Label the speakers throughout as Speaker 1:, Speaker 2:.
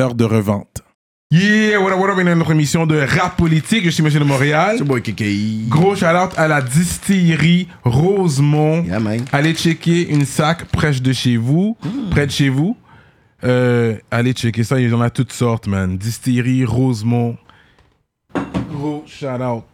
Speaker 1: de revente. Yeah, voilà, voilà, bienvenue dans notre émission de rap politique. Je suis Monsieur de Montréal.
Speaker 2: C'est boy KKI.
Speaker 1: Gros shout-out à la distillerie Rosemont.
Speaker 2: Yeah, Ah, man.
Speaker 1: Allez checker une sac près de chez vous, près de chez vous. Euh, allez checker ça, il y en a toutes sortes, man. Distillerie Rosemont. Gros shout-out.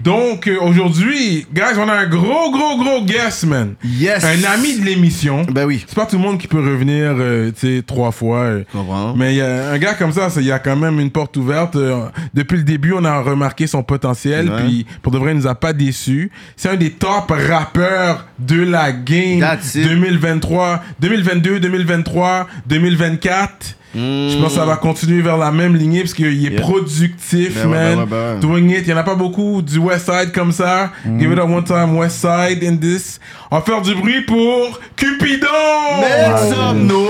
Speaker 1: Donc, euh, aujourd'hui, guys, on a un gros, gros, gros guest, man.
Speaker 2: Yes.
Speaker 1: Un ami de l'émission.
Speaker 2: Ben oui.
Speaker 1: C'est pas tout le monde qui peut revenir, euh, tu sais, trois fois. euh.
Speaker 2: comprends.
Speaker 1: Mais il y a un gars comme ça, ça, il y a quand même une porte ouverte. Euh, Depuis le début, on a remarqué son potentiel.
Speaker 2: Ouais.
Speaker 1: Puis, pour de vrai, il nous a pas déçus. C'est un des top rappeurs de la game
Speaker 2: That's it.
Speaker 1: 2023, 2022, 2023, 2024. Je pense que ça va continuer vers la même lignée parce qu'il est
Speaker 2: Hmm. Yeah.
Speaker 1: productif,
Speaker 2: Ben ouais,
Speaker 1: man.
Speaker 2: ben ouais, ben ouais.
Speaker 1: Doing it. Il n'y en a pas beaucoup du West Side comme ça.
Speaker 2: Mm.
Speaker 1: Give it up one time, West Side in this. On va faire du bruit pour Cupidon!
Speaker 2: Make some noise.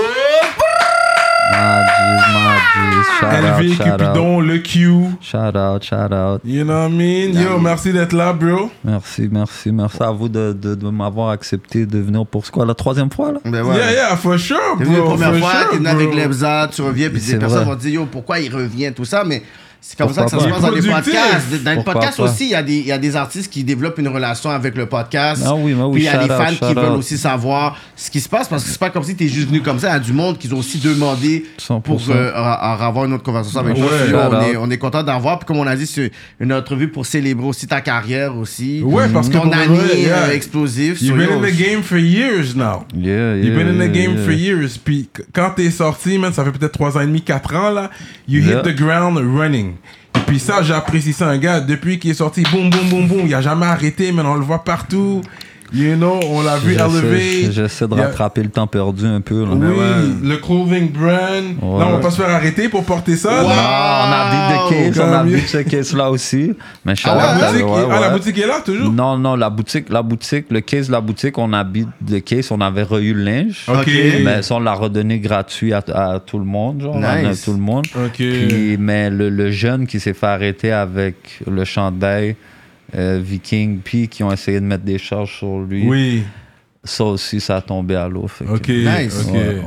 Speaker 3: Madjis, Madjis, shout
Speaker 1: LV,
Speaker 3: out, shout out.
Speaker 1: Cupidon, le Q.
Speaker 3: Shout out, shout out.
Speaker 1: You know what I mean? Yo, merci d'être là, bro.
Speaker 3: Merci, merci, merci à vous de, de, de m'avoir accepté de venir pour ce quoi, la troisième fois là
Speaker 2: Ben ouais.
Speaker 1: Yeah, yeah, for sure,
Speaker 2: T'es
Speaker 1: bro.
Speaker 2: venu la première
Speaker 1: for
Speaker 2: fois,
Speaker 1: sure,
Speaker 2: t'es venu
Speaker 1: bro.
Speaker 2: avec l'Ebza, tu reviens, puis
Speaker 3: C'est
Speaker 2: les personnes
Speaker 3: vrai.
Speaker 2: vont dire, yo, pourquoi il revient, tout ça, mais c'est comme ça que ça se
Speaker 3: Pourquoi
Speaker 2: passe dans
Speaker 1: pas?
Speaker 2: les
Speaker 1: Il est productif.
Speaker 2: podcasts. Dans les
Speaker 3: Pourquoi
Speaker 2: podcasts
Speaker 3: pas?
Speaker 2: aussi, il y, a des- il y a des artistes qui développent une relation avec le podcast.
Speaker 3: Ah oui, mais oui,
Speaker 2: Puis il y a
Speaker 3: shout
Speaker 2: des
Speaker 3: out,
Speaker 2: fans qui
Speaker 3: shout
Speaker 2: veulent
Speaker 3: out.
Speaker 2: aussi savoir ce qui se passe, parce que c'est pas comme si t'es juste venu comme ça. Il y a du monde qui ont aussi demandé
Speaker 3: 100%.
Speaker 2: pour euh, a- a- avoir une autre conversation avec
Speaker 1: Ouais.
Speaker 2: toi. Puis, yo,
Speaker 3: Shout
Speaker 2: on,
Speaker 3: out.
Speaker 2: est, on est content d'en voir. Puis comme on a dit, c'est une entrevue pour célébrer aussi ta carrière aussi.
Speaker 1: Ouais,
Speaker 3: Mhm.
Speaker 1: parce que
Speaker 2: ton
Speaker 1: pour de
Speaker 2: année
Speaker 1: vrai, yeah.
Speaker 2: euh, explosive. So,
Speaker 1: You've been
Speaker 2: yo,
Speaker 1: in the game for years now.
Speaker 3: Yeah, yeah.
Speaker 1: You've been in the
Speaker 3: yeah,
Speaker 1: game
Speaker 3: yeah.
Speaker 1: for years. Puis qu- quand t'es sorti, man, ça fait peut-être 3 ans et demi, 4 ans, là, you
Speaker 3: Yeah.
Speaker 1: hit the ground running. Et puis ça, j'apprécie ça, un gars, depuis qu'il est sorti, boum, boum, boum, boum, il a jamais arrêté, man, on le voit partout. You know, on l'a vu
Speaker 3: J'essaie-
Speaker 1: élevé.
Speaker 3: J'essaie de
Speaker 1: Il y a-
Speaker 3: rattraper le temps perdu un peu là.
Speaker 1: Oui, le clothing brand. Là, on va pas se faire arrêter pour porter ça.
Speaker 2: Wow.
Speaker 3: Non, on
Speaker 1: là.
Speaker 3: a vu de case, on a
Speaker 1: Comme-
Speaker 3: vu ce case là aussi. Mais shout
Speaker 1: Ah,
Speaker 3: out,
Speaker 1: la, boutique,
Speaker 3: ouais,
Speaker 1: est- ah, la
Speaker 3: ouais.
Speaker 1: boutique est là, toujours?
Speaker 3: Non, non, la boutique, la boutique, le case, la boutique, on habite le case, on avait reçu le linge.
Speaker 1: Ok.
Speaker 3: Mais ça, on l'a redonné gratuit à, à tout le monde, genre, à
Speaker 2: Nice.
Speaker 3: tout le monde.
Speaker 1: Ok.
Speaker 3: Puis, mais le, le jeune qui s'est fait arrêter avec le chandail euh, viking, puis qui ont essayé de mettre des charges sur lui,
Speaker 1: Oui.
Speaker 3: ça aussi, ça a tombé à l'eau. fait que-
Speaker 1: Ok.
Speaker 2: Nice.
Speaker 1: Ok.
Speaker 3: Ouais, ouais,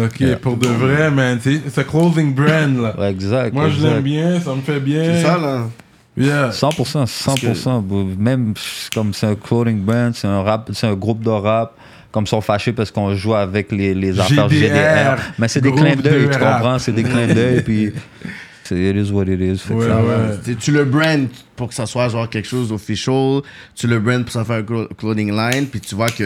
Speaker 3: ouais.
Speaker 1: Ok.
Speaker 3: Yeah.
Speaker 1: Pour de vrai, man. tu sais, C'est un clothing brand, là.
Speaker 3: Ouais, exact.
Speaker 1: Moi, je
Speaker 3: exact.
Speaker 1: l'aime bien. Ça me fait bien.
Speaker 2: C'est ça, là.
Speaker 1: Yeah.
Speaker 3: 100%, 100%. bro. Même pff, comme c'est un clothing band, c'est un rap, c'est un groupe de rap. Comme ils sont fâchés parce qu'on joue avec les, les affaires
Speaker 1: GDR,
Speaker 3: GDR. Mais c'est des
Speaker 1: groupe
Speaker 3: clins d'œil,
Speaker 1: de
Speaker 3: tu
Speaker 1: rap.
Speaker 3: comprends? C'est des clins d'œil, puis c'est it is what it is. Fait que
Speaker 1: Ouais,
Speaker 3: ça va.
Speaker 1: ouais.
Speaker 2: Euh, Tu- Tu le brandes pour que ça soit genre quelque chose d'official. Tu le brandes pour ça faire un clo- clothing line. Puis tu vois que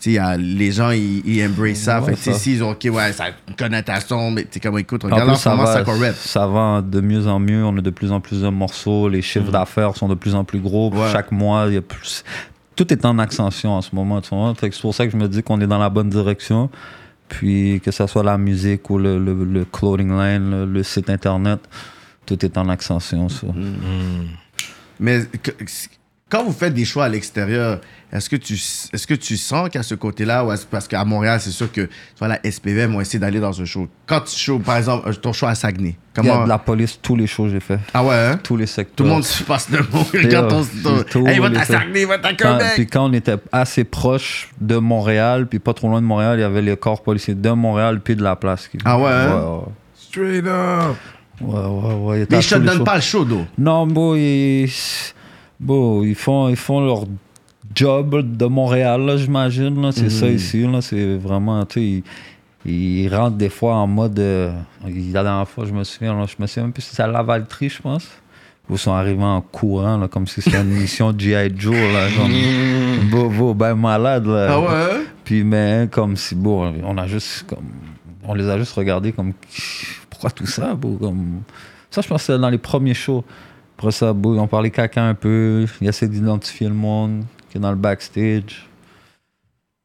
Speaker 2: tu sais, y a- les gens, ils ils embrace ça.
Speaker 3: Ouais,
Speaker 2: fait que tu sais,
Speaker 3: ça.
Speaker 2: s'ils ont, OK, ouais, ça a une connotation, mais t'es comme, écoute,
Speaker 3: En
Speaker 2: regarde,
Speaker 3: plus,
Speaker 2: là,
Speaker 3: ça
Speaker 2: comment ça
Speaker 3: va,
Speaker 2: qu'on rap.
Speaker 3: ça va de mieux en mieux. On a de plus en plus de morceaux. Les chiffres d'affaires sont de plus en plus gros.
Speaker 2: Mm. Ouais.
Speaker 3: Chaque mois, il y a plus. Tout est en ascension en ce moment. tu vois. Fait que C'est pour ça que je me dis qu'on est dans la bonne direction. Puis que ce soit la musique ou le, le, le clothing line, le, le site internet, tout est en ascension.
Speaker 2: Mm.
Speaker 3: ça.
Speaker 2: Mais que- quand vous faites des choix à l'extérieur, est-ce que tu est-ce que tu sens qu'à ce côté-là, ou est-ce- parce qu'à Montréal, c'est sûr que tu vois, la SPVM ont essayé d'aller dans un show. Quand tu show, par exemple, euh, ton choix à Saguenay,
Speaker 3: Il y a
Speaker 2: comment.
Speaker 3: de la police, tous les shows que j'ai fait.
Speaker 2: Ah ouais, hein?
Speaker 3: Tous les secteurs.
Speaker 2: Tout le monde se passe de mots.
Speaker 3: Yeah,
Speaker 2: Quand on
Speaker 3: tout
Speaker 2: se.
Speaker 3: le
Speaker 2: Hey, va
Speaker 3: monde
Speaker 2: t'à
Speaker 3: essaie.
Speaker 2: Saguenay, va t'à
Speaker 3: Quand-
Speaker 2: Québec.
Speaker 3: puis quand on était assez proche de Montréal, puis pas trop loin de Montréal, il y avait les corps policiers de Montréal puis de la place. qui-
Speaker 2: Ah ouais, hein?
Speaker 3: ouais.
Speaker 1: Straight up.
Speaker 3: Ouais, ouais, ouais. il était
Speaker 2: Mais
Speaker 3: à
Speaker 2: je te
Speaker 3: tous les
Speaker 2: donne
Speaker 3: shows.
Speaker 2: pas le show, d'eau.
Speaker 3: Non, bon, ils, bon, ils, font, ils font leur job de Montréal, là, j'imagine. là. C'est ça ici. là. C'est vraiment, tu sais, ils- ils, rentrent des fois en mode. euh, il- la dernière fois, je me souviens, là, je me souviens même plus si c'est à Lavaltrie, je pense. où Ils sont arrivés en courant, là, comme si c'était une mission de G.I. Joe. Là, comme, bon, bon, ben malade. Là.
Speaker 2: Ah ouais? hein?
Speaker 3: Puis, mais hein, comme si, bon, on a juste, comme, on les a juste regardés comme, pourquoi tout ça, bon, comme, Ça, je pense que c'est dans les premiers shows. Après ça, boy, on parlait caca un peu. Ils essaient d'identifier le monde qui est dans le backstage.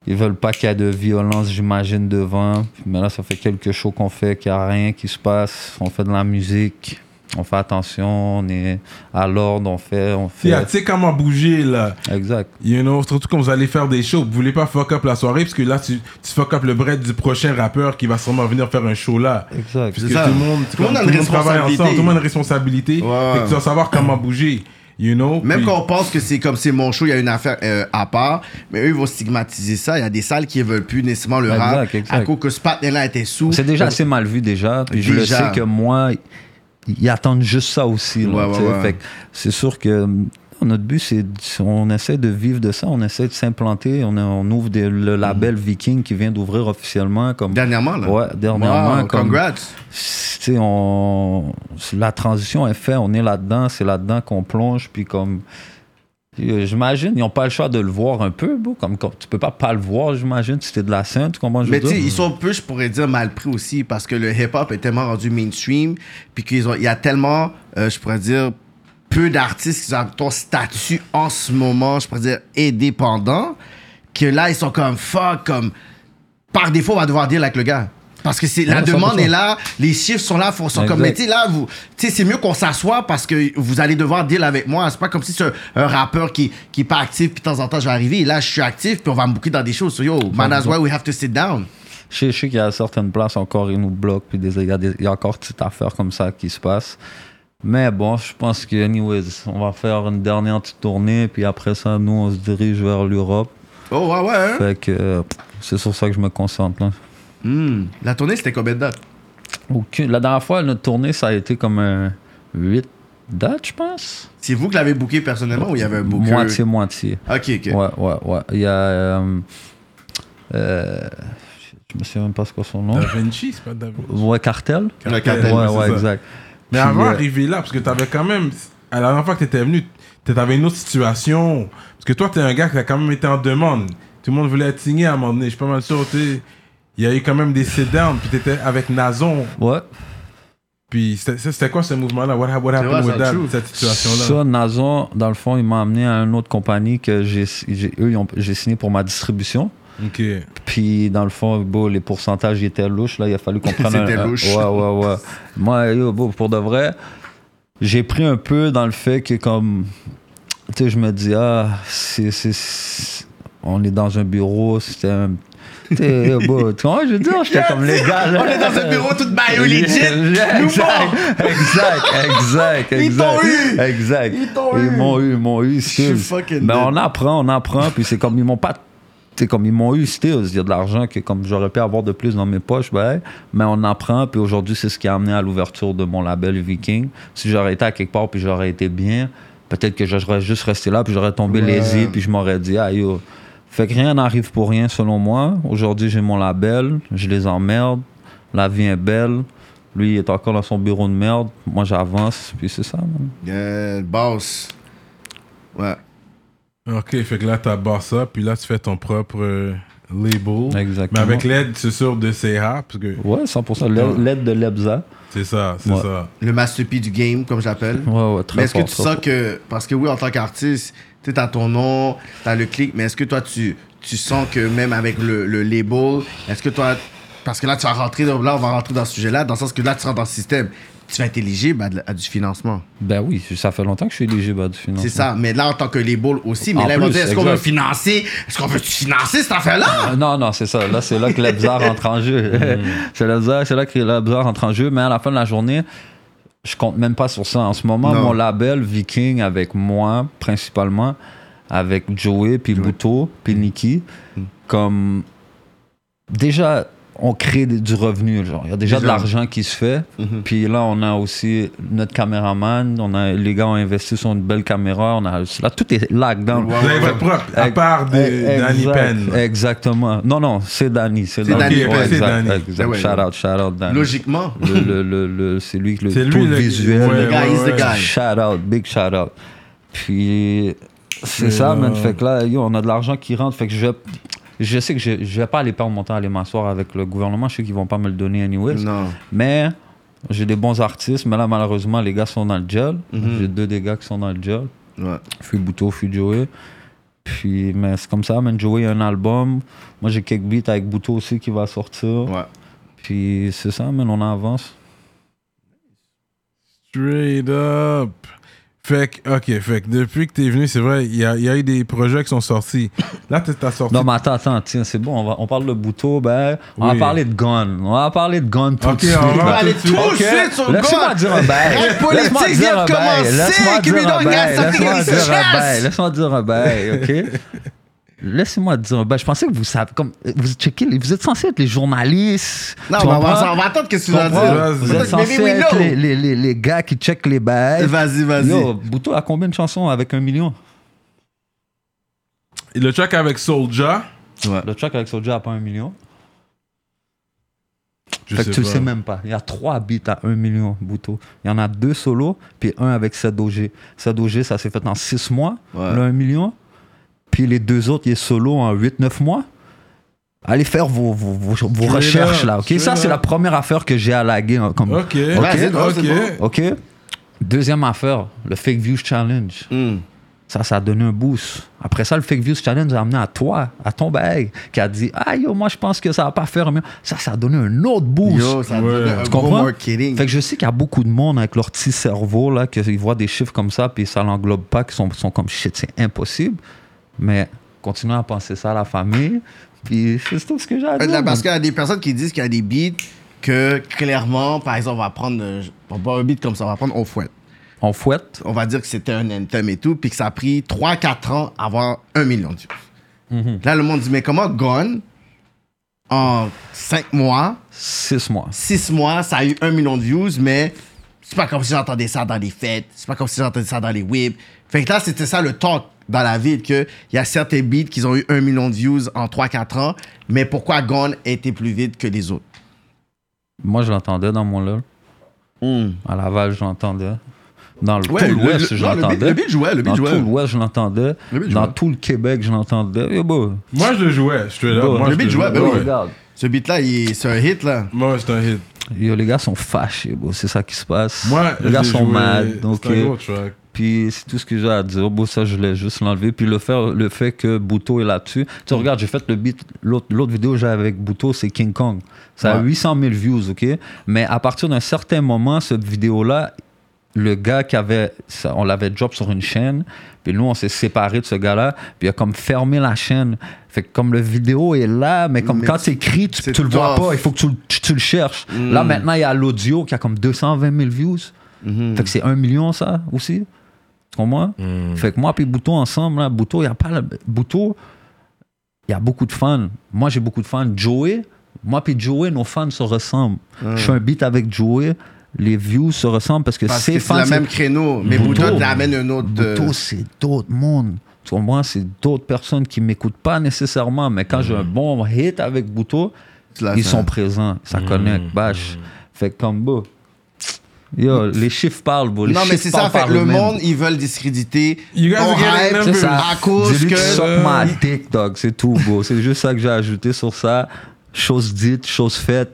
Speaker 3: Ils veulent pas qu'il y ait de violence, j'imagine, devant. Puis, Mais là, ça fait quelques shows qu'on fait, qu'il n'y a rien qui se passe. On fait de la musique. On fait attention, on est à l'ordre, on fait, on fait.
Speaker 1: Yeah, Tu sais comment bouger, là.
Speaker 3: Exact.
Speaker 1: You know, surtout quand vous allez faire des shows, vous voulez pas fuck up la soirée parce que là, tu, tu fuck up le bread du prochain rappeur qui va sûrement venir faire un show là.
Speaker 3: Exact.
Speaker 1: Parce que
Speaker 2: ça.
Speaker 1: tout le monde,
Speaker 2: Tout le monde a
Speaker 1: comme-
Speaker 2: une
Speaker 1: tout travaille
Speaker 2: responsabilité.
Speaker 1: ensemble, tout le monde a une responsabilité.
Speaker 2: Ouais.
Speaker 1: Fait que tu vas savoir comment bouger. You know?
Speaker 2: Même
Speaker 1: Puis-
Speaker 2: quand on pense que c'est comme c'est mon show, il y a une affaire euh, à part, mais eux, ils vont stigmatiser ça. Il y a des salles qui ne veulent plus nécessairement le
Speaker 3: Exact,
Speaker 2: rap
Speaker 3: exact.
Speaker 2: à cause que ce partenaire-là était sous. Euh,
Speaker 3: C'est déjà assez mal vu déjà. Puis je le
Speaker 2: Ben, Déjà.
Speaker 3: sais que moi, ils attendent juste ça aussi. là,
Speaker 2: Ouais, ouais,
Speaker 3: tu sais.
Speaker 2: ouais.
Speaker 3: Fait que c'est sûr que mm, notre but, c'est on essaie de vivre de ça, on essaie de s'implanter, on, a- on ouvre des- le label Viking qui vient d'ouvrir officiellement comme.
Speaker 2: Mm. Dernièrement, là.
Speaker 3: Ouais, dernièrement.
Speaker 2: Wow,
Speaker 3: comme,
Speaker 2: Congrats.
Speaker 3: tu sais, on, la transition est faite, on est là-dedans, c'est là-dedans qu'on plonge, puis comme. euh, J'imagine, ils n'ont pas le choix de le voir un peu, bro, comme, comme tu peux pas pas le voir, j'imagine, si t'es de la scène, tu comprends? ce que
Speaker 2: Mais
Speaker 3: je
Speaker 2: tu
Speaker 3: veux
Speaker 2: sais,
Speaker 3: dire?
Speaker 2: ils sont un peu, je pourrais dire, mal pris aussi parce que le hip-hop est tellement rendu mainstream, puis qu'il y a tellement, euh, je pourrais dire, peu d'artistes qui ont ton statut en ce moment, je pourrais dire, indépendant, que là, ils sont comme fuck, comme par défaut, on va devoir deal avec le gars. Parce que c'est la
Speaker 3: Ouais, 100%.
Speaker 2: demande est là, les chiffres sont là, faut, sont comme,
Speaker 3: Exact.
Speaker 2: mais tu sais, là, vous, tu sais, c'est mieux qu'on s'assoie parce que vous allez devoir deal avec moi. C'est pas comme si c'est un, un rappeur qui, qui est pas actif, puis de temps en temps, je vais arriver, et là, je suis actif, puis on va me bouquer dans des choses. So, yo, man, that's why we have to sit down.
Speaker 3: Je sais, je sais qu'il y a certaines places encore, ils nous bloquent, puis des- il y, a des- il y a encore petites affaires comme ça qui se passent. Mais bon, je pense que, anyways, on va faire une dernière petite tournée, puis après ça, nous, on se dirige vers l'Europe.
Speaker 2: Oh, ouais, ouais. hein?
Speaker 3: Fait que euh, pff, c'est sur ça que je me concentre. Là.
Speaker 2: Hmm. La tournée, c'était combien de dates?
Speaker 3: Aucune- La dernière fois, notre tournée, ça a été comme un 8 dates, je pense.
Speaker 2: C'est vous qui l'avez booké personnellement ou il y avait un booker?
Speaker 3: Moitié-moitié.
Speaker 1: Ah,
Speaker 2: Ok, ok.
Speaker 3: Ouais, ouais, ouais. Il y a. euh, euh, je me souviens même pas ce que son nom.
Speaker 1: Da Vinci, c'est pas Da Vinci.
Speaker 3: Ouais, Cartel.
Speaker 2: Le
Speaker 3: Ouais,
Speaker 2: cartel,
Speaker 3: ouais,
Speaker 1: Euh, c'est ça.
Speaker 3: exact.
Speaker 1: Mais
Speaker 3: Puis,
Speaker 1: avant
Speaker 3: euh,
Speaker 1: d'arriver là, parce que t'avais quand même. À la dernière fois que t'étais venu, t'étais- t'avais une autre situation. Parce que toi, t'es un gars qui a quand même été en demande. Tout le monde voulait être signé à un moment donné. Je suis pas mal sûr, tu sais, Il y a eu quand même des sit-downs. Puis t'étais avec Nazon.
Speaker 3: Ouais.
Speaker 1: Puis c'était ça, c'était quoi ce mouvement-là? What, hap- what happened
Speaker 2: vrai,
Speaker 1: with
Speaker 2: c'est
Speaker 1: that,
Speaker 2: true.
Speaker 1: cette situation-là?
Speaker 3: Ça, Nazon, dans le fond, il m'a amené à une autre compagnie que j'ai, j'ai- eux, ils ont- j'ai signé pour ma distribution.
Speaker 1: Ok.
Speaker 3: Puis, dans le fond, bon, les pourcentages ils étaient louches. Là, il a fallu qu'on prenne
Speaker 2: C'était
Speaker 3: un- un-
Speaker 2: louche.
Speaker 3: Ouais, ouais, ouais. Moi, yo, bon, pour de vrai, j'ai pris un peu dans le fait que, comme, tu sais, je me dis, ah, c'est, c'est- c'est- on est dans un bureau, c'était un. Tu sais, yo, bon, tu vois, je veux dire, j'étais comme les gars. là.
Speaker 2: On est dans un bureau tout bio legit.
Speaker 3: Yeah,
Speaker 2: Nous
Speaker 3: Exact, exact, exact, exact.
Speaker 2: Ils t'ont eu.
Speaker 3: Exact.
Speaker 2: Ils t'ont eu.
Speaker 3: m'ont eu, ils m'ont eu, Stills.
Speaker 2: fucking
Speaker 3: Mais
Speaker 2: dead.
Speaker 3: on apprend, on apprend, puis c'est comme ils m'ont pas. C'est comme ils m'ont eu, Stills. Il y a de l'argent que comme j'aurais pu avoir de plus dans mes poches, ben, mais on apprend. Puis aujourd'hui, c'est ce qui a amené à l'ouverture de mon label Viking. Si j'aurais été à quelque part, puis j'aurais été bien, peut-être que j'aurais juste resté là, puis j'aurais tombé lésé, puis je m'aurais dit, ah yo. Fait que rien n'arrive pour rien, selon moi. Aujourd'hui, j'ai mon label, je les emmerde, la vie est belle. Lui, il est encore dans son bureau de merde. Moi, j'avance, puis c'est ça. man.
Speaker 2: Yeah, boss. Ouais.
Speaker 1: Ok, fait que là, t'as barre ça, puis là, tu fais ton propre euh, label. Mais
Speaker 3: Exactement.
Speaker 1: avec l'aide, c'est sûr, de CH, parce que
Speaker 3: Ouais, 100%. L'aide- L'aide de Lebza.
Speaker 1: c'est ça, c'est
Speaker 3: Ouais.
Speaker 1: ça.
Speaker 2: Le masterpiece du game, comme je l'appelle.
Speaker 3: Ouais, ouais, très
Speaker 2: Mais est-ce que
Speaker 3: fort,
Speaker 2: tu
Speaker 3: très
Speaker 2: sens
Speaker 3: fort.
Speaker 2: que. Parce que oui, en tant qu'artiste, tu sais, t'as ton nom, t'as le clic, mais est-ce que toi, tu, tu sens que même avec le, le label, est-ce que toi. Parce que là, tu vas rentrer. Dans, là, on va rentrer dans ce sujet-là, dans le sens que là, tu rentres dans le système. Tu vas être éligible à, de- à du financement.
Speaker 3: Ben oui, ça fait longtemps que je suis éligible à du financement.
Speaker 2: C'est ça. Mais là, en tant que label aussi, mais
Speaker 3: En
Speaker 2: là, ils vont
Speaker 3: plus,
Speaker 2: dire est-ce qu'on
Speaker 3: exact.
Speaker 2: veut financer Est-ce qu'on veut financer cette affaire-là
Speaker 3: Ah, Mm. Non, non, c'est ça. Là, c'est là que Lebza rentre en jeu. c'est Lebza- c'est là que Lebza rentre en jeu. Mais à la fin de la journée, je compte même pas sur ça. En ce moment,
Speaker 2: Non.
Speaker 3: mon label Viking avec moi, principalement, avec Joey, Mm. puis Bouto, puis Nikki, comme. Déjà, on crée des- du revenu. Genre. Il y a déjà, Mm-hmm. de
Speaker 2: Déjà.
Speaker 3: l'argent qui se fait. Puis là, on a aussi notre caméraman. On a, les gars ont investi sur une belle caméra. On a, là, tout est lockdown.
Speaker 2: Ouais,
Speaker 1: Vous avez
Speaker 2: ouais.
Speaker 1: votre propre, à
Speaker 3: Ex-
Speaker 1: part de
Speaker 3: Ex-
Speaker 1: Danny
Speaker 3: Eh, exact,
Speaker 1: Penn.
Speaker 3: Exactement. Non, non, c'est Danny. C'est Danny.
Speaker 2: Danny, ouais,
Speaker 1: c'est
Speaker 3: exact,
Speaker 1: Danny. Eh
Speaker 3: exact.
Speaker 2: Ah ouais,
Speaker 3: shout
Speaker 2: ouais.
Speaker 3: out, shout out, Danny.
Speaker 2: Logiquement.
Speaker 3: Le, le, le, le- c'est lui qui le
Speaker 1: C'est
Speaker 3: tout
Speaker 1: lui
Speaker 3: le
Speaker 1: le
Speaker 3: visuel.
Speaker 1: ouais,
Speaker 3: le
Speaker 2: gars,
Speaker 1: ouais,
Speaker 2: he's the
Speaker 1: ouais.
Speaker 2: guy.
Speaker 3: Shout out, big shout out. Puis c'est
Speaker 1: euh,
Speaker 3: ça, man. Fait que là, yo, on a de l'argent qui rentre. Fait que je, je sais que je, je vais pas aller perdre mon temps à aller m'asseoir avec le gouvernement. Je sais qu'ils vont pas me le donner anyways.
Speaker 2: Non.
Speaker 3: Mais J'ai des bons artistes, mais là, malheureusement, les gars sont dans le gel.
Speaker 1: Mm-hmm.
Speaker 2: Mhm.
Speaker 3: J'ai deux des gars qui sont dans le gel.
Speaker 2: Ouais.
Speaker 3: Fui Bouteau, fui Joey. Puis, mais c'est comme ça, man. Joey a un album. Moi, j'ai quelques beats avec Bouteau aussi qui va sortir.
Speaker 2: Ouais.
Speaker 3: Puis, c'est ça, man, on avance.
Speaker 1: Straight up. Fait que, ok, fait que depuis que t'es venu, c'est vrai, il y a, il y a eu des projets qui sont sortis. Là, t'as t'as sorti.
Speaker 3: Non, mais attends, attends, tiens, c'est bon, on, va- on parle de Bouteau, ben, on
Speaker 1: Oui.
Speaker 3: va parler de Gun. On va parler de Gun tout
Speaker 1: Ok,
Speaker 3: de suite.
Speaker 1: on va
Speaker 3: Ok.
Speaker 1: aller
Speaker 2: tout de suite sur
Speaker 3: Laisse-moi
Speaker 2: Gun.
Speaker 3: dire un bail.
Speaker 2: Rap politique
Speaker 3: Laisse-moi
Speaker 2: vient
Speaker 3: dire un
Speaker 2: de
Speaker 3: bail.
Speaker 2: commencer.
Speaker 3: Laisse-moi
Speaker 2: Give me
Speaker 3: dire un
Speaker 2: the gas,
Speaker 3: bail. Laisse-moi
Speaker 2: something
Speaker 3: dire un
Speaker 2: delicious.
Speaker 3: bail. Laisse-moi dire un bail, OK? Laissez-moi dire un bail. Je pensais que vous savez, comme, vous checkez, les- vous êtes censés être les journalistes.
Speaker 2: Non,
Speaker 3: Tu
Speaker 2: on va, on
Speaker 3: comprends?
Speaker 2: va- on va attendre qu'est-ce que tu vas
Speaker 3: comprends?
Speaker 2: dire.
Speaker 3: Vous
Speaker 2: Peut-être
Speaker 3: êtes
Speaker 2: que
Speaker 3: censés
Speaker 2: maybe we
Speaker 3: être
Speaker 2: know.
Speaker 3: les, les, les, les gars qui checkent les bails.
Speaker 2: Vas-y,
Speaker 3: Yo,
Speaker 2: vas-y.
Speaker 3: Bouteau a combien de chansons avec un million?
Speaker 1: Le track avec Soulja.
Speaker 2: Ouais.
Speaker 3: Le track avec Soulja a pas un million.
Speaker 1: Je
Speaker 3: fait que tu le
Speaker 1: pas.
Speaker 3: sais même pas. Il y a trois beats à 1 million, Bouto. Il y en a deux solos, puis un avec Sadogé. Sadogé, ça s'est fait en 6 mois,
Speaker 2: Ouais.
Speaker 3: le 1 million. Puis les deux autres, il est solo en 8-9 mois. Allez faire vos, vos, vos- vos
Speaker 1: Straight
Speaker 3: recherches
Speaker 1: up,
Speaker 3: là, ok?
Speaker 1: straight
Speaker 3: Ça, c'est
Speaker 1: up.
Speaker 3: la première affaire que j'ai à laguer. hein, comme,
Speaker 1: Ok,
Speaker 2: Vas-y,
Speaker 1: ok,
Speaker 2: non, c'est
Speaker 1: ok.
Speaker 3: ok? Deuxième affaire, le Fake Views Challenge.
Speaker 2: Hmm.
Speaker 3: Ça, ça a donné un boost. Après ça, le Fake Views Challenge a amené à toi, à ton bag, qui a dit Ah yo, moi je pense que ça va pas faire mieux. Ça, ça a donné un autre boost.
Speaker 2: Yo, ça
Speaker 1: Ouais.
Speaker 2: donne un
Speaker 3: Tu
Speaker 2: gros
Speaker 3: comprends?
Speaker 2: marketing.
Speaker 3: Fait que je sais qu'il y a beaucoup de monde avec leur petit cerveau, là, qu'ils voient des chiffres comme ça, puis ça l'englobe pas, qui sont, sont comme shit, c'est impossible. Mais continuez à penser ça à la famille, puis c'est tout ce que j'ai à
Speaker 2: Ouais,
Speaker 3: dire.
Speaker 2: là, parce
Speaker 3: man.
Speaker 2: qu'il y a des personnes qui disent qu'il y a des beats que clairement, par exemple, on va prendre, euh, on va pas un beat comme ça, on va prendre On Fouette.
Speaker 3: On fouette.
Speaker 2: On va dire que c'était un anthem et tout, puis que ça a pris 3-4 ans à avoir un million de views.
Speaker 3: Mhm.
Speaker 2: Là, le monde dit, mais comment Gone, en 5 mois,
Speaker 3: Six mois.
Speaker 2: 6 mois, ça a eu un million de views, mais c'est pas comme si j'entendais ça dans les fêtes, c'est pas comme si j'entendais ça dans les whips. Fait que là, c'était ça le talk dans la ville, qu'il y a certains beats qui ont eu un million de views en 3-4 ans, mais pourquoi Gone était plus vite que les autres?
Speaker 3: Moi, je l'entendais dans mon lol. À Laval, je l'entendais. Dans le,
Speaker 2: Hmm. Ouais,
Speaker 3: tout
Speaker 2: le-
Speaker 3: l'Ouest,
Speaker 2: le-
Speaker 3: je
Speaker 2: non, le beat-
Speaker 3: l'entendais.
Speaker 2: le beat jouait, le beat
Speaker 3: Dans
Speaker 2: jouait.
Speaker 3: tout l'Ouest, je l'entendais.
Speaker 2: Le beat
Speaker 3: Dans
Speaker 2: jouait.
Speaker 3: tout le Québec, je l'entendais. Eh, bon.
Speaker 1: Moi, je le jouais, je te là.
Speaker 3: Bon,
Speaker 1: Moi,
Speaker 2: le
Speaker 1: je
Speaker 2: beat
Speaker 1: le
Speaker 2: jouait, ben oui.
Speaker 1: ouais.
Speaker 3: Regarde.
Speaker 2: Ce beat-là, il- c'est un hit, là.
Speaker 1: Moi, c'est un hit.
Speaker 3: Yo, les gars sont fâchés, bro. c'est ça qui se passe.
Speaker 1: Moi, je
Speaker 3: les gars
Speaker 1: l'ai
Speaker 3: sont
Speaker 1: joué,
Speaker 3: mal. Donc,
Speaker 1: C'est un
Speaker 3: euh,
Speaker 1: gros track.
Speaker 3: Puis c'est tout ce que j'ai à dire. Bon, ça, je l'ai juste l'enlever. Puis le fait, le fait que Bouto est là-dessus. Tu regardes, j'ai fait le beat. L'autre l'autre vidéo que j'ai avec Bouto, c'est King Kong. Ça a
Speaker 2: Ouais.
Speaker 3: 800 000 views, OK? Mais à partir d'un certain moment, cette vidéo-là, le gars qui avait. ça- on l'avait drop sur une chaîne. Puis nous, on s'est séparés de ce gars-là. Puis il a comme fermé la chaîne. Fait que comme le vidéo est là, mais comme
Speaker 2: Mais
Speaker 3: quand t'écris, tu,
Speaker 2: c'est
Speaker 3: tu le vois
Speaker 2: tough. Mm.
Speaker 3: pas. Il faut que tu, le- tu- tu le cherches. Là, maintenant, il y a l'audio qui a comme 220 000 views.
Speaker 2: Mm-hmm.
Speaker 3: Fait que c'est un million, ça, aussi. Tu comprends?
Speaker 2: Hmm.
Speaker 3: Fait que moi puis Bouto ensemble, là, Bouto, il y a pas... le- Bouto, il y a beaucoup de fans. Moi, j'ai beaucoup de fans. Joey, moi puis Joey, nos fans se ressemblent.
Speaker 2: Hmm.
Speaker 3: Je fais un beat avec Joey, les views se ressemblent parce que
Speaker 2: Parce
Speaker 3: ses
Speaker 2: que c'est
Speaker 3: fans...
Speaker 2: le
Speaker 3: c'est-
Speaker 2: même créneau, mais
Speaker 3: Bouteau.
Speaker 2: Bouddha l'amène un autre. euh,
Speaker 3: Bouto, c'est d'autres mondes. Tu comprends? C'est d'autres personnes qui m'écoutent pas nécessairement, mais quand j'ai un
Speaker 2: Hmm.
Speaker 3: bon hit avec Bouto,
Speaker 2: tu l'as
Speaker 3: ils
Speaker 2: fait.
Speaker 3: sont présents. Ça
Speaker 2: Hmm.
Speaker 3: connecte, bâche. Fait que comme, bon... Yo, les chiffres parlent, bro. Les
Speaker 2: Non, mais
Speaker 3: chiffres
Speaker 2: c'est ça,
Speaker 3: parlent
Speaker 2: fait
Speaker 3: par
Speaker 2: le
Speaker 3: eux-mêmes.
Speaker 2: monde, ils veulent discréditer.
Speaker 1: You guys
Speaker 2: ton
Speaker 1: are getting
Speaker 2: hype
Speaker 1: numbers.
Speaker 3: C'est ça.
Speaker 2: À cause
Speaker 3: Dis-lui
Speaker 2: que.
Speaker 3: qu'il suck ma dick, dog. C'est tout, bro. C'est juste ça que j'ai ajouté sur ça. Chose dite, chose faite.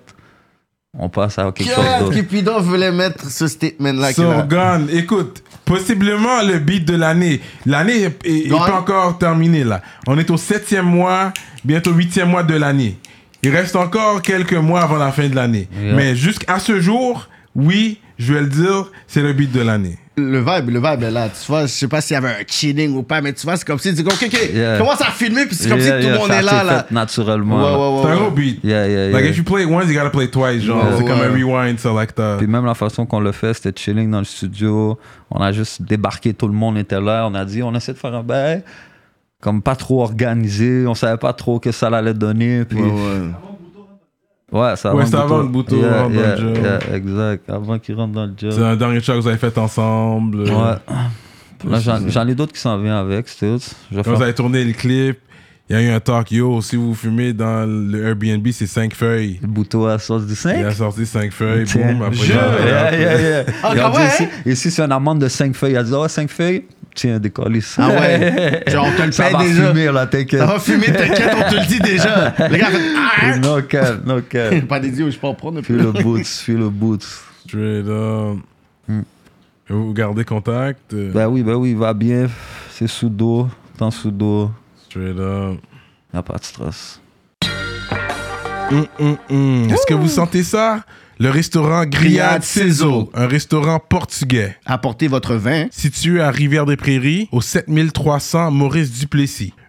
Speaker 3: On passe à quelque chose
Speaker 2: Que
Speaker 3: d'autre.
Speaker 2: Cupidon voulait mettre ce statement-là. qu'il
Speaker 1: So
Speaker 2: a-
Speaker 1: Gone, écoute, possiblement le beat de l'année. L'année est- est, est
Speaker 2: Gone.
Speaker 1: pas encore terminée là. On est au septième mois, bientôt huitième mois de l'année. Il reste encore quelques mois avant la fin de l'année.
Speaker 3: Yeah.
Speaker 1: Mais jusqu'à ce jour, oui, je vais le dire, c'est le beat de l'année.
Speaker 2: Le vibe, le vibe est là. Tu vois, je sais pas s'il y avait un chilling ou pas, mais tu vois, c'est comme si tu dis, OK, OK,
Speaker 3: Yeah.
Speaker 2: commence à filmer, puis c'est comme
Speaker 3: Yeah,
Speaker 2: si tout
Speaker 3: yeah,
Speaker 2: le monde
Speaker 3: ça
Speaker 2: est
Speaker 3: s'est
Speaker 2: là, là.
Speaker 3: fait naturellement.
Speaker 2: Ouais,
Speaker 3: là.
Speaker 2: ouais, Bah,
Speaker 1: C'est un
Speaker 2: ouais,
Speaker 1: gros
Speaker 2: ouais.
Speaker 1: beat.
Speaker 3: Yeah, yeah,
Speaker 1: Like
Speaker 3: yeah.
Speaker 1: if you play it once, you gotta play it twice. Genre,
Speaker 2: Ouais,
Speaker 1: c'est comme un
Speaker 2: ouais.
Speaker 1: rewind selector.
Speaker 3: Puis même la façon qu'on le fait, c'était chilling dans le studio. On a juste débarqué, tout le monde était là. On a dit, on essaie de faire un bail. Comme pas trop organisé. On savait pas trop que ça allait donner. Puis
Speaker 2: Ouais, ouais.
Speaker 3: Ouais, ça
Speaker 1: Ouais, c'est avant le Bouteau, avant dans le job.
Speaker 3: exact, avant qu'il rentre dans le job.
Speaker 1: C'est un dernier track que vous avez fait ensemble.
Speaker 3: Ouais. Là, j'en j'en ai d'autres qui s'en viennent avec, c'est tout. Je vais
Speaker 1: Quand
Speaker 3: faire-
Speaker 1: vous avez tourné le clip, il y a eu un talk, yo, si vous fumez dans le Airbnb, c'est 5 feuilles.
Speaker 3: Le Bouteau à sauce du 5.
Speaker 1: Il a sorti 5 feuilles,
Speaker 3: Tiens.
Speaker 1: boum, après
Speaker 3: Je- Yeah, yeah, yeah.
Speaker 2: Ah,
Speaker 3: Ils ont
Speaker 2: quand
Speaker 3: dit,
Speaker 2: même,
Speaker 3: ici,
Speaker 2: hein?
Speaker 3: ici, c'est une amende de 5 feuilles. Il a dit, oh, 5 feuilles, tiens, décolle ici.
Speaker 2: Ah ouais. Genre, on te le
Speaker 3: Ça
Speaker 2: paye
Speaker 3: va
Speaker 2: déjà.
Speaker 3: fumer, là, t'inquiète.
Speaker 2: Ça va fumer, t'inquiète, on te le dit déjà. Les gars, faites, ah,
Speaker 3: No cap, no cap.
Speaker 2: hein. pas des yeux, je peux en prendre un
Speaker 3: Fais
Speaker 2: peu.
Speaker 3: le boots, fais le boots.
Speaker 1: Straight up.
Speaker 3: Hmm.
Speaker 1: Et Vous gardez contact. euh,
Speaker 3: Ben oui, ben oui, il va bien. C'est sous dos, temps sous dos.
Speaker 1: Straight up.
Speaker 3: Y a pas de stress.
Speaker 1: Hum, hum,
Speaker 3: Hmm.
Speaker 1: hum. Est-ce que vous sentez ça? Le restaurant Grillade
Speaker 2: Grillade
Speaker 1: Cézo,
Speaker 2: Cézo.
Speaker 1: un restaurant portugais.
Speaker 2: Apportez votre vin.
Speaker 1: situé à Rivière-des-Prairies, au 7300 Maurice Duplessis.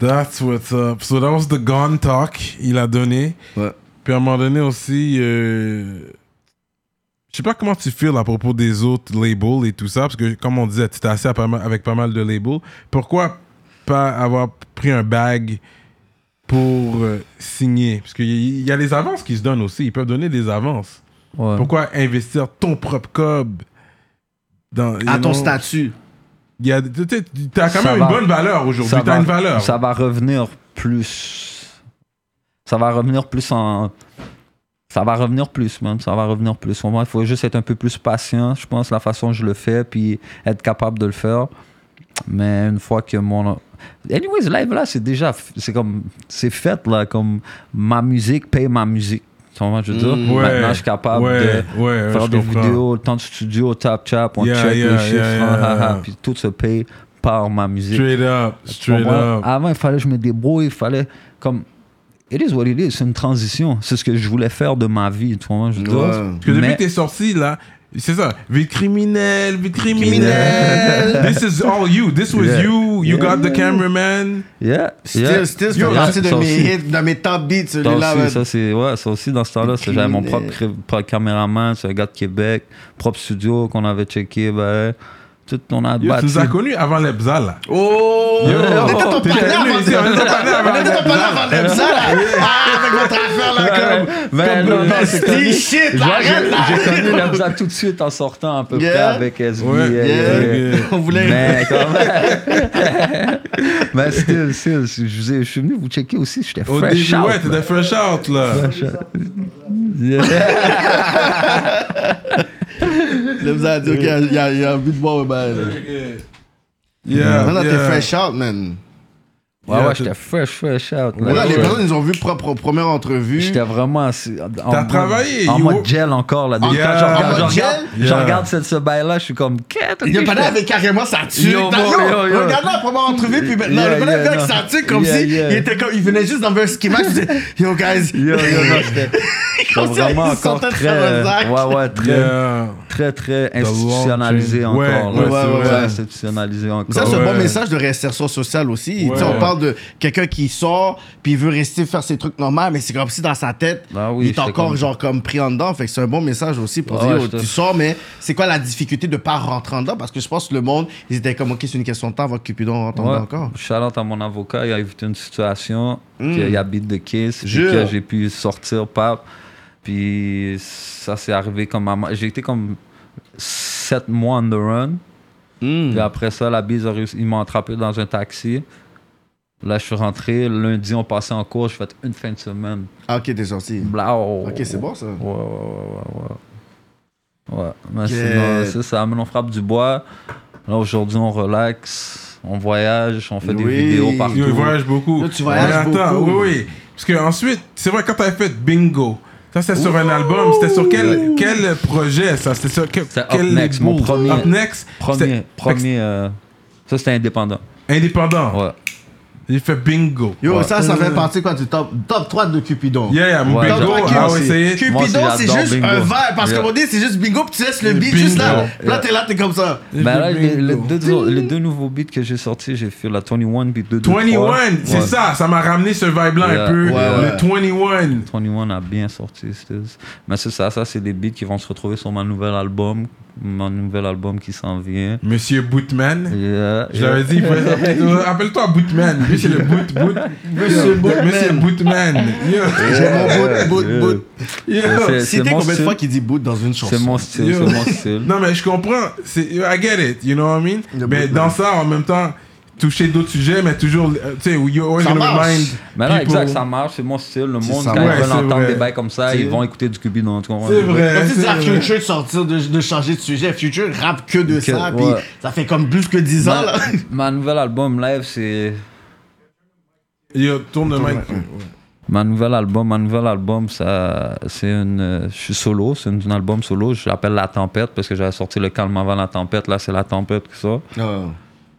Speaker 1: That's what's up. So that was the gone talk. Il a donné.
Speaker 2: Ouais.
Speaker 1: Puis à un moment donné aussi, euh, je sais pas comment tu feels à propos des autres labels et tout ça, parce que comme on disait, tu t'es assis à pas mal- avec pas mal de labels. Pourquoi pas avoir pris un bag pour euh, signer? Parce qu'il y, il y a les avances qui se donnent aussi. Ils peuvent donner des avances.
Speaker 3: Ouais.
Speaker 1: Pourquoi investir ton propre cob dans,
Speaker 2: À
Speaker 1: you
Speaker 2: ton
Speaker 1: know,
Speaker 2: statut.
Speaker 1: il y a- Tu sais, tu as quand
Speaker 3: Ça
Speaker 1: même
Speaker 3: va.
Speaker 1: une bonne valeur aujourd'hui. Tu as une valeur.
Speaker 3: Ça va revenir plus. Ça va revenir plus en. Ça va revenir plus, même. Ça va revenir plus. Au moins, il faut juste être un peu plus patient, je pense, la façon dont je le fais, puis être capable de le faire. Mais une fois que mon. Anyways, live là, c'est déjà. C'est comme. C'est fait, là. Comme ma musique paye ma musique. Tu vois, je veux dire.
Speaker 1: Mm. Ouais,
Speaker 3: Maintenant, je suis capable
Speaker 1: ouais,
Speaker 3: de
Speaker 1: ouais, ouais,
Speaker 3: faire
Speaker 1: je
Speaker 3: des
Speaker 1: comprends.
Speaker 3: vidéos, le temps de studio, tap tap, on
Speaker 1: Yeah,
Speaker 3: check
Speaker 1: yeah,
Speaker 3: les chiffres,
Speaker 1: yeah,
Speaker 3: ah, ah,
Speaker 1: yeah.
Speaker 3: ah, puis tout se paye par ma musique.
Speaker 1: Straight up. Straight
Speaker 3: Pour moi,
Speaker 1: up.
Speaker 3: Avant, il fallait que je me débrouille, il fallait comme. It is what it is, c'est une transition. C'est ce que je voulais faire de ma vie, tu vois. Je veux dire.
Speaker 2: Ouais.
Speaker 1: Parce que depuis
Speaker 3: Mais-
Speaker 1: que t'es sorti, là, c'est ça. Vie de criminelle, vie de criminelle.
Speaker 3: Criminelle.
Speaker 1: This is all you. This was
Speaker 3: Yeah.
Speaker 1: you. You
Speaker 3: Yeah.
Speaker 1: got the cameraman.
Speaker 3: Yeah,
Speaker 2: Still,
Speaker 3: yeah.
Speaker 2: still, c'est
Speaker 3: Yeah,
Speaker 2: partie de
Speaker 3: ça aussi.
Speaker 2: mes hits, de mes top beats,
Speaker 3: Ça
Speaker 2: celui-là.
Speaker 3: aussi,
Speaker 2: ouais.
Speaker 3: ça, c'est, ouais, ça aussi, dans ce temps-là, c'est- j'avais mon propre,
Speaker 2: euh,
Speaker 3: cré- propre caméraman, c'est un gars de Québec, propre studio qu'on avait checké, ben, tout, on a
Speaker 1: Yo, tu
Speaker 3: bâti.
Speaker 1: nous as connus avant l'Ebza, là.
Speaker 2: Oh!
Speaker 1: Yo,
Speaker 2: on était ton
Speaker 1: t'étais
Speaker 2: palais
Speaker 1: venu
Speaker 2: avant
Speaker 1: ici, on était ton palais avant
Speaker 2: On était ton palais avant
Speaker 1: Lebza.
Speaker 2: Lebza, là. Ah, avec votre affaire, là, comme.
Speaker 3: Ben,
Speaker 2: comme
Speaker 3: non, non, c'est connu.
Speaker 2: shit,
Speaker 3: Je vois,
Speaker 2: arrête, là.
Speaker 3: J'ai j'ai connu l'Abza tout de suite en sortant à peu
Speaker 2: Yeah.
Speaker 3: près avec SB.
Speaker 1: Ouais,
Speaker 3: yeah,
Speaker 2: yeah.
Speaker 3: yeah.
Speaker 1: Yeah.
Speaker 2: On voulait.
Speaker 3: Mais quand même. Mais Ben, still, still, je, vous ai- je suis venu vous checker aussi, j'étais
Speaker 1: Au
Speaker 3: fresh
Speaker 1: début,
Speaker 3: out.
Speaker 1: ouais, t'étais fresh out, là.
Speaker 3: Yeah.
Speaker 2: Lebza a dit, OK, il y a- il y a envie de boire un bail, là.
Speaker 1: Yeah,
Speaker 2: Maintenant, t'es
Speaker 1: yeah.
Speaker 2: fresh out, man.
Speaker 3: Ouais,
Speaker 1: Yeah,
Speaker 3: ouais, j'étais fresh, fresh out. là.
Speaker 2: Voilà, les
Speaker 1: ouais.
Speaker 2: personnes, ils ont vu propre première entrevue.
Speaker 3: J'étais vraiment. assis- en
Speaker 1: T'as
Speaker 3: mode-
Speaker 1: travaillé,
Speaker 3: En
Speaker 1: you-
Speaker 3: mode gel encore, là. Quand je
Speaker 1: Yeah.
Speaker 3: regarde-
Speaker 2: En
Speaker 3: je
Speaker 2: mode
Speaker 3: regarde-
Speaker 2: gel?
Speaker 3: je
Speaker 1: Yeah.
Speaker 3: regarde ce, ce bail-là, je suis comme. Qu'est-ce que
Speaker 2: Le
Speaker 3: tu
Speaker 2: panel
Speaker 3: fais?
Speaker 2: avait carrément sa tuque. Yo,
Speaker 3: Yo, yo, yo.
Speaker 2: Regarde la première entrevue, puis maintenant,
Speaker 3: Yeah,
Speaker 2: le panel
Speaker 3: yeah,
Speaker 2: avait avec
Speaker 3: non.
Speaker 2: sa tuque comme
Speaker 3: Yeah,
Speaker 2: si
Speaker 3: yeah.
Speaker 2: il était comme, il venait juste d'enlever un ski mask. Il disait, yo, guys.
Speaker 3: Yo, yo, non, j'étais. j'étais
Speaker 2: Comme ça,
Speaker 3: vraiment
Speaker 2: ils
Speaker 3: encore
Speaker 2: sortaient de
Speaker 3: très. euh,
Speaker 2: Saint-Rosac.
Speaker 3: Ouais, ouais, très.
Speaker 1: Yeah.
Speaker 3: très très
Speaker 1: long
Speaker 3: institutionnalisé
Speaker 1: chain.
Speaker 3: encore.
Speaker 1: Ouais,
Speaker 3: là.
Speaker 1: ouais,
Speaker 2: ouais,
Speaker 3: Très
Speaker 2: ouais.
Speaker 3: Institutionnalisé encore.
Speaker 2: Ça, c'est
Speaker 1: Ouais.
Speaker 2: un bon message de réinsertion sociale aussi.
Speaker 1: Ouais.
Speaker 2: Tu sais, on parle de quelqu'un qui sort, puis il veut rester faire ses trucs normaux, mais c'est comme si dans sa tête,
Speaker 3: Ah oui,
Speaker 2: il est
Speaker 3: j'étais
Speaker 2: encore
Speaker 3: comme-
Speaker 2: genre comme pris en dedans. Fait que c'est un bon message aussi pour
Speaker 3: Ah
Speaker 2: dire,
Speaker 3: ouais,
Speaker 2: oh,
Speaker 3: j'étais-
Speaker 2: tu sors, mais c'est quoi la difficulté de pas rentrer en dedans? Parce que je pense que le monde, ils étaient comme, OK, c'est une question de temps avant que Cupidon rentre en
Speaker 3: Ouais.
Speaker 2: dedans encore. Hmm.
Speaker 3: Shout-out à mon avocat, il a évité une situation qu'il habite de Kiss, puis
Speaker 2: Jure.
Speaker 3: que j'ai pu sortir, pap. Puis ça s'est arrivé comme à moi. J'ai été comme sept mois on the run.
Speaker 2: Hmm.
Speaker 3: Puis après ça, la bise, a réussi- ils m'ont attrapé dans un taxi. Là, je suis rentré. Lundi, on passait en cours. Je fait une fin de semaine.
Speaker 2: Ah, OK, t'es sorti.
Speaker 3: Blau.
Speaker 2: OK, c'est bon, ça.
Speaker 3: Ouais, ouais, ouais, ouais, ouais. Ouais, mais
Speaker 2: Get-
Speaker 3: sinon, c'est ça. Mais on frappe du bois. Là, aujourd'hui, on relaxe, on voyage, on fait des
Speaker 2: Oui.
Speaker 3: vidéos partout.
Speaker 1: Yo, il voyage beaucoup.
Speaker 2: Là, tu voyages
Speaker 1: Mais attends,
Speaker 2: beaucoup.
Speaker 1: oui, oui. Parce que ensuite, c'est vrai, quand t'avais fait Bingo, ça c'était sur un album, c'était sur quel, quel projet ça C'était sur que-
Speaker 3: C'était Up
Speaker 1: quel
Speaker 3: Next, mon premier.
Speaker 1: Up Next
Speaker 3: Premier,
Speaker 1: c'était- fait
Speaker 3: premier. euh, ça, c'était indépendant.
Speaker 1: que- Indépendant.
Speaker 3: Ouais.
Speaker 1: Il fait Bingo.
Speaker 2: Yo,
Speaker 3: Ouais.
Speaker 2: ça, ça fait partie quoi du top, top 3 de Cupidon.
Speaker 1: Yeah, yeah, mon
Speaker 3: Ouais,
Speaker 1: Bingo,
Speaker 3: j'adore.
Speaker 1: ah
Speaker 3: Moi,
Speaker 1: oui, c'est it.
Speaker 3: Moi,
Speaker 2: Cupidon,
Speaker 3: c'est-
Speaker 2: c'est
Speaker 3: j'adore
Speaker 2: juste
Speaker 3: Bingo.
Speaker 2: un verre. Parce
Speaker 3: Yeah.
Speaker 2: qu'on dit, c'est juste bingo, puis tu laisses le beat
Speaker 1: Bingo.
Speaker 2: juste là.
Speaker 3: Yeah.
Speaker 2: Là, t'es là, t'es comme ça.
Speaker 3: Mais Ben là, les, les
Speaker 1: Bingo.
Speaker 3: deux, les deux nouveaux beats que j'ai sortis, j'ai fait la 21 puis 2
Speaker 1: 21, c'est ça, ça m'a ramené ce vibe-là
Speaker 3: Yeah,
Speaker 1: un peu.
Speaker 3: ouais,
Speaker 2: ouais.
Speaker 1: Le 21.
Speaker 3: 21 a bien sorti. c'était- Mais c'est ça, ça c'est des beats qui vont se retrouver sur mon nouvel album mon nouvel album qui s'en vient.
Speaker 1: Monsieur Bootman.
Speaker 3: Yeah,
Speaker 1: Je l'avais
Speaker 3: yeah.
Speaker 1: dit, il faisait- Euh, appelle-toi Bootman. Lui, c'est le Boot Boot. Monsieur Bootman. Monsieur Bootman. Yo.
Speaker 2: J'ai mon bout, bout, bout.
Speaker 1: Yo.
Speaker 3: C'est- c'est
Speaker 2: Citez
Speaker 3: mon
Speaker 2: combien de
Speaker 3: style.
Speaker 2: fois qu'il dit bout dans une chanson
Speaker 3: C'est mon style,
Speaker 1: Yo.
Speaker 3: c'est mon style.
Speaker 1: Non, mais je comprends. C'est, I get it. You know what I mean?
Speaker 2: Le
Speaker 1: mais
Speaker 2: Bootman.
Speaker 1: dans ça, en même temps, toucher d'autres sujets, mais toujours, euh, tu sais, you always
Speaker 2: Ça
Speaker 1: gonna
Speaker 2: marche.
Speaker 1: remind
Speaker 3: Mais là,
Speaker 1: people.
Speaker 3: exact, ça marche, c'est mon style. Le monde,
Speaker 2: ça,
Speaker 3: quand
Speaker 2: ouais,
Speaker 3: ils veulent
Speaker 1: c'est
Speaker 3: entendre
Speaker 1: vrai.
Speaker 3: des bails comme ça,
Speaker 2: C'est-
Speaker 3: ils vont écouter du Cubi dans ton
Speaker 1: C'est vrai.
Speaker 2: Quand tu dis à
Speaker 1: c'est vrai.
Speaker 2: Future de sortir de, de changer de sujet, Future rappe que de ça,
Speaker 3: Que-
Speaker 2: puis
Speaker 3: ouais.
Speaker 2: ça fait comme plus que 10 ans. Là.
Speaker 3: Ma nouvelle album live, c'est.
Speaker 1: Yo, tourne le mic.
Speaker 3: Ma nouvelle album, ma nouvelle album, ça, c'est une, euh, je suis solo, c'est une- un album solo. Je l'appelle La Tempête parce que j'avais sorti le calme avant la tempête. Là, c'est la tempête que ça.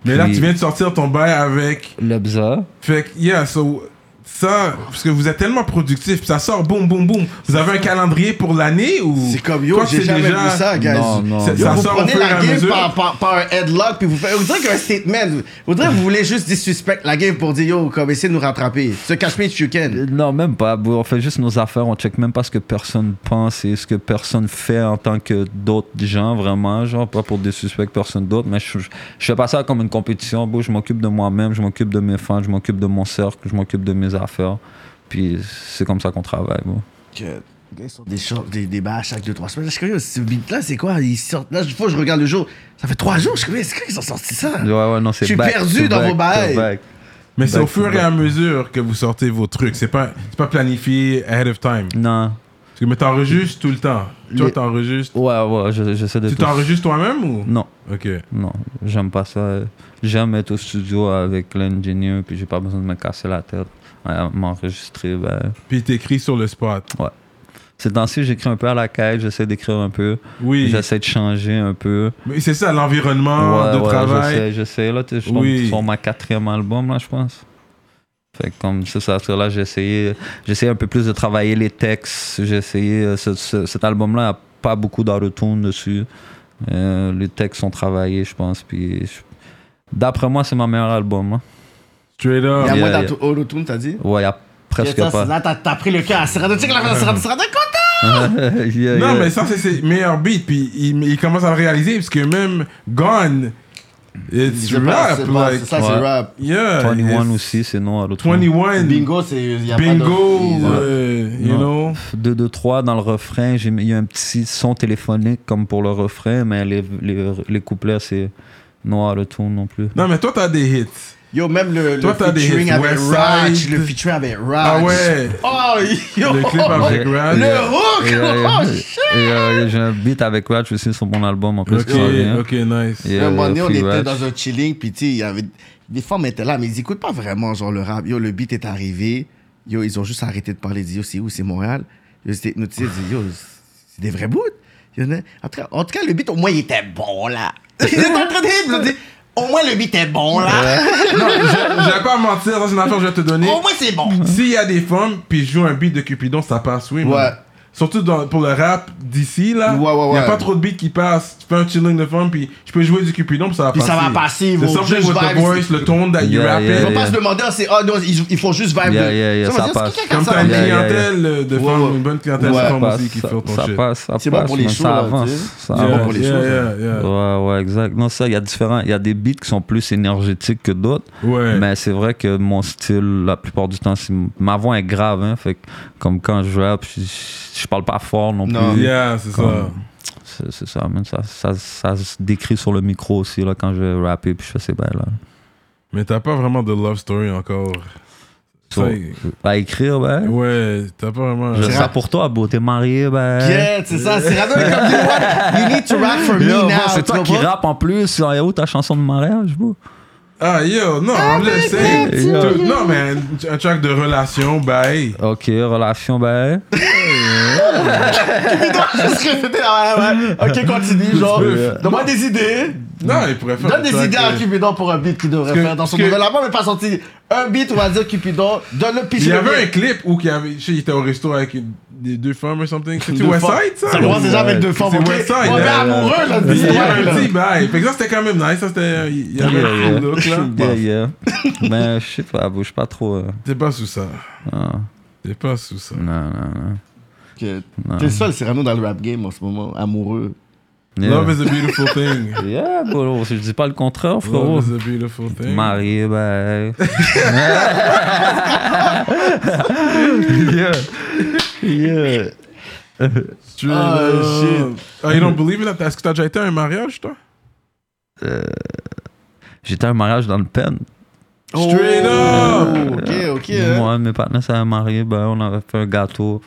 Speaker 1: Mais là,
Speaker 3: Puis-
Speaker 1: tu viens de sortir ton bail avec.
Speaker 3: Lebza.
Speaker 1: Fait que, yeah, so. Ça, parce que vous êtes tellement productif, puis ça sort boum boum boum. Vous avez un calendrier pour l'année ou
Speaker 2: C'est comme yo,
Speaker 1: Toi,
Speaker 2: j'ai
Speaker 1: c'est
Speaker 2: jamais
Speaker 1: déjà-
Speaker 2: vu ça, guys.
Speaker 3: Non, non.
Speaker 1: Ah, C'est-
Speaker 3: non.
Speaker 2: Yo,
Speaker 1: Ça
Speaker 2: vous
Speaker 1: sort au
Speaker 2: prenez
Speaker 1: fur et
Speaker 2: la
Speaker 1: à
Speaker 2: game
Speaker 1: mesure.
Speaker 2: par, par, par un headlock, puis vous faites. On dirait qu'un statement. On dirait que vous voulez juste disrespect la game pour dire yo, comme essayez de nous rattraper. Ce catch me if you can.
Speaker 3: Non, même pas. bro. On fait juste nos affaires. On check même pas ce que personne pense et ce que personne fait en tant que d'autres gens, vraiment. Genre, pas pour des suspects, personne d'autre. Mais je, je, je fais pas ça comme une compétition. bro. Je m'occupe de moi-même, je m'occupe de mes fans, je m'occupe de mon cercle, je m'occupe de mes affaires. Puis c'est comme ça qu'on travaille. bro.
Speaker 2: Que- les gars, ils sortent Des, shorts, des, des bas à chaque 2-3 semaines. Je suis curieux, ce beat-là, c'est quoi Ils sortent. Là, une fois, je regarde le jour. Ça fait 3 jours, je suis curieux, c'est quand qu'ils ont sorti ça
Speaker 3: Ouais, ouais, non, c'est
Speaker 2: Je suis
Speaker 3: back
Speaker 2: perdu
Speaker 3: to
Speaker 2: dans
Speaker 3: back
Speaker 2: vos
Speaker 3: to
Speaker 2: bails.
Speaker 3: back.
Speaker 1: Mais c'est
Speaker 3: Back
Speaker 1: au fur
Speaker 3: to
Speaker 1: et
Speaker 3: back.
Speaker 1: à mesure que vous sortez vos trucs. C'est pas, c'est pas planifié ahead of time.
Speaker 3: Non.
Speaker 1: Parce que, mais t'enregistres tout le temps. Toi,
Speaker 3: Les-
Speaker 1: t'enregistres.
Speaker 3: Ouais, ouais, je- j'essaie de.
Speaker 1: Tu
Speaker 3: tout-
Speaker 1: t'enregistres toi-même ou
Speaker 3: Non,
Speaker 1: Ok.
Speaker 3: non, j'aime pas ça. J'aime être au studio avec l'ingénieur, puis j'ai pas besoin de me casser la tête à m'enregistrer. Ben,
Speaker 1: Puis t'écris sur le spot.
Speaker 3: ces temps-ci, j'écris un peu à la cage, j'essaie d'écrire un peu,
Speaker 1: Oui.
Speaker 3: j'essaie de changer un peu.
Speaker 1: Mais c'est ça, l'environnement
Speaker 3: Ouais,
Speaker 1: de
Speaker 3: ouais,
Speaker 1: travail.
Speaker 3: J'essaie, j'essaie. Là, t'es- je tombe
Speaker 1: Oui.
Speaker 3: sur ma quatrième album, là, je pense. Fait que comme c'est ça, ça, là, j'ai essayé, j'ai essayé un peu plus de travailler les textes. J'ai essayé, euh, ce- ce- cet album-là n'a pas beaucoup d'autotune dessus. Euh, les textes sont travaillés, je pense. Puis, je- d'après moi, c'est mon meilleur album. là.
Speaker 1: Straight
Speaker 2: Il
Speaker 1: up.
Speaker 2: y a
Speaker 3: Yeah,
Speaker 2: moins
Speaker 3: yeah.
Speaker 2: d'autotune, t'as dit
Speaker 3: Ouais, il a presque
Speaker 2: Ça,
Speaker 3: pas.
Speaker 2: Là, t'as- t'as pris le cœur à Serrano. Tu sais que la Serrano Serrano, quoi
Speaker 3: Yeah,
Speaker 1: Non,
Speaker 3: yeah.
Speaker 1: mais ça, c'est ses meilleurs beats. Puis il, il commence à le réaliser. Parce que même Gone, it's
Speaker 2: C'est pas-
Speaker 1: rap.
Speaker 2: c'est pas-
Speaker 1: Like,
Speaker 2: c'est ça, c'est
Speaker 3: Ouais.
Speaker 2: rap.
Speaker 1: yeah.
Speaker 3: 21
Speaker 1: it's-
Speaker 3: aussi, c'est non à l'autre.
Speaker 1: 21. Bingo.
Speaker 2: Bingo, c'est. y a pas
Speaker 1: Ben. Bingo.
Speaker 2: de-
Speaker 1: euh, you know.
Speaker 3: 2, 2, 3 dans le refrain. j'ai mis- Il y a un petit son téléphonique comme pour le refrain, mais les, les, les couplets, c'est noir le tour non plus.
Speaker 1: Non, mais toi, t'as des hits.
Speaker 2: Yo, même le, le
Speaker 1: Toi, t'as des
Speaker 2: featuring
Speaker 1: hits
Speaker 2: avec
Speaker 1: West
Speaker 2: Ratch,
Speaker 1: Side.
Speaker 2: le featuring avec Ratch.
Speaker 1: Ah ouais.
Speaker 2: Oh, yo.
Speaker 1: Le clip avec Rad.
Speaker 2: Le
Speaker 3: Yeah.
Speaker 2: hook.
Speaker 3: Et, euh,
Speaker 2: Oh,
Speaker 3: et,
Speaker 2: shit.
Speaker 3: euh, J'ai un beat avec Ratch aussi sur mon album en plus.
Speaker 1: Ok,
Speaker 3: qui s'en vient.
Speaker 1: ok, nice.
Speaker 3: Et,
Speaker 2: Un moment
Speaker 3: euh,
Speaker 2: donné, on
Speaker 3: Free
Speaker 2: était
Speaker 3: Ratch.
Speaker 2: dans un chilling, puis tu sais, il y avait. Des femmes étaient là, mais ils écoutent pas vraiment, genre, le rap. Yo, le beat est arrivé. Yo, ils ont juste arrêté de parler. Ils disent, yo, c'est où, c'est Montréal. Yo, c'était hypnotisé. Ils disent, yo, c'est des vrais bouts. Il y en a- En tout, cas, en tout cas, le beat, au moins, il était bon, là. Ils étaient en train de hip, ils ont dit, au moins, le beat est bon, là.
Speaker 1: Non, je, je vais pas mentir, ça c'est une affaire que je vais te donner.
Speaker 2: Au moins, c'est bon.
Speaker 1: S'il y a des femmes, puis je joue un beat de Cupidon, ça passe, oui. man.
Speaker 2: Ouais.
Speaker 1: Surtout dans- pour le rap d'ici, là.
Speaker 2: Ouais, ouais,
Speaker 1: Il n'y a
Speaker 2: ouais.
Speaker 1: pas trop de beats qui passent. Tu fais un chilling de femmes, puis je peux jouer du Cupidon, puis ça va
Speaker 2: Puis
Speaker 1: passer.
Speaker 2: ça va passer,
Speaker 1: The
Speaker 2: ils vont
Speaker 1: something
Speaker 2: juste
Speaker 1: with the
Speaker 2: vibe,
Speaker 1: voice,
Speaker 2: c'est-
Speaker 1: le tone that you
Speaker 3: Yeah,
Speaker 1: rapping.
Speaker 3: yeah,
Speaker 2: Faut
Speaker 3: yeah.
Speaker 2: pas se demander, ah, c'est, ah, non, ils, ils font juste vibe.
Speaker 3: Yeah,
Speaker 2: de-
Speaker 3: yeah,
Speaker 2: Ça,
Speaker 3: yeah,
Speaker 2: on va
Speaker 3: ça
Speaker 2: dire, c'est
Speaker 3: passe.
Speaker 2: quelqu'un
Speaker 1: Comme
Speaker 2: qui a
Speaker 1: t'as une
Speaker 2: ça.
Speaker 3: Yeah, yeah.
Speaker 1: clientèle euh, de
Speaker 2: Ouais,
Speaker 1: femmes,
Speaker 2: ouais.
Speaker 1: une bonne clientèle
Speaker 2: Ouais,
Speaker 1: de
Speaker 3: Ça
Speaker 1: femmes aussi
Speaker 3: passe,
Speaker 1: qui
Speaker 3: ça
Speaker 1: font ton
Speaker 3: ça
Speaker 1: shit.
Speaker 3: passe, ça
Speaker 2: C'est bon
Speaker 3: passe,
Speaker 2: pour les
Speaker 3: mais
Speaker 2: shows,
Speaker 3: ça
Speaker 2: là,
Speaker 3: avance,
Speaker 2: tu sais.
Speaker 3: ça
Speaker 1: Yeah,
Speaker 3: avance.
Speaker 2: pour les
Speaker 1: yeah,
Speaker 2: choses,
Speaker 3: hein.
Speaker 1: yeah, yeah.
Speaker 3: Ouais, ouais, exact. Non, ça, il y a différents. Il y a des beats qui sont plus énergétiques que d'autres.
Speaker 1: Ouais.
Speaker 3: Mais c'est vrai que mon style, la plupart du temps, c'est- ma voix est grave. Hein, fait que, comme quand je rappe, je, je parle pas fort non,
Speaker 2: Non.
Speaker 3: plus.
Speaker 1: Yeah, c'est ça.
Speaker 3: Comme- C'est c'est ça, man. Ça, ça, ça se décrit sur le micro aussi là, quand je vais rapper. Puis je fais ces bails-là.
Speaker 1: Mais t'as pas vraiment de love story encore.
Speaker 3: So, à écrire, ben.
Speaker 1: Ouais, t'as pas vraiment.
Speaker 3: Je
Speaker 2: C'est
Speaker 3: ça
Speaker 2: rap.
Speaker 3: pour toi, beau. T'es marié, ben.
Speaker 2: Yeah, c'est ça, c'est Rado, comme tu vois, you need to rap for me
Speaker 3: Yo,
Speaker 2: now.
Speaker 3: bon, c'est
Speaker 2: tu
Speaker 3: toi qui
Speaker 2: comprends?
Speaker 3: rappe en plus. Il y a où ta chanson de mariage, bro?
Speaker 1: Ah, yo, non, I'm just saying.
Speaker 3: that's it.
Speaker 1: Dude, Non, mais un track de relation, bye.
Speaker 3: Ok, relation, ben.
Speaker 2: Juste répéter, ouais, ouais. Ok, continue, genre.
Speaker 1: Yeah.
Speaker 2: Donne-moi des idées.
Speaker 1: Non, il pourrait faire
Speaker 2: Donne
Speaker 1: un
Speaker 2: des
Speaker 1: track,
Speaker 2: idées
Speaker 1: euh,
Speaker 2: à Cupidon pour un beat qu'il devrait
Speaker 1: que-
Speaker 2: faire dans son
Speaker 1: que-
Speaker 2: nouvel album, mais pas sorti. Un beat, on va dire Cupidon. Donne le pitch.
Speaker 1: Il y avait un clip où il, y avait, je sais, il était au resto avec une- des deux femmes ou something. C'était
Speaker 2: Deux femmes.
Speaker 1: Westside, ça?
Speaker 2: Ça commence déjà avec deux femmes.
Speaker 1: C'est euh,
Speaker 2: ok?
Speaker 1: Westside,
Speaker 2: On est
Speaker 1: là.
Speaker 2: amoureux, là,
Speaker 1: Il y avait
Speaker 2: dis-moi, là.
Speaker 1: un petit bail. Fait que ça, c'était quand même nice. Ça, c'était, euh, il y avait
Speaker 3: Yeah,
Speaker 1: un
Speaker 3: yeah.
Speaker 1: cool look, là.
Speaker 3: Yeah, yeah. Mais je sais pas, bro, je suis pas trop. euh,
Speaker 1: T'es pas sous ça.
Speaker 3: non,
Speaker 1: T'es pas sous ça.
Speaker 3: non, non, non.
Speaker 2: Ok. T'es le seul Cyrano dans le rap game en ce moment, amoureux.
Speaker 3: Yeah.
Speaker 1: Love is a beautiful thing.
Speaker 3: Yeah, bro, je dis pas le contraire, frérot.
Speaker 1: Love is a beautiful thing.
Speaker 3: Marié, ben. yeah. Yeah.
Speaker 1: Straight
Speaker 2: Ah,
Speaker 1: up. Ah, you don't believe it? Est-ce que t'as déjà été à un mariage, toi?
Speaker 3: J'étais à un mariage dans le pen.
Speaker 1: Straight up!
Speaker 2: Ok, ok. hein.
Speaker 3: Moi, mes partenaires s'avaient mariés, ben, on avait fait un gâteau.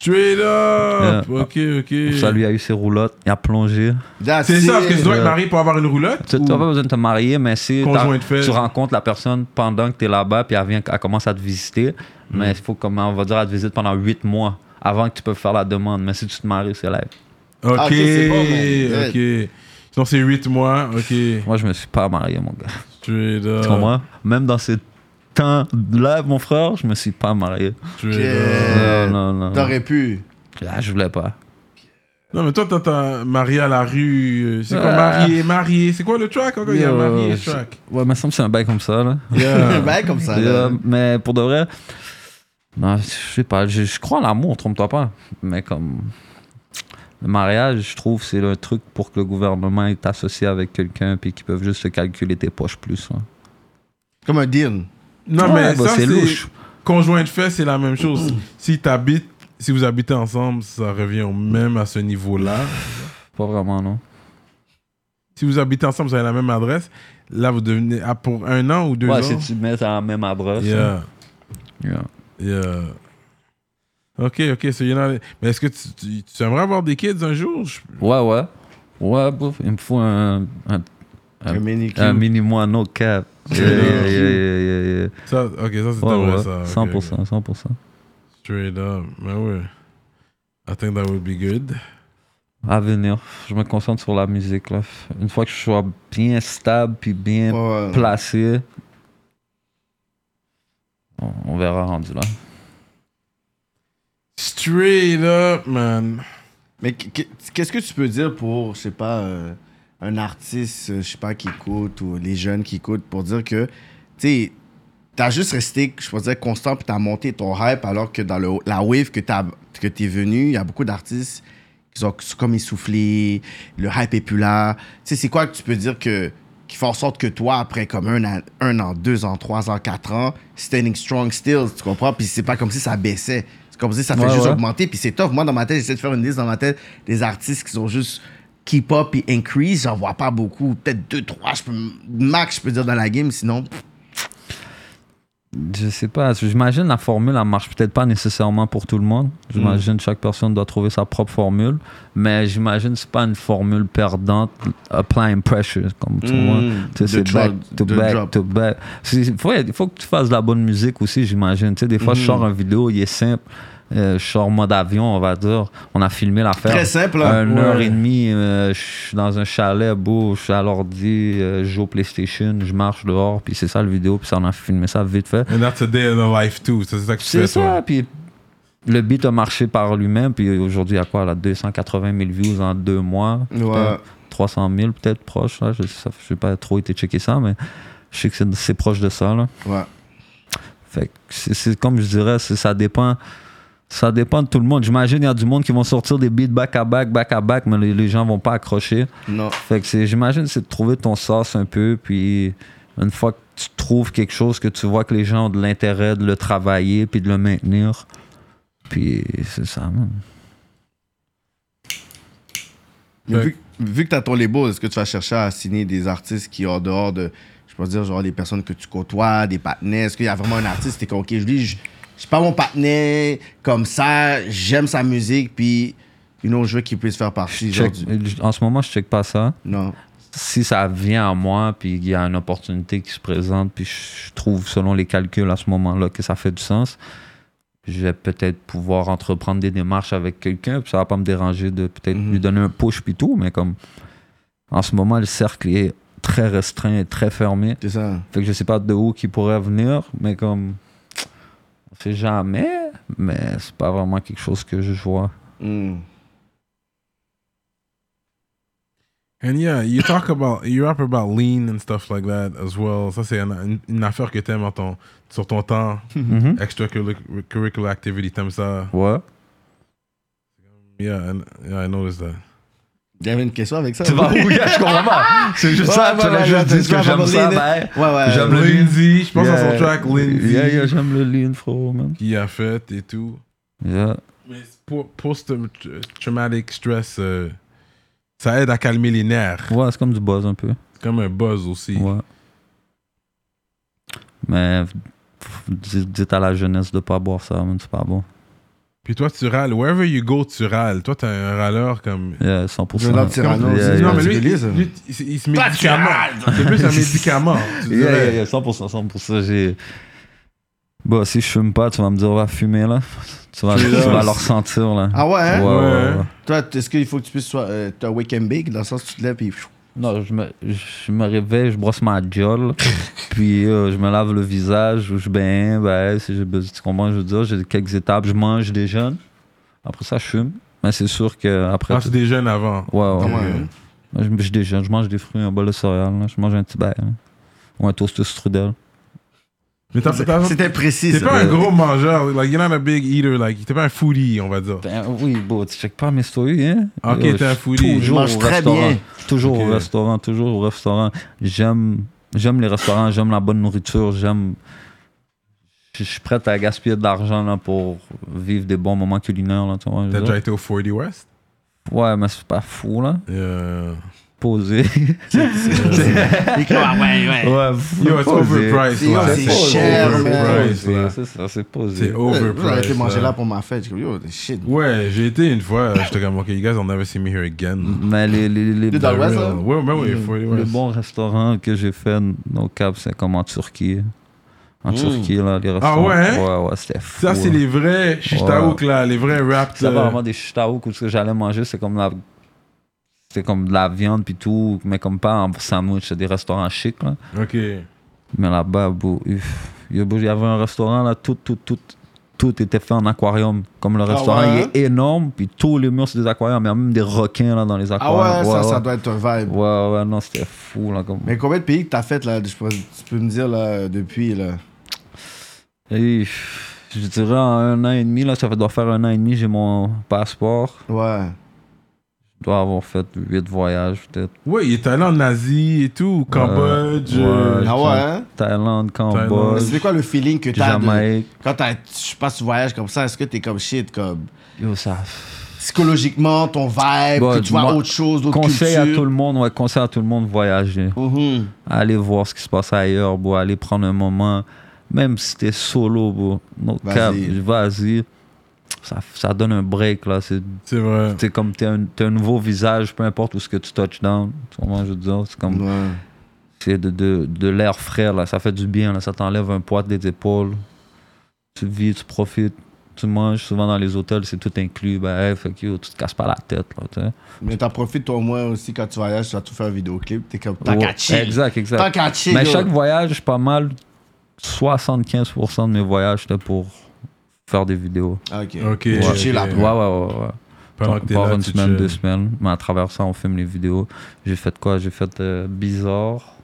Speaker 1: Straight up!
Speaker 3: Yeah.
Speaker 1: Ok, ok.
Speaker 3: Ça, lui a eu ses roulottes, il a plongé.
Speaker 2: That's
Speaker 1: C'est ça,
Speaker 2: it.
Speaker 1: parce que tu dois être
Speaker 3: Yeah.
Speaker 1: marié pour avoir une roulotte?
Speaker 3: Tu n'as pas besoin de te marier, mais si
Speaker 1: Conjoint
Speaker 3: t'as-
Speaker 1: de fait.
Speaker 3: tu rencontres la personne pendant que tu es là-bas, puis elle, vient, elle commence à te visiter,
Speaker 1: Mm.
Speaker 3: mais il faut, comme on va dire, elle te visite pendant 8 mois avant que tu peux faire la demande. Mais si tu te maries, c'est live.
Speaker 1: Ok,
Speaker 2: Ah, ok, c'est bon, man.
Speaker 1: ok. Sinon, c'est 8 mois. Ok.
Speaker 3: Moi, je me suis pas marié, mon gars.
Speaker 1: Straight up.
Speaker 3: Tu comprends? Même dans ces temps-là, mon frère, je me suis pas marié.
Speaker 1: Straight
Speaker 2: Ok.
Speaker 1: up.
Speaker 2: Euh,
Speaker 3: non, non, non.
Speaker 2: T'aurais pu.
Speaker 3: Ah, je voulais pas.
Speaker 1: Non, mais toi, t'as- t'as marié à la rue. euh, C'est quoi,
Speaker 3: Ah.
Speaker 1: marié, marié? C'est quoi le track encore? Il y a
Speaker 3: Yo,
Speaker 1: marié,
Speaker 3: je-
Speaker 1: track.
Speaker 3: Ouais, mais ça me semble que c'est un bail comme ça, là.
Speaker 1: Yeah.
Speaker 2: Ben, comme ça.
Speaker 3: Euh,
Speaker 2: là.
Speaker 3: mais pour de vrai, non, je sais pas, je, je crois en l'amour, trompe-toi pas. Mais comme le mariage, je trouve, c'est un truc pour que le gouvernement est associé avec quelqu'un puis qu'ils peuvent juste se calculer tes poches plus. là.
Speaker 2: Comme un deal.
Speaker 1: Non,
Speaker 3: Ouais,
Speaker 1: mais
Speaker 3: bah,
Speaker 1: ça,
Speaker 3: c'est
Speaker 1: c'est
Speaker 3: louche.
Speaker 1: Conjoint de fait, c'est la même chose. si t'habites, si vous habitez ensemble, ça revient au même à ce niveau-là.
Speaker 3: Pas vraiment, non.
Speaker 1: Si vous habitez ensemble, vous avez la même adresse. Là, vous devenez ah, pour un an ou deux
Speaker 3: Ouais,
Speaker 1: ans.
Speaker 3: si tu mets à la même adresse. hein.
Speaker 1: Yeah,
Speaker 3: Yeah.
Speaker 1: yeah. Ok, ok, so you're not- Mais est-ce que tu, tu- tu aimerais avoir des kids un jour? Je-
Speaker 3: Ouais, ouais. Ouais, bouf, il me faut un, un,
Speaker 2: Un mini
Speaker 3: un mini-moi no cap. Yeah, yeah, yeah, yeah, yeah, yeah.
Speaker 1: Ça, ok, ça c'est
Speaker 3: Ouais,
Speaker 1: vrai,
Speaker 3: ouais,
Speaker 1: ça. Ok,
Speaker 3: 100%,
Speaker 1: ok.
Speaker 3: 100%.
Speaker 1: Straight up, mais ouais. I think that would be good.
Speaker 3: À venir. Je me concentre sur la musique. Là. Une fois que je sois bien stable puis bien placé, on, on verra rendu là.
Speaker 1: Straight up, man.
Speaker 2: Mais qu- qu- qu'est-ce que tu peux dire pour, je sais pas, euh, un artiste, euh, je sais pas, qui écoute ou les jeunes qui écoutent pour dire que, tu sais, t'as juste resté, je pourrais dire, constant puis t'as monté ton hype alors que dans le, la wave que t'as- que t'es venu, il y a beaucoup d'artistes qui sont, qui sont comme essoufflés, le hype est plus là. Tu sais, c'est quoi que tu peux dire que qui fait en sorte que toi, après comme un an, un an, deux ans, trois ans, quatre ans, standing strong still, tu comprends? Puis c'est pas comme si ça baissait. C'est comme si ça fait
Speaker 3: Ouais,
Speaker 2: juste
Speaker 3: ouais.
Speaker 2: augmenter. Puis c'est tough. Moi, dans ma tête, j'essaie de faire une liste dans ma tête des artistes qui sont juste keep up et increase. J'en vois pas beaucoup. Peut-être deux, trois, je peux, max, je peux dire dans la game. Sinon, pff,
Speaker 3: Je sais pas. J'imagine la formule, elle marche peut-être pas nécessairement pour tout le monde. J'imagine chaque personne doit trouver sa propre formule. Mais j'imagine c'est pas une formule perdante, applying pressure, comme tu
Speaker 2: Mm.
Speaker 3: vois. Tu sais,
Speaker 2: De
Speaker 3: C'est
Speaker 2: drop-
Speaker 3: back to
Speaker 2: de
Speaker 3: back
Speaker 2: drop.
Speaker 3: to back. Il faut, être- faut que tu fasses de la bonne musique aussi, j'imagine. Tu sais, des fois,
Speaker 2: Mhm.
Speaker 3: je sors un vidéo, il est simple. Euh, je sors en mode avion, on va dire. On a filmé l'affaire.
Speaker 2: Très simple, hein?
Speaker 3: Un
Speaker 2: Ouais.
Speaker 3: heure et demie, euh, je suis dans un chalet, beau, je suis à l'ordi, euh, je joue au PlayStation, je marche dehors, puis c'est ça le vidéo, puis ça, on a filmé ça vite fait.
Speaker 1: And that's a day in the life, too. Ça, C'est ça que tu
Speaker 3: C'est
Speaker 1: fais, toi.
Speaker 3: ça, puis le beat a marché par lui-même, puis aujourd'hui, il y a quoi, là, 280 000 views en deux mois,
Speaker 2: ouais.
Speaker 3: 300 000 peut-être proche, là, je n'ai pas trop été checker ça, mais je sais que c'est- c'est proche de ça, là.
Speaker 2: ouais.
Speaker 3: Fait que c'est- c'est comme je dirais, c'est- ça dépend. Ça dépend de tout le monde. J'imagine il y a du monde qui vont sortir des beats back à back, back à back, mais les, les gens vont pas accrocher.
Speaker 2: Non.
Speaker 3: Fait que c'est- j'imagine c'est de trouver ton sens un peu, puis une fois que tu trouves quelque chose que tu vois que les gens ont de l'intérêt de le travailler puis de le maintenir, puis c'est ça. man.
Speaker 2: Mais
Speaker 1: Ouais.
Speaker 2: vu, vu que tu as ton label, est-ce que tu vas chercher à signer des artistes qui, en dehors de, je peux dire, genre les personnes que tu côtoies, des partenaires, est-ce qu'il y a vraiment un artiste qui est OK, je dis, je je suis pas mon partenaire comme ça, j'aime sa musique, puis, you know, je veux qu'il puisse faire partie. Genre,
Speaker 3: Check-
Speaker 2: du...
Speaker 3: en ce moment, je check pas ça.
Speaker 2: Non.
Speaker 3: si ça vient à moi, puis il y a une opportunité qui se présente, puis je je trouve, selon les calculs à ce moment-là, que ça fait du sens, je vais peut-être pouvoir entreprendre des démarches avec quelqu'un, puis ça va pas me déranger de peut-être
Speaker 2: Mhm.
Speaker 3: lui donner un push, puis tout, mais comme en ce moment, le cercle est très restreint et très fermé.
Speaker 2: C'est ça.
Speaker 3: Fait que je sais pas de où qui pourrait venir, mais comme on sait jamais, mais c'est pas vraiment quelque chose que je vois.
Speaker 2: Hmm.
Speaker 1: And yeah, you talk about you rap about lean and stuff like that as well. Ça c'est une, une- une affaire que t'aimes en ton, sur ton temps
Speaker 3: Mhm.
Speaker 1: extracurricular activity. T'aimes ça?
Speaker 3: Ouais.
Speaker 1: Yeah, and, yeah, I noticed that.
Speaker 2: Il y avait une question avec ça.
Speaker 3: Tu vas
Speaker 2: oui.
Speaker 3: où, gars, je comprends pas. C'est juste
Speaker 2: Ouais,
Speaker 3: ça,
Speaker 2: ouais,
Speaker 3: tu vas
Speaker 2: ouais,
Speaker 3: juste
Speaker 2: ouais,
Speaker 3: dire
Speaker 2: tu vas
Speaker 3: que j'aime
Speaker 2: avoir lean,
Speaker 3: ça, ben.
Speaker 2: Ouais, ouais.
Speaker 3: J'aime le lean.
Speaker 1: Lindsay, je pense à
Speaker 3: Yeah.
Speaker 1: son track Lindsay,
Speaker 3: Yeah, yeah, j'aime le lean, frérot, man.
Speaker 1: qui a fait et tout.
Speaker 3: Yeah.
Speaker 1: Mais pour- post-traumatic stress, euh, ça aide à calmer les nerfs.
Speaker 3: Ouais, c'est comme du buzz un peu.
Speaker 1: C'est comme un buzz aussi.
Speaker 3: Ouais. Mais pff, dites dites à la jeunesse de pas boire ça, man, c'est pas bon.
Speaker 1: Puis toi, tu râles. Wherever you go, tu râles. Toi, t'es un râleur comme.
Speaker 3: Yeah, 100%.
Speaker 2: Violent Cyrano,
Speaker 3: Yeah,
Speaker 2: c'est-
Speaker 3: yeah,
Speaker 1: non, mais lui,
Speaker 2: c'est dégueulasse.
Speaker 1: lui, il, il- il se médicamente. C'est plus un médicament. tu
Speaker 3: Yeah, yeah,
Speaker 1: dirais.
Speaker 3: yeah, 100%, 100%, j'ai... Bon, si je fume pas, tu vas me dire, va fumer, là. Tu vas, tu
Speaker 1: Jesus.
Speaker 3: vas le ressentir, là.
Speaker 2: Ah ouais, hein?
Speaker 3: Ouais, ouais,
Speaker 1: Ouais.
Speaker 3: ouais.
Speaker 2: Toi, t- est-ce qu'il faut que tu puisses soit euh, t'as wake and bake dans le sens où tu te lèves et
Speaker 3: Non, je me, je me réveille, je brosse ma gueule, puis euh, je me lave le visage, je baigne, ben, si j'ai besoin, tu comprends, je veux dire, j'ai quelques étapes, je mange, je déjeune, après ça, je fume, mais c'est sûr que après...
Speaker 1: Ah, tu déjeunes avant.
Speaker 3: Ouais, ouais,
Speaker 2: Ouais.
Speaker 3: ouais. Moi, Je, je déjeune, je mange des fruits, un bol de céréales, là, je mange un petit bain, là. ou un toast strudel.
Speaker 1: Mais t'as- t'as-
Speaker 2: C'était précis.
Speaker 1: t'es
Speaker 2: ça.
Speaker 1: pas un gros mangeur. Like, you're not a big eater. Like, t'es pas un foodie, on va dire.
Speaker 3: Ben oui, bon, tu check pas mes stories, hein?
Speaker 1: Ok,
Speaker 3: Yo,
Speaker 1: t'es
Speaker 3: je
Speaker 1: un
Speaker 3: suis
Speaker 1: foodie.
Speaker 3: Toujours
Speaker 2: Je mange
Speaker 3: au
Speaker 2: très
Speaker 3: restaurant.
Speaker 2: bien.
Speaker 3: Toujours
Speaker 1: Ok.
Speaker 3: au restaurant, toujours au restaurant. J'aime, j'aime les restaurants, j'aime la bonne nourriture, j'aime. Je je suis prêt à gaspiller de l'argent là, pour vivre des bons moments culinaires. Là, tu vois, je veux
Speaker 1: T'as déjà
Speaker 3: dire.
Speaker 1: été au 40 West?
Speaker 3: Ouais, mais c'est pas fou, là.
Speaker 1: Yeah.
Speaker 3: Posé.
Speaker 2: T'es comme, ah ouais, ouais.
Speaker 3: ouais,
Speaker 1: Yo, it's overpriced.
Speaker 2: C'est-
Speaker 1: là.
Speaker 2: c'est cher,
Speaker 1: overpriced,
Speaker 2: man.
Speaker 1: là.
Speaker 3: C'est c'est ça, c'est
Speaker 1: C'est
Speaker 3: posé.
Speaker 2: Euh, J'aurais été
Speaker 1: overpriced.
Speaker 2: manger
Speaker 1: là.
Speaker 2: là pour ma fête. J'ai comme, yo, shit.
Speaker 1: Ouais, j'ai été une fois. euh, J'étais comme, OK, you guys will never see me here again.
Speaker 3: Mais les, les, les,
Speaker 2: T'es dans
Speaker 3: les-
Speaker 2: le West,
Speaker 1: Real.
Speaker 2: là?
Speaker 1: Ouais, ouais, ouais, 40
Speaker 3: Mm-hmm. le
Speaker 1: West.
Speaker 3: bon restaurant que j'ai fait au Cap, c'est comme en Turquie. En
Speaker 2: Hmm.
Speaker 3: Turquie, là,
Speaker 2: Ah
Speaker 3: les restaurants.
Speaker 1: ouais?
Speaker 2: hein?
Speaker 3: Ouais, ouais, c'était fou.
Speaker 1: Ça, c'est
Speaker 3: là.
Speaker 1: les vrais shishtaouk, là, les vrais rap.
Speaker 3: C'est pas vraiment des shtaouk ou ce que j'allais manger, c'est comme la. C'est comme de la viande puis tout, mais comme pas en sandwich, c'est des restaurants chics, là.
Speaker 1: OK.
Speaker 3: Mais là-bas, bro, uff. Yo, bro, il y avait un restaurant, là, tout, tout, tout, tout était fait en aquarium. Comme le restaurant,
Speaker 2: Ah ouais? hein?
Speaker 3: il est énorme, puis tous les murs, c'est des aquariums. Il y a même des requins, là, dans les
Speaker 2: Ah
Speaker 3: aquariums.
Speaker 2: ouais, ça,
Speaker 3: ouais.
Speaker 2: ça doit être un vibe.
Speaker 3: Ouais, ouais, non, c'était fou, là. Comme...
Speaker 2: Mais combien de pays que t'as fait là je peux, Tu peux me dire là depuis là
Speaker 3: Et, pff, je dirais en un an et demi, là, ça fait- doit faire un an et demi, j'ai mon passeport.
Speaker 2: Ouais.
Speaker 3: Je dois avoir fait huit voyages, peut-être.
Speaker 1: Ouais, il est allé en Asie et tout, au Cambodge.
Speaker 3: ouais.
Speaker 1: euh,
Speaker 2: Ah ouais, hein?
Speaker 3: Thaïlande,
Speaker 2: Mais
Speaker 3: Cambodge,
Speaker 2: C'est quoi le feeling que t'as de-
Speaker 3: Jamaïque.
Speaker 2: quand t'as, je passe tu voyages comme ça, est-ce que t'es comme shit, comme
Speaker 3: Yo, ça.
Speaker 2: psychologiquement, ton vibe,
Speaker 3: Bah,
Speaker 2: que tu vois
Speaker 3: moi,
Speaker 2: autre chose, d'autres
Speaker 3: Conseil à tout
Speaker 2: cultures?
Speaker 3: le monde, ouais, conseil à tout le monde, voyager.
Speaker 2: Mhm.
Speaker 3: Allez voir ce qui se passe ailleurs, bro. Allez prendre un moment. Même si t'es solo, bro. No
Speaker 2: Vas-y.
Speaker 3: cap, vas-y. Ça, ça donne un break, là. C'est
Speaker 1: C'est vrai.
Speaker 3: t'es comme, t'es un, t'es un nouveau visage, peu importe où ce que tu touchdown. Tu comprends, je veux dire? C'est comme.
Speaker 2: Ouais.
Speaker 3: C'est de, de, de l'air frais, là. Ça fait du bien, là. Ça t'enlève un poids des épaules. Tu vis, tu profites. Tu manges souvent dans les hôtels, c'est tout inclus. Ben, hey, fait que yo, tu te casses pas la tête, là, tu sais.
Speaker 2: Mais t'en profites toi au moins aussi quand tu voyages, tu vas tout faire un vidéoclip, t'es comme t'as
Speaker 3: Ouais.
Speaker 2: qu'à chill.
Speaker 3: Exact, exact.
Speaker 2: T'as qu'à chill.
Speaker 3: Mais
Speaker 2: yo.
Speaker 3: chaque voyage, pas mal, 75% de mes voyages, c'était pour faire des vidéos.
Speaker 2: Ah, Ok.
Speaker 1: OK.
Speaker 2: Tu
Speaker 1: ok.
Speaker 2: chill
Speaker 3: Ouais, ouais, ouais. ouais.
Speaker 1: Pendant que
Speaker 3: Donc,
Speaker 1: t'es
Speaker 3: part
Speaker 1: là,
Speaker 3: une
Speaker 1: tu
Speaker 3: semaine,
Speaker 1: chill.
Speaker 3: deux semaines. Mais à travers ça, on filme les vidéos. J'ai fait quoi J'ai fait euh, Bizarre.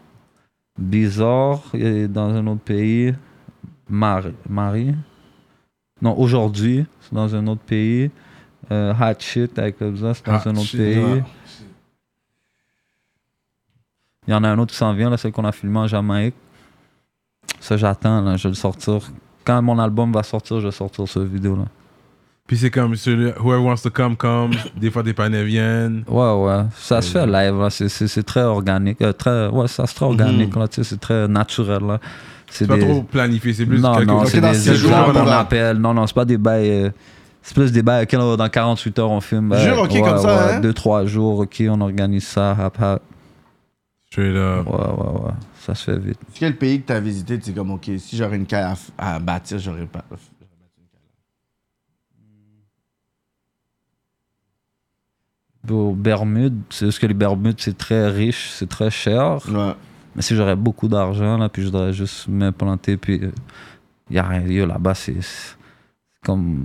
Speaker 3: Bizarre, et dans un autre pays. Marie. Marie. Non, aujourd'hui, c'est dans un autre pays. Euh, Hot Shit avec le Bizarre, c'est dans
Speaker 1: Hot
Speaker 3: un autre
Speaker 1: Ah, Shit,
Speaker 3: pays.
Speaker 1: ouais.
Speaker 3: Il y en a un autre qui s'en vient, là, celui qu'on a filmé en Jamaïque. Ça, j'attends, là, je vais le sortir. Quand mon album va sortir, je vais sortir cette vidéo-là.
Speaker 1: Puis c'est comme, sur le- whoever wants to come, come. Des fois, des panais viennent.
Speaker 3: Ouais, ouais. Ça se fait live, là. C'est- C'est c'est très organique. euh, très, ouais, ça c'est très organique, là. Tu sais, c'est très naturel, là. C'est
Speaker 1: C'est pas
Speaker 3: des...
Speaker 1: trop planifié, c'est plus
Speaker 3: Non,
Speaker 1: quelque
Speaker 3: non,
Speaker 2: Ok,
Speaker 3: c'est
Speaker 2: dans
Speaker 3: des
Speaker 2: six jours,
Speaker 3: exemples
Speaker 2: on
Speaker 3: qu'on
Speaker 2: va.
Speaker 3: appelle. Non, non, c'est pas des bails... euh, c'est plus des bails, OK, là, dans 48 heures, on filme.
Speaker 2: Jure, ok, comme ça, hein?
Speaker 3: 2-3 jours, OK, on organise ça, hap, hap.
Speaker 1: Straight up.
Speaker 3: Ouais, ouais, ouais. Ça se fait vite.
Speaker 2: Quel pays que t'as visité, tu es comme ok, si j'aurais une caille à f- à, bâtir, j'aurais pas.
Speaker 3: Bon, Bermude, c'est juste que les Bermudes, c'est très riche, c'est très cher.
Speaker 2: Ouais.
Speaker 3: Mais si j'aurais beaucoup d'argent, là, puis je voudrais juste m'implanter, puis il n'y a rien. yo, Là-bas, c'est c'est comme.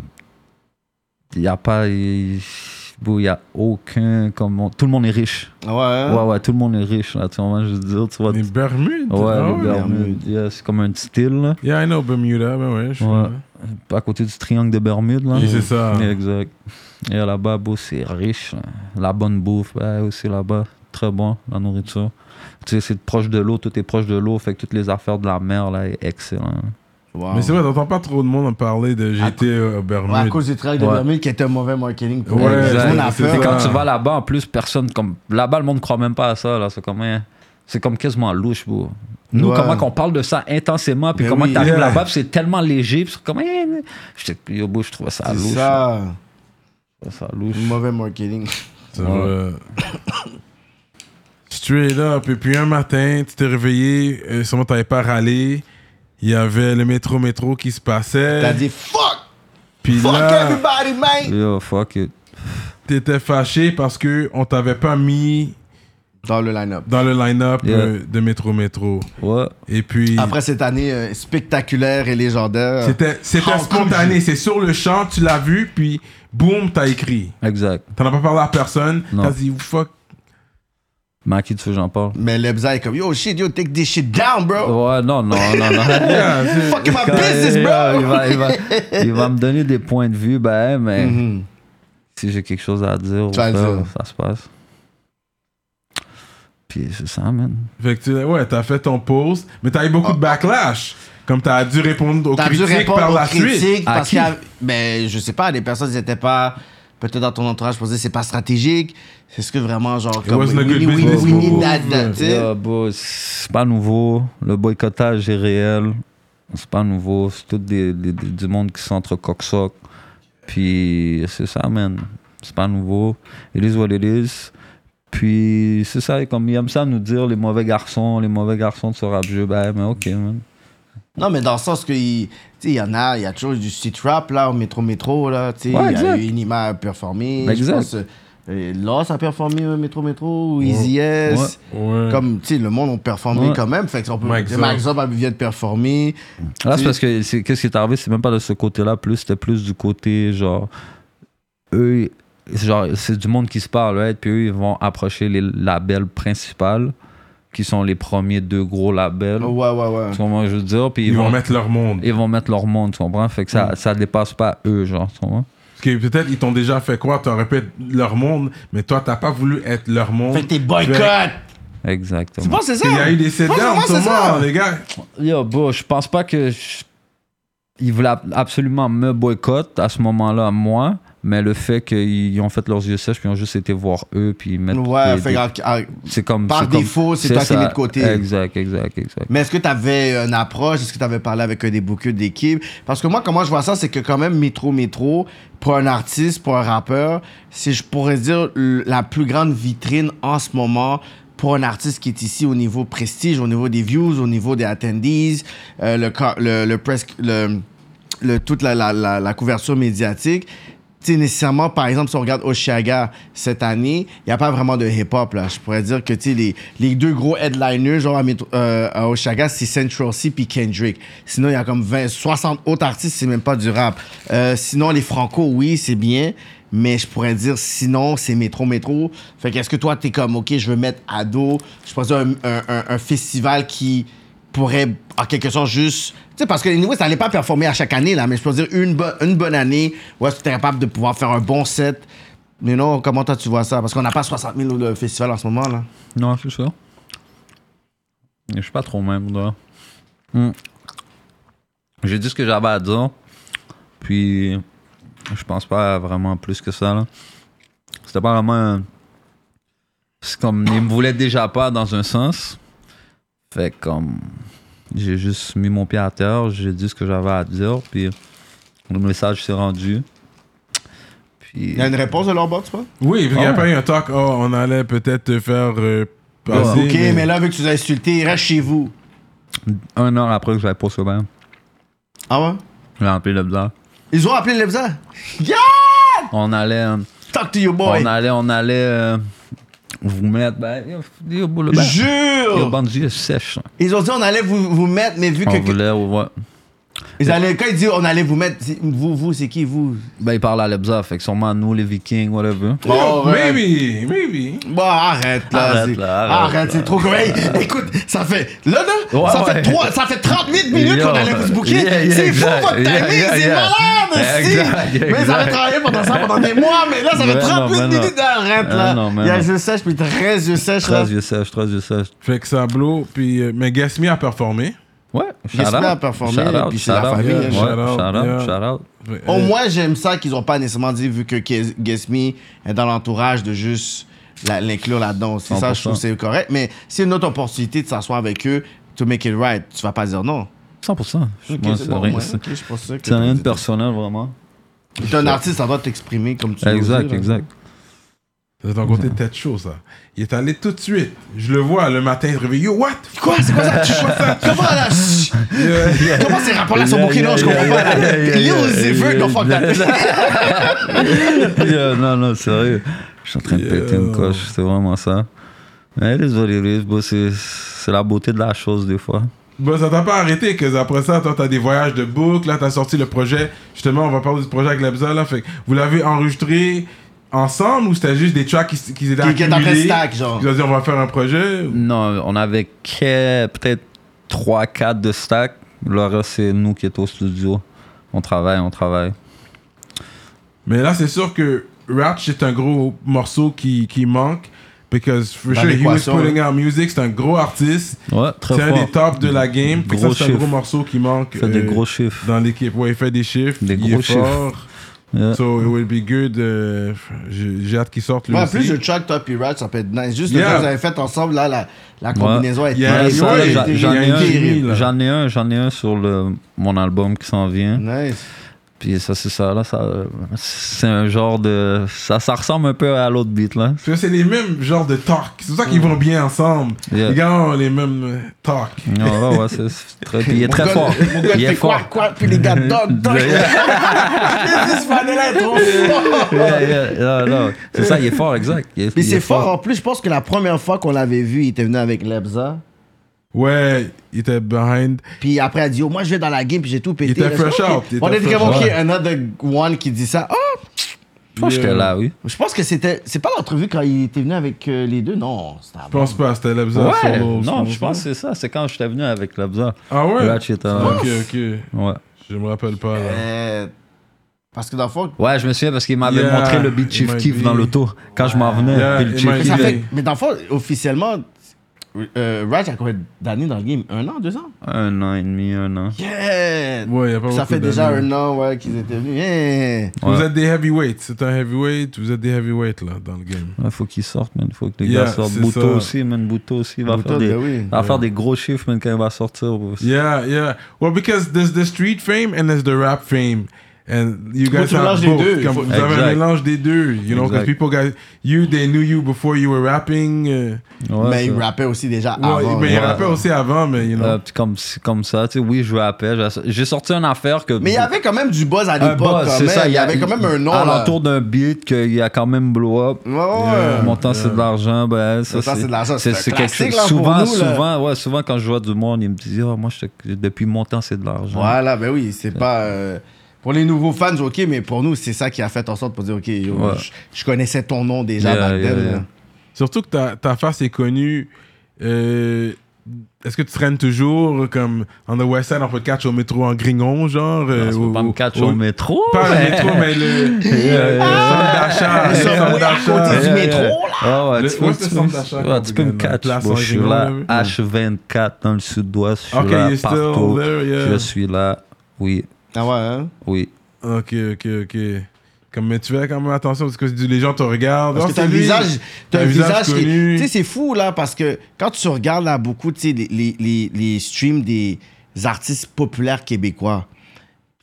Speaker 3: Il n'y a pas. Il n'y a aucun. Comme on- tout le monde est riche.
Speaker 2: Ah ouais. hein?
Speaker 3: Ouais, ouais, tout le monde est riche, là. Tu vois, je veux dire, tu vois.
Speaker 1: Les
Speaker 3: tu-
Speaker 1: Bermudes. ah
Speaker 3: Ouais, les
Speaker 1: ouais.
Speaker 3: Bermudes. yeah, c'est comme un petit style, là.
Speaker 1: Yeah, I know Bermuda. Ben ouais, je suis
Speaker 3: Ouais. À côté du triangle de Bermude, là.
Speaker 1: Et c'est ça.
Speaker 3: Exact. Et là-bas, beau, c'est riche. là. La bonne bouffe, ouais, aussi là-bas. Très bon, la nourriture. Tu sais, c'est proche de l'eau, tout est proche de l'eau. Fait que toutes les affaires de la mer, là, est excellent.
Speaker 2: Wow.
Speaker 1: Mais c'est vrai, t'entends pas trop de monde en parler de GT à
Speaker 2: Ouais, à
Speaker 1: Bermude.
Speaker 2: cause du travail de
Speaker 3: Ouais.
Speaker 2: Bermude qui était un mauvais marketing pour
Speaker 1: Ouais,
Speaker 2: eux. Tout le monde a
Speaker 1: c'est-
Speaker 2: peur,
Speaker 1: c'est
Speaker 3: Et quand
Speaker 2: là.
Speaker 3: tu vas là-bas, en plus, personne. comme Là-bas, le monde croit même pas à ça. là. C'est comme, hein, c'est comme quasiment louche, bro. Nous,
Speaker 2: Ouais.
Speaker 3: comment qu'on parle de ça intensément, puis
Speaker 2: Ben
Speaker 3: comment
Speaker 2: oui,
Speaker 3: tu t'arrives
Speaker 1: yeah.
Speaker 3: là-bas, puis c'est tellement léger, puis c'est comme, hein, j'étais- yo, bro, je trouvais ça
Speaker 2: C'est
Speaker 3: louche. là.
Speaker 2: ça,
Speaker 3: Je trouvais ça louche.
Speaker 2: mauvais marketing.
Speaker 1: Ça va. Straight up. Et puis un matin, tu t'es réveillé, euh, sûrement t'avais pas râlé. Il y avait le métro-métro qui se passait.
Speaker 2: T'as dit fuck,
Speaker 1: Puis
Speaker 2: fuck
Speaker 1: là,
Speaker 2: everybody, man!
Speaker 3: Yo, fuck it.
Speaker 1: t'étais fâché parce que on t'avait pas mis
Speaker 2: Dans le line-up.
Speaker 1: dans le line-up
Speaker 3: Yeah.
Speaker 1: euh, de métro-métro.
Speaker 3: Ouais.
Speaker 1: Et puis.
Speaker 2: Après cette année euh, spectaculaire et légendaire.
Speaker 1: C'était c'était
Speaker 2: Ah,
Speaker 1: spontané. C'est sur le champ, tu l'as vu, puis boum, t'as écrit.
Speaker 3: Exact.
Speaker 1: T'en as pas parlé à personne.
Speaker 3: Non.
Speaker 1: T'as dit fuck.
Speaker 3: Mais à qui tu veux que j'en parle?
Speaker 2: Mais Lebza est comme yo shit, yo take this shit down, bro.
Speaker 3: Ouais, non, non, non, non.
Speaker 1: Yeah, c'est-
Speaker 2: Fucking my
Speaker 3: Quand-
Speaker 2: business,
Speaker 3: il va- Il
Speaker 2: bro.
Speaker 3: va, il, va, il va me donner des points de vue, ben, mais si j'ai quelque chose à dire, ou
Speaker 2: Mhm. Tu vas le
Speaker 3: faire,
Speaker 2: dire.
Speaker 3: ça se passe. Puis c'est ça, man.
Speaker 1: Fait que tu, ouais, t'as fait ton post, mais t'as eu beaucoup de backlash. Comme t'as dû répondre aux
Speaker 2: Ah. T'as dû
Speaker 1: critiques par
Speaker 2: répondre
Speaker 1: la
Speaker 2: aux
Speaker 1: suite.
Speaker 2: critiques
Speaker 3: À
Speaker 2: parce
Speaker 3: qui?
Speaker 2: que ben je sais pas, des personnes ils étaient pas peut-être dans ton entourage pour dire c'est pas stratégique. C'est ce que vraiment genre comme
Speaker 1: wasn't a
Speaker 2: we,
Speaker 1: good
Speaker 2: we-
Speaker 1: business
Speaker 2: we need
Speaker 1: move.
Speaker 2: that, that, tu sais.
Speaker 3: Yeah, bro, c'est pas nouveau. Le boycottage est réel. C'est pas nouveau. C'est tout des, des- des- du monde qui s'entre soc Puis c'est ça, man. C'est pas nouveau. It is what it is. Puis c'est ça, comme ils aiment ça nous dire les mauvais garçons, les mauvais garçons de ce rap jeu. Ben, mais ok, man.
Speaker 2: Non, mais dans le sens que, il tu sais, il y en a, il y a toujours du street rap, là, au métro-métro, là, tu sais, il
Speaker 3: Ouais,
Speaker 2: y a
Speaker 3: exact.
Speaker 2: eu Inima a performé, je
Speaker 3: Exact.
Speaker 2: pense, euh, euh, Lost a performé au métro-métro, ou Easy S,
Speaker 1: Ouais.
Speaker 2: comme, tu sais, le monde ont performé
Speaker 3: Ouais.
Speaker 2: quand même, fait que on peut,
Speaker 1: Mike
Speaker 2: tu sais, Mike
Speaker 1: Zop.
Speaker 2: Zop vient de performer,
Speaker 3: Là, Ah, c'est parce que c'est- qu'est-ce qui est arrivé, c'est même pas de ce côté-là, plus c'était plus du côté genre eux, c'est genre c'est du monde qui se parle, right? puis eux ils vont approcher les labels principaux qui sont les premiers deux gros labels.
Speaker 2: ouais, ouais, ouais.
Speaker 3: Tu comprends ce que je veux dire, puis
Speaker 1: Ils, vont, mettre leur monde.
Speaker 3: ils vont mettre leur monde, tu comprends? Fait que ça, ça dépasse pas eux, genre, tu comprends?
Speaker 1: Parce que peut-être ils t'ont déjà fait croire, t'aurais pu être leur monde, mais toi t'as pas voulu être leur monde.
Speaker 2: Fait que t'es boycott! Tu
Speaker 3: Exactement.
Speaker 2: penses que c'est ça?
Speaker 1: Il y a eu des
Speaker 2: Moi,
Speaker 1: sit-downs,
Speaker 2: moi, c'est
Speaker 1: sûrement,
Speaker 2: ça.
Speaker 1: les gars.
Speaker 3: Yo, bro, je pense pas que je- ils voulaient ab- absolument me boycott à ce moment-là, moi, mais le fait qu'ils ont fait leurs yeux sèches, puis ils ont juste été voir eux, puis ils mettent
Speaker 2: Ouais,
Speaker 3: des-
Speaker 2: fait
Speaker 3: des-
Speaker 2: que, ah,
Speaker 3: C'est comme
Speaker 2: Par
Speaker 3: comme-
Speaker 2: défaut, c'est toi qui
Speaker 3: ça.
Speaker 2: l'es de côté.
Speaker 3: Exact, exact, exact.
Speaker 2: Mais est-ce que tu avais une approche? Est-ce que tu avais parlé avec un des bookers d'équipe? Parce que moi, comment je vois ça, c'est que quand même, Métro Métro, pour un artiste, pour un rappeur, c'est, je pourrais dire, l- la plus grande vitrine en ce moment pour un artiste qui est ici au niveau prestige, au niveau des views, au niveau des attendees, euh, le, co- le, le press- le- le- toute la, la- la- la couverture médiatique. Tu sais, nécessairement, par exemple, si on regarde Oshaga cette année, il n'y a pas vraiment de hip-hop, là. Je pourrais dire que, tu sais, les, les deux gros headliners, genre à, Metro- euh, à Oshaga, c'est Central C puis Kendrick. Sinon, il y a comme 20, 60 autres artistes, c'est même pas du rap. Euh, sinon, les Franco, oui, c'est bien, mais je pourrais dire, sinon, c'est métro-métro. Fait qu'est-ce que toi, t'es comme, OK, je veux mettre à dos, je pourrais dire, un, un- un- un festival qui pourrait en quelque sorte juste. Tu sais, parce que les nouveaux, ça n'allait pas performer à chaque année, là, mais je peux dire une, bo- une bonne année où est-ce que tu capable de pouvoir faire un bon set. Mais non, comment toi tu vois ça? Parce qu'on n'a pas 60 000 de festivals en ce moment, là.
Speaker 3: Non, c'est ça. Je suis pas trop même, là. Hmm. J'ai dit ce que j'avais à dire. Puis, je pense pas à vraiment plus que ça, là. C'était pas vraiment. un- C'est comme, ils me voulaient déjà pas dans un sens. Fait que, comme. J'ai juste mis mon pied à terre, j'ai dit ce que j'avais à dire, puis le message s'est rendu. Puis.
Speaker 2: Il y a une réponse de leur box, pas?
Speaker 1: Oui, parce qu'il n'y a
Speaker 3: Ah Ouais.
Speaker 1: pas eu un talk, oh, on allait peut-être te faire euh, passer.
Speaker 2: Ah, Ok, mais là, vu que tu les as insultés, reste chez vous.
Speaker 3: Un an après que j'avais pas souvent,
Speaker 2: Ah ouais?
Speaker 3: j'ai appelé le blanc.
Speaker 2: Ils ont appelé Lebza. Yeah!
Speaker 3: On allait, euh,
Speaker 2: Talk to your boy.
Speaker 3: on allait, on allait euh, vous mettre. Ben, yo, yo, le ban- yo,
Speaker 2: Jure!
Speaker 3: le bandit est sèche.
Speaker 2: Ils ont dit on allait vous, vous mettre, mais vu
Speaker 3: On
Speaker 2: que.
Speaker 3: voulait, ouais.
Speaker 2: Ils allaient, quand ils disent on allait vous mettre, c'est- vous, vous, c'est qui vous
Speaker 3: Ben, il parle à l'Ebza, fait que sûrement nous, les Vikings, whatever.
Speaker 2: Oh, ouais.
Speaker 1: Maybe, maybe.
Speaker 2: Bon, arrête là.
Speaker 3: Arrête,
Speaker 2: c'est-
Speaker 3: là, arrête,
Speaker 2: arrête, c'est
Speaker 3: là.
Speaker 2: trop gros. Hey, écoute, ça fait. Là, là,
Speaker 3: Ouais,
Speaker 2: ça,
Speaker 3: ouais.
Speaker 2: Fait trois, ça fait 38 minutes
Speaker 3: Yo.
Speaker 2: qu'on allait vous se booker.
Speaker 3: Yeah, yeah,
Speaker 2: c'est fou
Speaker 3: exact.
Speaker 2: votre timing,
Speaker 3: Yeah, yeah,
Speaker 2: c'est
Speaker 3: yeah.
Speaker 2: malade. si.
Speaker 3: Exact, yeah,
Speaker 2: Mais ça avait
Speaker 3: exact.
Speaker 2: travaillé pendant ça pendant des mois, mais là, ça fait
Speaker 3: Mais non,
Speaker 2: 38
Speaker 3: mais non.
Speaker 2: minutes. Arrête
Speaker 3: Mais
Speaker 2: là.
Speaker 3: Ah, non, mais
Speaker 2: Il y a
Speaker 3: non.
Speaker 2: yeux sèches, puis 13 yeux sèches là.
Speaker 3: 13 yeux sèches, 13 yeux sèches.
Speaker 1: Fait que Sablo, puis. euh, mais Gasmi a performé.
Speaker 3: Ouais,
Speaker 2: Gaspard
Speaker 3: shout-out,
Speaker 2: a performé,
Speaker 3: shout-out,
Speaker 2: puis c'est la
Speaker 3: shout-out,
Speaker 2: famille, hein.
Speaker 3: Ouais,
Speaker 1: shout-out,
Speaker 3: shout-out,
Speaker 1: yeah.
Speaker 3: shout-out.
Speaker 1: Fait-
Speaker 2: Au
Speaker 1: euh,
Speaker 2: moins, j'aime ça qu'ils ont pas nécessairement dit, vu que Kes- Guess-Me est dans l'entourage, de juste la- l'inclure là-dedans. C'est ça, je
Speaker 3: 100%.
Speaker 2: trouve que c'est correct. Mais c'est une autre opportunité de s'asseoir avec eux, to make it right. Tu vas pas dire non.
Speaker 3: 100%.
Speaker 2: Ok,
Speaker 3: Moi,
Speaker 2: c'est
Speaker 3: c'est
Speaker 2: bon,
Speaker 3: rien,
Speaker 2: ouais,
Speaker 3: c'est-
Speaker 2: ok, je pensais que
Speaker 3: C'est rien de
Speaker 2: t'étais-
Speaker 3: personnel, vraiment.
Speaker 2: T'es un artiste, ça doit t'exprimer comme tu veux.
Speaker 3: Exact,
Speaker 2: dire.
Speaker 3: exact.
Speaker 1: C'est ton côté tête chaud, ça. Il est allé tout de suite. Je le vois le matin, il se réveille. Yo, what?
Speaker 2: Quoi, c'est quoi ça? Tu vois ça? Comment là? Chut! Comment ces rapports-là sont
Speaker 3: Yeah,
Speaker 2: bouqués? Non,
Speaker 3: yeah,
Speaker 2: je comprends
Speaker 3: yeah,
Speaker 2: pas.
Speaker 3: yeah, yeah,
Speaker 2: Il est aux
Speaker 3: yeah,
Speaker 2: effets,
Speaker 3: yeah,
Speaker 2: non, fuck that.
Speaker 3: Yeah, non, non, sérieux. Je suis en train de péter une coche, c'est vraiment ça. Mais les olives, bon, c'est c'est la beauté de la chose, des fois.
Speaker 1: Bon, ça t'a pas arrêté, que après ça, toi, t'as des voyages de boucle, là, t'as sorti le projet. Justement, on va parler du projet avec l'Abza, là. Fait que vous l'avez enregistré ensemble ou c'était juste des tracks qui, s- qui étaient
Speaker 2: Qui- qui étaient en
Speaker 1: accumulés?
Speaker 2: stack, genre.
Speaker 1: Ils ont dit, on va faire un projet.
Speaker 3: Non, on avait que- peut-être 3-4 de stack. Le reste, c'est nous qui est au studio. On travaille, on travaille.
Speaker 1: Mais là, c'est sûr que Ratch, c'est un gros morceau qui, qui manque. Because for
Speaker 2: Dans
Speaker 1: sure, he was
Speaker 2: l'équation,
Speaker 1: putting out music. C'est un gros artiste.
Speaker 3: Ouais, très
Speaker 1: C'est un
Speaker 3: fort.
Speaker 1: des tops de la game. Fait que
Speaker 3: Gros
Speaker 1: ça, c'est un gros
Speaker 3: chiffre.
Speaker 1: morceau qui manque.
Speaker 3: Il fait des
Speaker 1: euh,
Speaker 3: gros chiffres.
Speaker 1: Dans l'équipe. Ouais, il fait des chiffres.
Speaker 3: Des
Speaker 1: il
Speaker 3: gros
Speaker 1: est
Speaker 3: chiffres.
Speaker 1: fort.
Speaker 3: Yeah.
Speaker 1: So it will be good. euh, J'ai j'ai hâte qu'il sorte lui
Speaker 2: Ouais, En
Speaker 1: aussi.
Speaker 2: plus, le track, toi, puis Rat, ça peut être nice. Juste
Speaker 1: Yeah.
Speaker 2: le que vous avez fait ensemble, là, la, la combinaison est
Speaker 1: Yeah,
Speaker 3: Ouais,
Speaker 2: nice.
Speaker 3: ça,
Speaker 1: ouais,
Speaker 3: là,
Speaker 1: il
Speaker 3: j'a-
Speaker 1: était-
Speaker 3: J'en
Speaker 1: il
Speaker 3: ai
Speaker 1: a
Speaker 3: un,
Speaker 1: guéri, là.
Speaker 3: j'en ai un, j'en ai un sur le, mon album qui s'en vient.
Speaker 2: Nice.
Speaker 3: Puis ça, c'est ça, là, ça, c'est un genre de, ça, ça ressemble un peu à l'autre beat, là.
Speaker 1: Parce que c'est les mêmes genres de talk. C'est pour ça qu'ils vont bien ensemble.
Speaker 3: Yeah.
Speaker 1: Les gars ont les mêmes euh, talk.
Speaker 3: Ouais, ouais, ouais, c'est- c'est très, puis il est très
Speaker 2: Mon gars-
Speaker 3: fort.
Speaker 2: Mon gars,
Speaker 3: Il est
Speaker 2: fait quoi,
Speaker 3: fort.
Speaker 2: quoi, puis les gars, dog, dog. Ce panel-là est trop fort.
Speaker 3: Yeah, yeah, yeah, non, C'est ça, il est fort, exact. Il est-
Speaker 2: Mais
Speaker 3: il est
Speaker 2: c'est fort. En plus, je pense que la première fois qu'on l'avait vu, il était venu avec Lebza.
Speaker 1: Ouais, il était behind.
Speaker 2: Puis après, elle dit, oh, moi, je vais dans la game, puis j'ai tout pété.
Speaker 1: Il était
Speaker 2: Là, je
Speaker 1: fresh
Speaker 2: dis,
Speaker 1: out,
Speaker 2: OK.
Speaker 1: il était
Speaker 2: On est
Speaker 1: fresh
Speaker 2: vraiment
Speaker 3: out.
Speaker 2: qu'il y a another one qui dit ça. Ah,
Speaker 3: Je pense que j'étais là, oui.
Speaker 2: je pense que c'était. C'est pas l'entrevue quand il était venu avec euh, les deux. Non, c'était
Speaker 1: Je
Speaker 2: avant.
Speaker 1: pense pas, c'était l'absence.
Speaker 3: Ouais, non, je pense que hein. c'est ça. C'est quand j'étais venu avec l'Abza.
Speaker 1: Ah ouais?
Speaker 3: Ratch était là.
Speaker 1: Ok, ok.
Speaker 3: euh, Ouais.
Speaker 1: Je me rappelle pas. Là.
Speaker 2: Euh, parce que dans le fond.
Speaker 3: Ouais, je me souviens parce qu'il m'avait
Speaker 1: Yeah,
Speaker 3: montré le beat
Speaker 1: it
Speaker 3: Chief
Speaker 1: might
Speaker 3: Keef
Speaker 1: be.
Speaker 3: dans l'auto quand je m'en venais.
Speaker 1: Yeah,
Speaker 3: puis le
Speaker 1: it
Speaker 3: Chief
Speaker 1: might
Speaker 3: Keef,
Speaker 2: Mais, ça
Speaker 1: Il
Speaker 2: fait-
Speaker 1: est-
Speaker 2: mais dans le fond, officiellement, euh, Raj a combien d'années dans le game Un an, deux ans
Speaker 3: un an et demi, un an.
Speaker 2: Yeah
Speaker 1: Ouais, y a pas
Speaker 2: Ça
Speaker 1: beaucoup
Speaker 2: fait déjà
Speaker 1: d'années.
Speaker 2: un an ouais, qu'ils étaient venus. Yeah.
Speaker 1: Vous
Speaker 3: Ouais.
Speaker 1: êtes des heavyweights. C'est un heavyweight. Vous êtes des heavyweights là, dans le game.
Speaker 3: Il faut qu'ils sortent, man. faut que les
Speaker 1: Yeah,
Speaker 3: gars sortent.
Speaker 1: c'est
Speaker 3: Bouto
Speaker 1: ça.
Speaker 3: aussi, man. Bouto aussi. Il va,
Speaker 2: Bouto,
Speaker 3: faire, des,
Speaker 2: ben oui.
Speaker 3: va faire des gros chiffres, man, quand il va sortir.
Speaker 1: Yeah, yeah. Well, because there's the street fame and there's the rap fame. And you guys
Speaker 2: tu mélanges
Speaker 1: have
Speaker 2: les
Speaker 1: both.
Speaker 2: deux.
Speaker 1: Comme
Speaker 2: Faut-
Speaker 1: vous avez un
Speaker 3: Exact.
Speaker 1: mélange des deux. You know, because
Speaker 3: Exact.
Speaker 1: people got you, they knew you before you were rapping. euh,
Speaker 3: Ouais,
Speaker 2: mais
Speaker 3: ça-
Speaker 2: il rappait aussi déjà
Speaker 1: Ouais,
Speaker 2: avant.
Speaker 1: mais
Speaker 2: ouais.
Speaker 1: il rappait aussi avant, mais you know.
Speaker 3: Ah, Euh, puis comme, comme ça, tu sais, oui, je rappelle. J'ai- J'ai sorti une affaire que.
Speaker 2: Mais il y avait quand même du buzz à
Speaker 3: un
Speaker 2: l'époque.
Speaker 3: buzz,
Speaker 2: quand
Speaker 3: c'est
Speaker 2: même.
Speaker 3: ça.
Speaker 2: il y avait quand même un nom.
Speaker 3: À
Speaker 2: là.
Speaker 3: l'entour d'un beat qu'il a quand même blow up.
Speaker 2: Ouais, ouais.
Speaker 3: Montant, c'est de l'argent. Ben, ça,
Speaker 2: Montant, c'est de l'argent, c'est un classique, là, pour
Speaker 3: souvent,
Speaker 2: nous, là.
Speaker 3: souvent, ouais, souvent, quand je vois du monde, ils me disent Ah, Moi, je te- depuis mon temps, c'est de l'argent.
Speaker 2: Voilà, ben oui, c'est pas. euh, pour les nouveaux fans, ok, mais pour nous, c'est ça qui a fait en sorte pour dire, ok, yo,
Speaker 3: Ouais.
Speaker 2: je, je connaissais ton nom déjà
Speaker 3: Yeah,
Speaker 2: back then,
Speaker 3: yeah,
Speaker 2: là.
Speaker 1: Surtout que ta, ta face est connue. euh, Est-ce que tu traînes toujours comme on the west side, on peut te catch au métro en Grignon, genre euh,
Speaker 3: Tu peux
Speaker 1: ou-
Speaker 3: pas me catch
Speaker 1: ou-
Speaker 3: au métro.
Speaker 1: Pas le
Speaker 3: mais-
Speaker 1: métro, mais le le centre
Speaker 3: Ah!
Speaker 1: d'achat.
Speaker 2: Le
Speaker 1: le
Speaker 2: subway
Speaker 1: centre
Speaker 2: à côté
Speaker 1: d'achat.
Speaker 2: du
Speaker 3: Yeah,
Speaker 2: métro,
Speaker 3: yeah. Ah ouais,
Speaker 1: Le-
Speaker 3: tu peux,
Speaker 1: ouais,
Speaker 3: tu
Speaker 1: c'est
Speaker 3: peux-
Speaker 1: centre d'achat,
Speaker 3: ouais,
Speaker 1: quand
Speaker 3: tu
Speaker 1: tu
Speaker 3: peux me
Speaker 1: viens dans la
Speaker 3: catch.
Speaker 1: place
Speaker 3: bon,
Speaker 1: en
Speaker 3: je suis
Speaker 1: Grignon,
Speaker 3: là,
Speaker 1: là,
Speaker 3: H24 dans le sud-ouest. Je suis
Speaker 1: Ok,
Speaker 3: là
Speaker 1: you're still
Speaker 3: partout.
Speaker 1: there, yeah.
Speaker 3: Je suis là. Oui,
Speaker 2: Ah ouais, hein?
Speaker 3: oui.
Speaker 1: Ok, ok, ok. Comme, mais tu fais quand même attention parce que les gens te regardent.
Speaker 2: Parce
Speaker 1: Oh,
Speaker 2: que t'as
Speaker 1: c'est
Speaker 2: un
Speaker 1: lui.
Speaker 2: visage, t'as un visage qui.
Speaker 1: connu.
Speaker 2: Tu sais, c'est fou, là, parce que quand tu regardes, là, beaucoup, tu sais, les, les, les, les streams des artistes populaires québécois,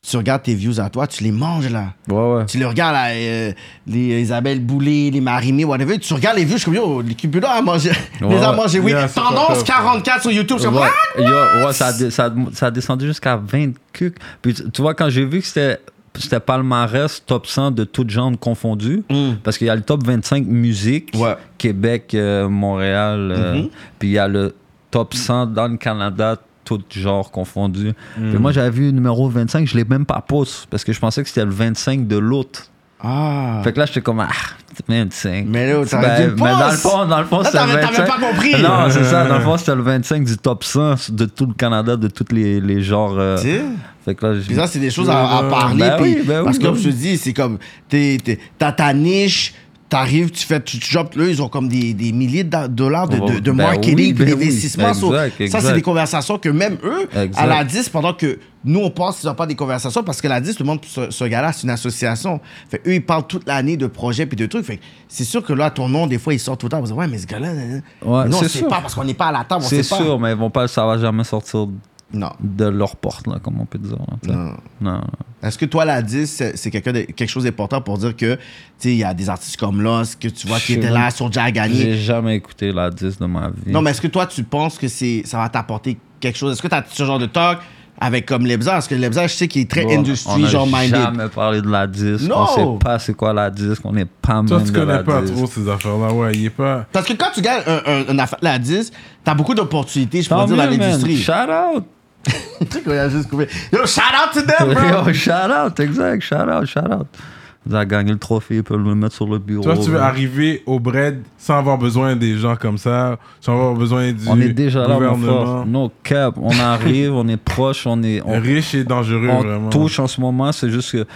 Speaker 2: tu regardes tes views à toi, tu les manges, là.
Speaker 3: Ouais, ouais.
Speaker 2: Tu les regardes, là, euh, les Isabelle Boulay, les Marimé, whatever. Tu regardes les vues, je suis comme, yo, les Cupido a mangé.
Speaker 3: Ouais,
Speaker 2: les a
Speaker 3: ouais.
Speaker 2: mangé, oui.
Speaker 1: Yeah, c'est
Speaker 2: Tendance
Speaker 1: fucked up.
Speaker 2: 44 sur YouTube, je suis comme,
Speaker 3: Ouais,
Speaker 2: ah!
Speaker 3: yo, ouais, ça, a, dé- ça, a- ça a descendu jusqu'à 20 cucs. Puis tu tu vois, quand j'ai vu que c'était c'était palmarès top 100 de toutes genres confondues, parce qu'il y a le top 25 musique,
Speaker 2: Mm. Ouais. Mm-hmm.
Speaker 3: Québec, euh, Montréal, euh, puis il y a le top 100 dans le Canada, tout genre confondu.
Speaker 2: Mm.
Speaker 3: Puis moi, j'avais vu le numéro 25, je l'ai même pas pousse parce que je pensais que c'était le 25 de l'autre.
Speaker 2: Ah.
Speaker 3: Fait que là, j'étais comme, ah, 25.
Speaker 2: Mais là, t'aurais
Speaker 3: Ben,
Speaker 2: dû le
Speaker 3: mais dans le
Speaker 2: pousse.
Speaker 3: fond, dans le fond,
Speaker 2: Là,
Speaker 3: c'était le
Speaker 2: t'avais-
Speaker 3: 25.
Speaker 2: t'avais pas compris.
Speaker 3: Non, c'est ça. Dans le fond, c'était le 25 du top 100 de tout le Canada, de tous les, les genres. euh,
Speaker 2: Tu sais?
Speaker 3: fait que là, j'ai-
Speaker 2: Puis ça, c'est des choses à, à parler.
Speaker 3: Ben
Speaker 2: puis-
Speaker 3: oui, ben oui,
Speaker 2: parce que
Speaker 3: ben
Speaker 2: comme je te dis, c'est comme, t'es- t'es- t'as ta niche, t'arrives, tu fais, tu, tu jobs. Là, ils ont comme des, des milliers de dollars de, de, de
Speaker 3: Ben
Speaker 2: marketing,
Speaker 3: oui, ben
Speaker 2: puis
Speaker 3: oui.
Speaker 2: d'investissement. So,
Speaker 3: Exact,
Speaker 2: Ça,
Speaker 3: exact.
Speaker 2: c'est des conversations que même eux,
Speaker 3: Exact.
Speaker 2: à la 10, pendant que nous, on pense qu'ils n'ont pas des conversations, parce que la 10, tout le monde, ce, ce gars-là, c'est une association. Fait eux, ils parlent toute l'année de projets puis de trucs. Fait que c'est sûr que là, ton nom, des fois, il sort tout le temps. On se dit, ouais, mais ce gars-là, euh,
Speaker 3: Ouais,
Speaker 2: non,
Speaker 3: c'est
Speaker 2: c'est
Speaker 3: sûr.
Speaker 2: pas parce qu'on n'est pas à la table, on
Speaker 3: c'est
Speaker 2: sait pas.
Speaker 3: sûr, mais ils vont pas, ça va jamais sortir
Speaker 2: Non.
Speaker 3: de leur porte, là, comme on peut dire. là, t'sais.
Speaker 2: Non.
Speaker 3: non.
Speaker 2: Est-ce que toi, la 10, c'est c'est quelqu'un de- quelque chose d'important pour dire que, tu sais, il y a des artistes comme Lost, que tu vois, qui
Speaker 3: Je
Speaker 2: étaient
Speaker 3: sais
Speaker 2: là
Speaker 3: pas.
Speaker 2: sur Jagani.
Speaker 3: J'ai jamais écouté la 10 de ma vie.
Speaker 2: Non, mais est-ce que toi, tu penses que c'est ça va t'apporter quelque chose? Est-ce que tu as ce genre de talk avec comme Lebza? Parce que Lebza, je sais qu'il est très
Speaker 3: Bon,
Speaker 2: industry,
Speaker 3: on a
Speaker 2: genre minded.
Speaker 3: jamais parlé de la 10.
Speaker 2: Non.
Speaker 3: On sait pas c'est quoi la 10. On est pas
Speaker 1: Toi,
Speaker 3: même
Speaker 1: tu
Speaker 3: de la
Speaker 1: connais pas
Speaker 3: 10.
Speaker 1: trop ces affaires-là. Ouais, il est pas.
Speaker 2: Parce que quand tu gagnes un, un, une affaire, la 10, t'as beaucoup d'opportunités, je
Speaker 3: Tant
Speaker 2: pourrais dire, dans
Speaker 3: mieux, man.
Speaker 2: l'industrie.
Speaker 3: Shout out.
Speaker 2: Le truc, on a juste coupé. Yo, shout out to them, bro!
Speaker 3: Yo, shout out, exact. Shout out, shout out. Vous avez gagné le trophée, ils peuvent le mettre sur le bureau.
Speaker 1: Toi, tu veux
Speaker 3: là.
Speaker 1: arriver au bread sans avoir besoin des gens comme ça, sans avoir besoin du
Speaker 3: On est déjà là, mon
Speaker 1: gouvernement.
Speaker 3: frère. No cap. On arrive, on est proche, on est. on-
Speaker 1: Riche et dangereux,
Speaker 3: on
Speaker 1: vraiment.
Speaker 3: touche en ce moment, c'est juste que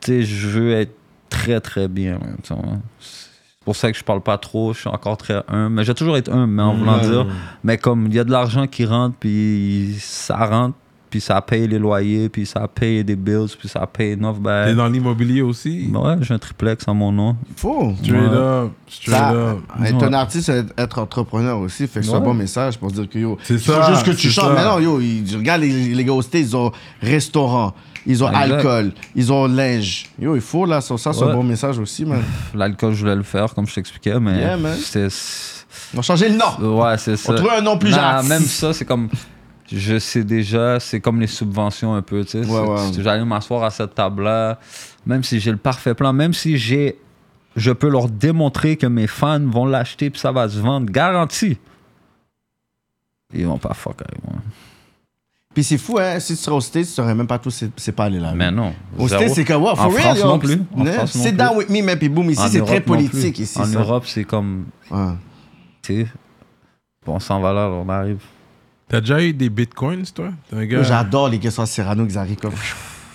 Speaker 3: tu sais, je veux être très très bien. man, tu vois. C'est pour ça que je parle pas trop, je suis encore très humble. Mais j'ai toujours été humble, mais en voulant dire. Mais comme il y a de l'argent qui rentre, puis ça rentre, puis ça paye les loyers, puis ça paye des bills, puis ça paye 9
Speaker 1: T'es
Speaker 3: balles.
Speaker 1: dans l'immobilier aussi.
Speaker 3: Ouais, j'ai un triplex à mon nom.
Speaker 2: Faux!
Speaker 1: Straight
Speaker 3: Ouais.
Speaker 1: up, straight
Speaker 2: Ça,
Speaker 1: up.
Speaker 2: être un
Speaker 3: Ouais.
Speaker 2: artiste, c'est être- être entrepreneur aussi, fait que c'est un
Speaker 3: Ouais.
Speaker 2: bon message pour dire que yo,
Speaker 1: C'est
Speaker 2: il faut
Speaker 1: ça,
Speaker 2: juste que tu
Speaker 1: c'est
Speaker 2: chantes.
Speaker 1: ça.
Speaker 2: Mais non, yo, ils- regarde les, les gars au States, ils ont restaurant, ils ont
Speaker 3: Exact.
Speaker 2: alcool, ils ont linge. Yo, il faut là, ça, ça, c'est un
Speaker 3: Ouais.
Speaker 2: bon message aussi, man.
Speaker 3: L'alcool, je voulais le faire, comme je t'expliquais, mais
Speaker 2: Yeah, man.
Speaker 3: c'était.
Speaker 2: On a changé le nom.
Speaker 3: Ouais, c'est ça.
Speaker 2: On trouve un nom plus
Speaker 3: Non,
Speaker 2: gentil.
Speaker 3: Même ça, c'est comme. Je sais déjà, c'est comme les subventions un peu, tu sais.
Speaker 2: Ouais,
Speaker 3: C'est-
Speaker 2: ouais.
Speaker 3: J'allais m'asseoir à cette table-là, même si j'ai le parfait plan, même si j'ai. Je peux leur démontrer que mes fans vont l'acheter puis ça va se vendre, garanti. Ils vont pas fuck avec moi.
Speaker 2: Puis c'est fou, hein, si tu serais au States, tu saurais même pas tous ces, ces pas-là. là.
Speaker 3: Ah, Mais non.
Speaker 2: Au
Speaker 3: zéro.
Speaker 2: States, c'est comme, wow, for
Speaker 3: En
Speaker 2: real,
Speaker 3: France
Speaker 2: yo.
Speaker 3: non plus. En
Speaker 2: Hein?
Speaker 3: France non
Speaker 2: Sit
Speaker 3: plus.
Speaker 2: down with me, man, puis boom, ici,
Speaker 3: En
Speaker 2: c'est très
Speaker 3: Europe non plus.
Speaker 2: politique, ici.
Speaker 3: En
Speaker 2: ça.
Speaker 3: Europe, c'est comme.
Speaker 2: Ouais.
Speaker 3: Tu sais. bon, On s'en va là, on arrive.
Speaker 1: T'as déjà eu des bitcoins, toi T'es un
Speaker 2: Yo,
Speaker 1: gars.
Speaker 2: J'adore les questions à Cyrano, Xari, comme.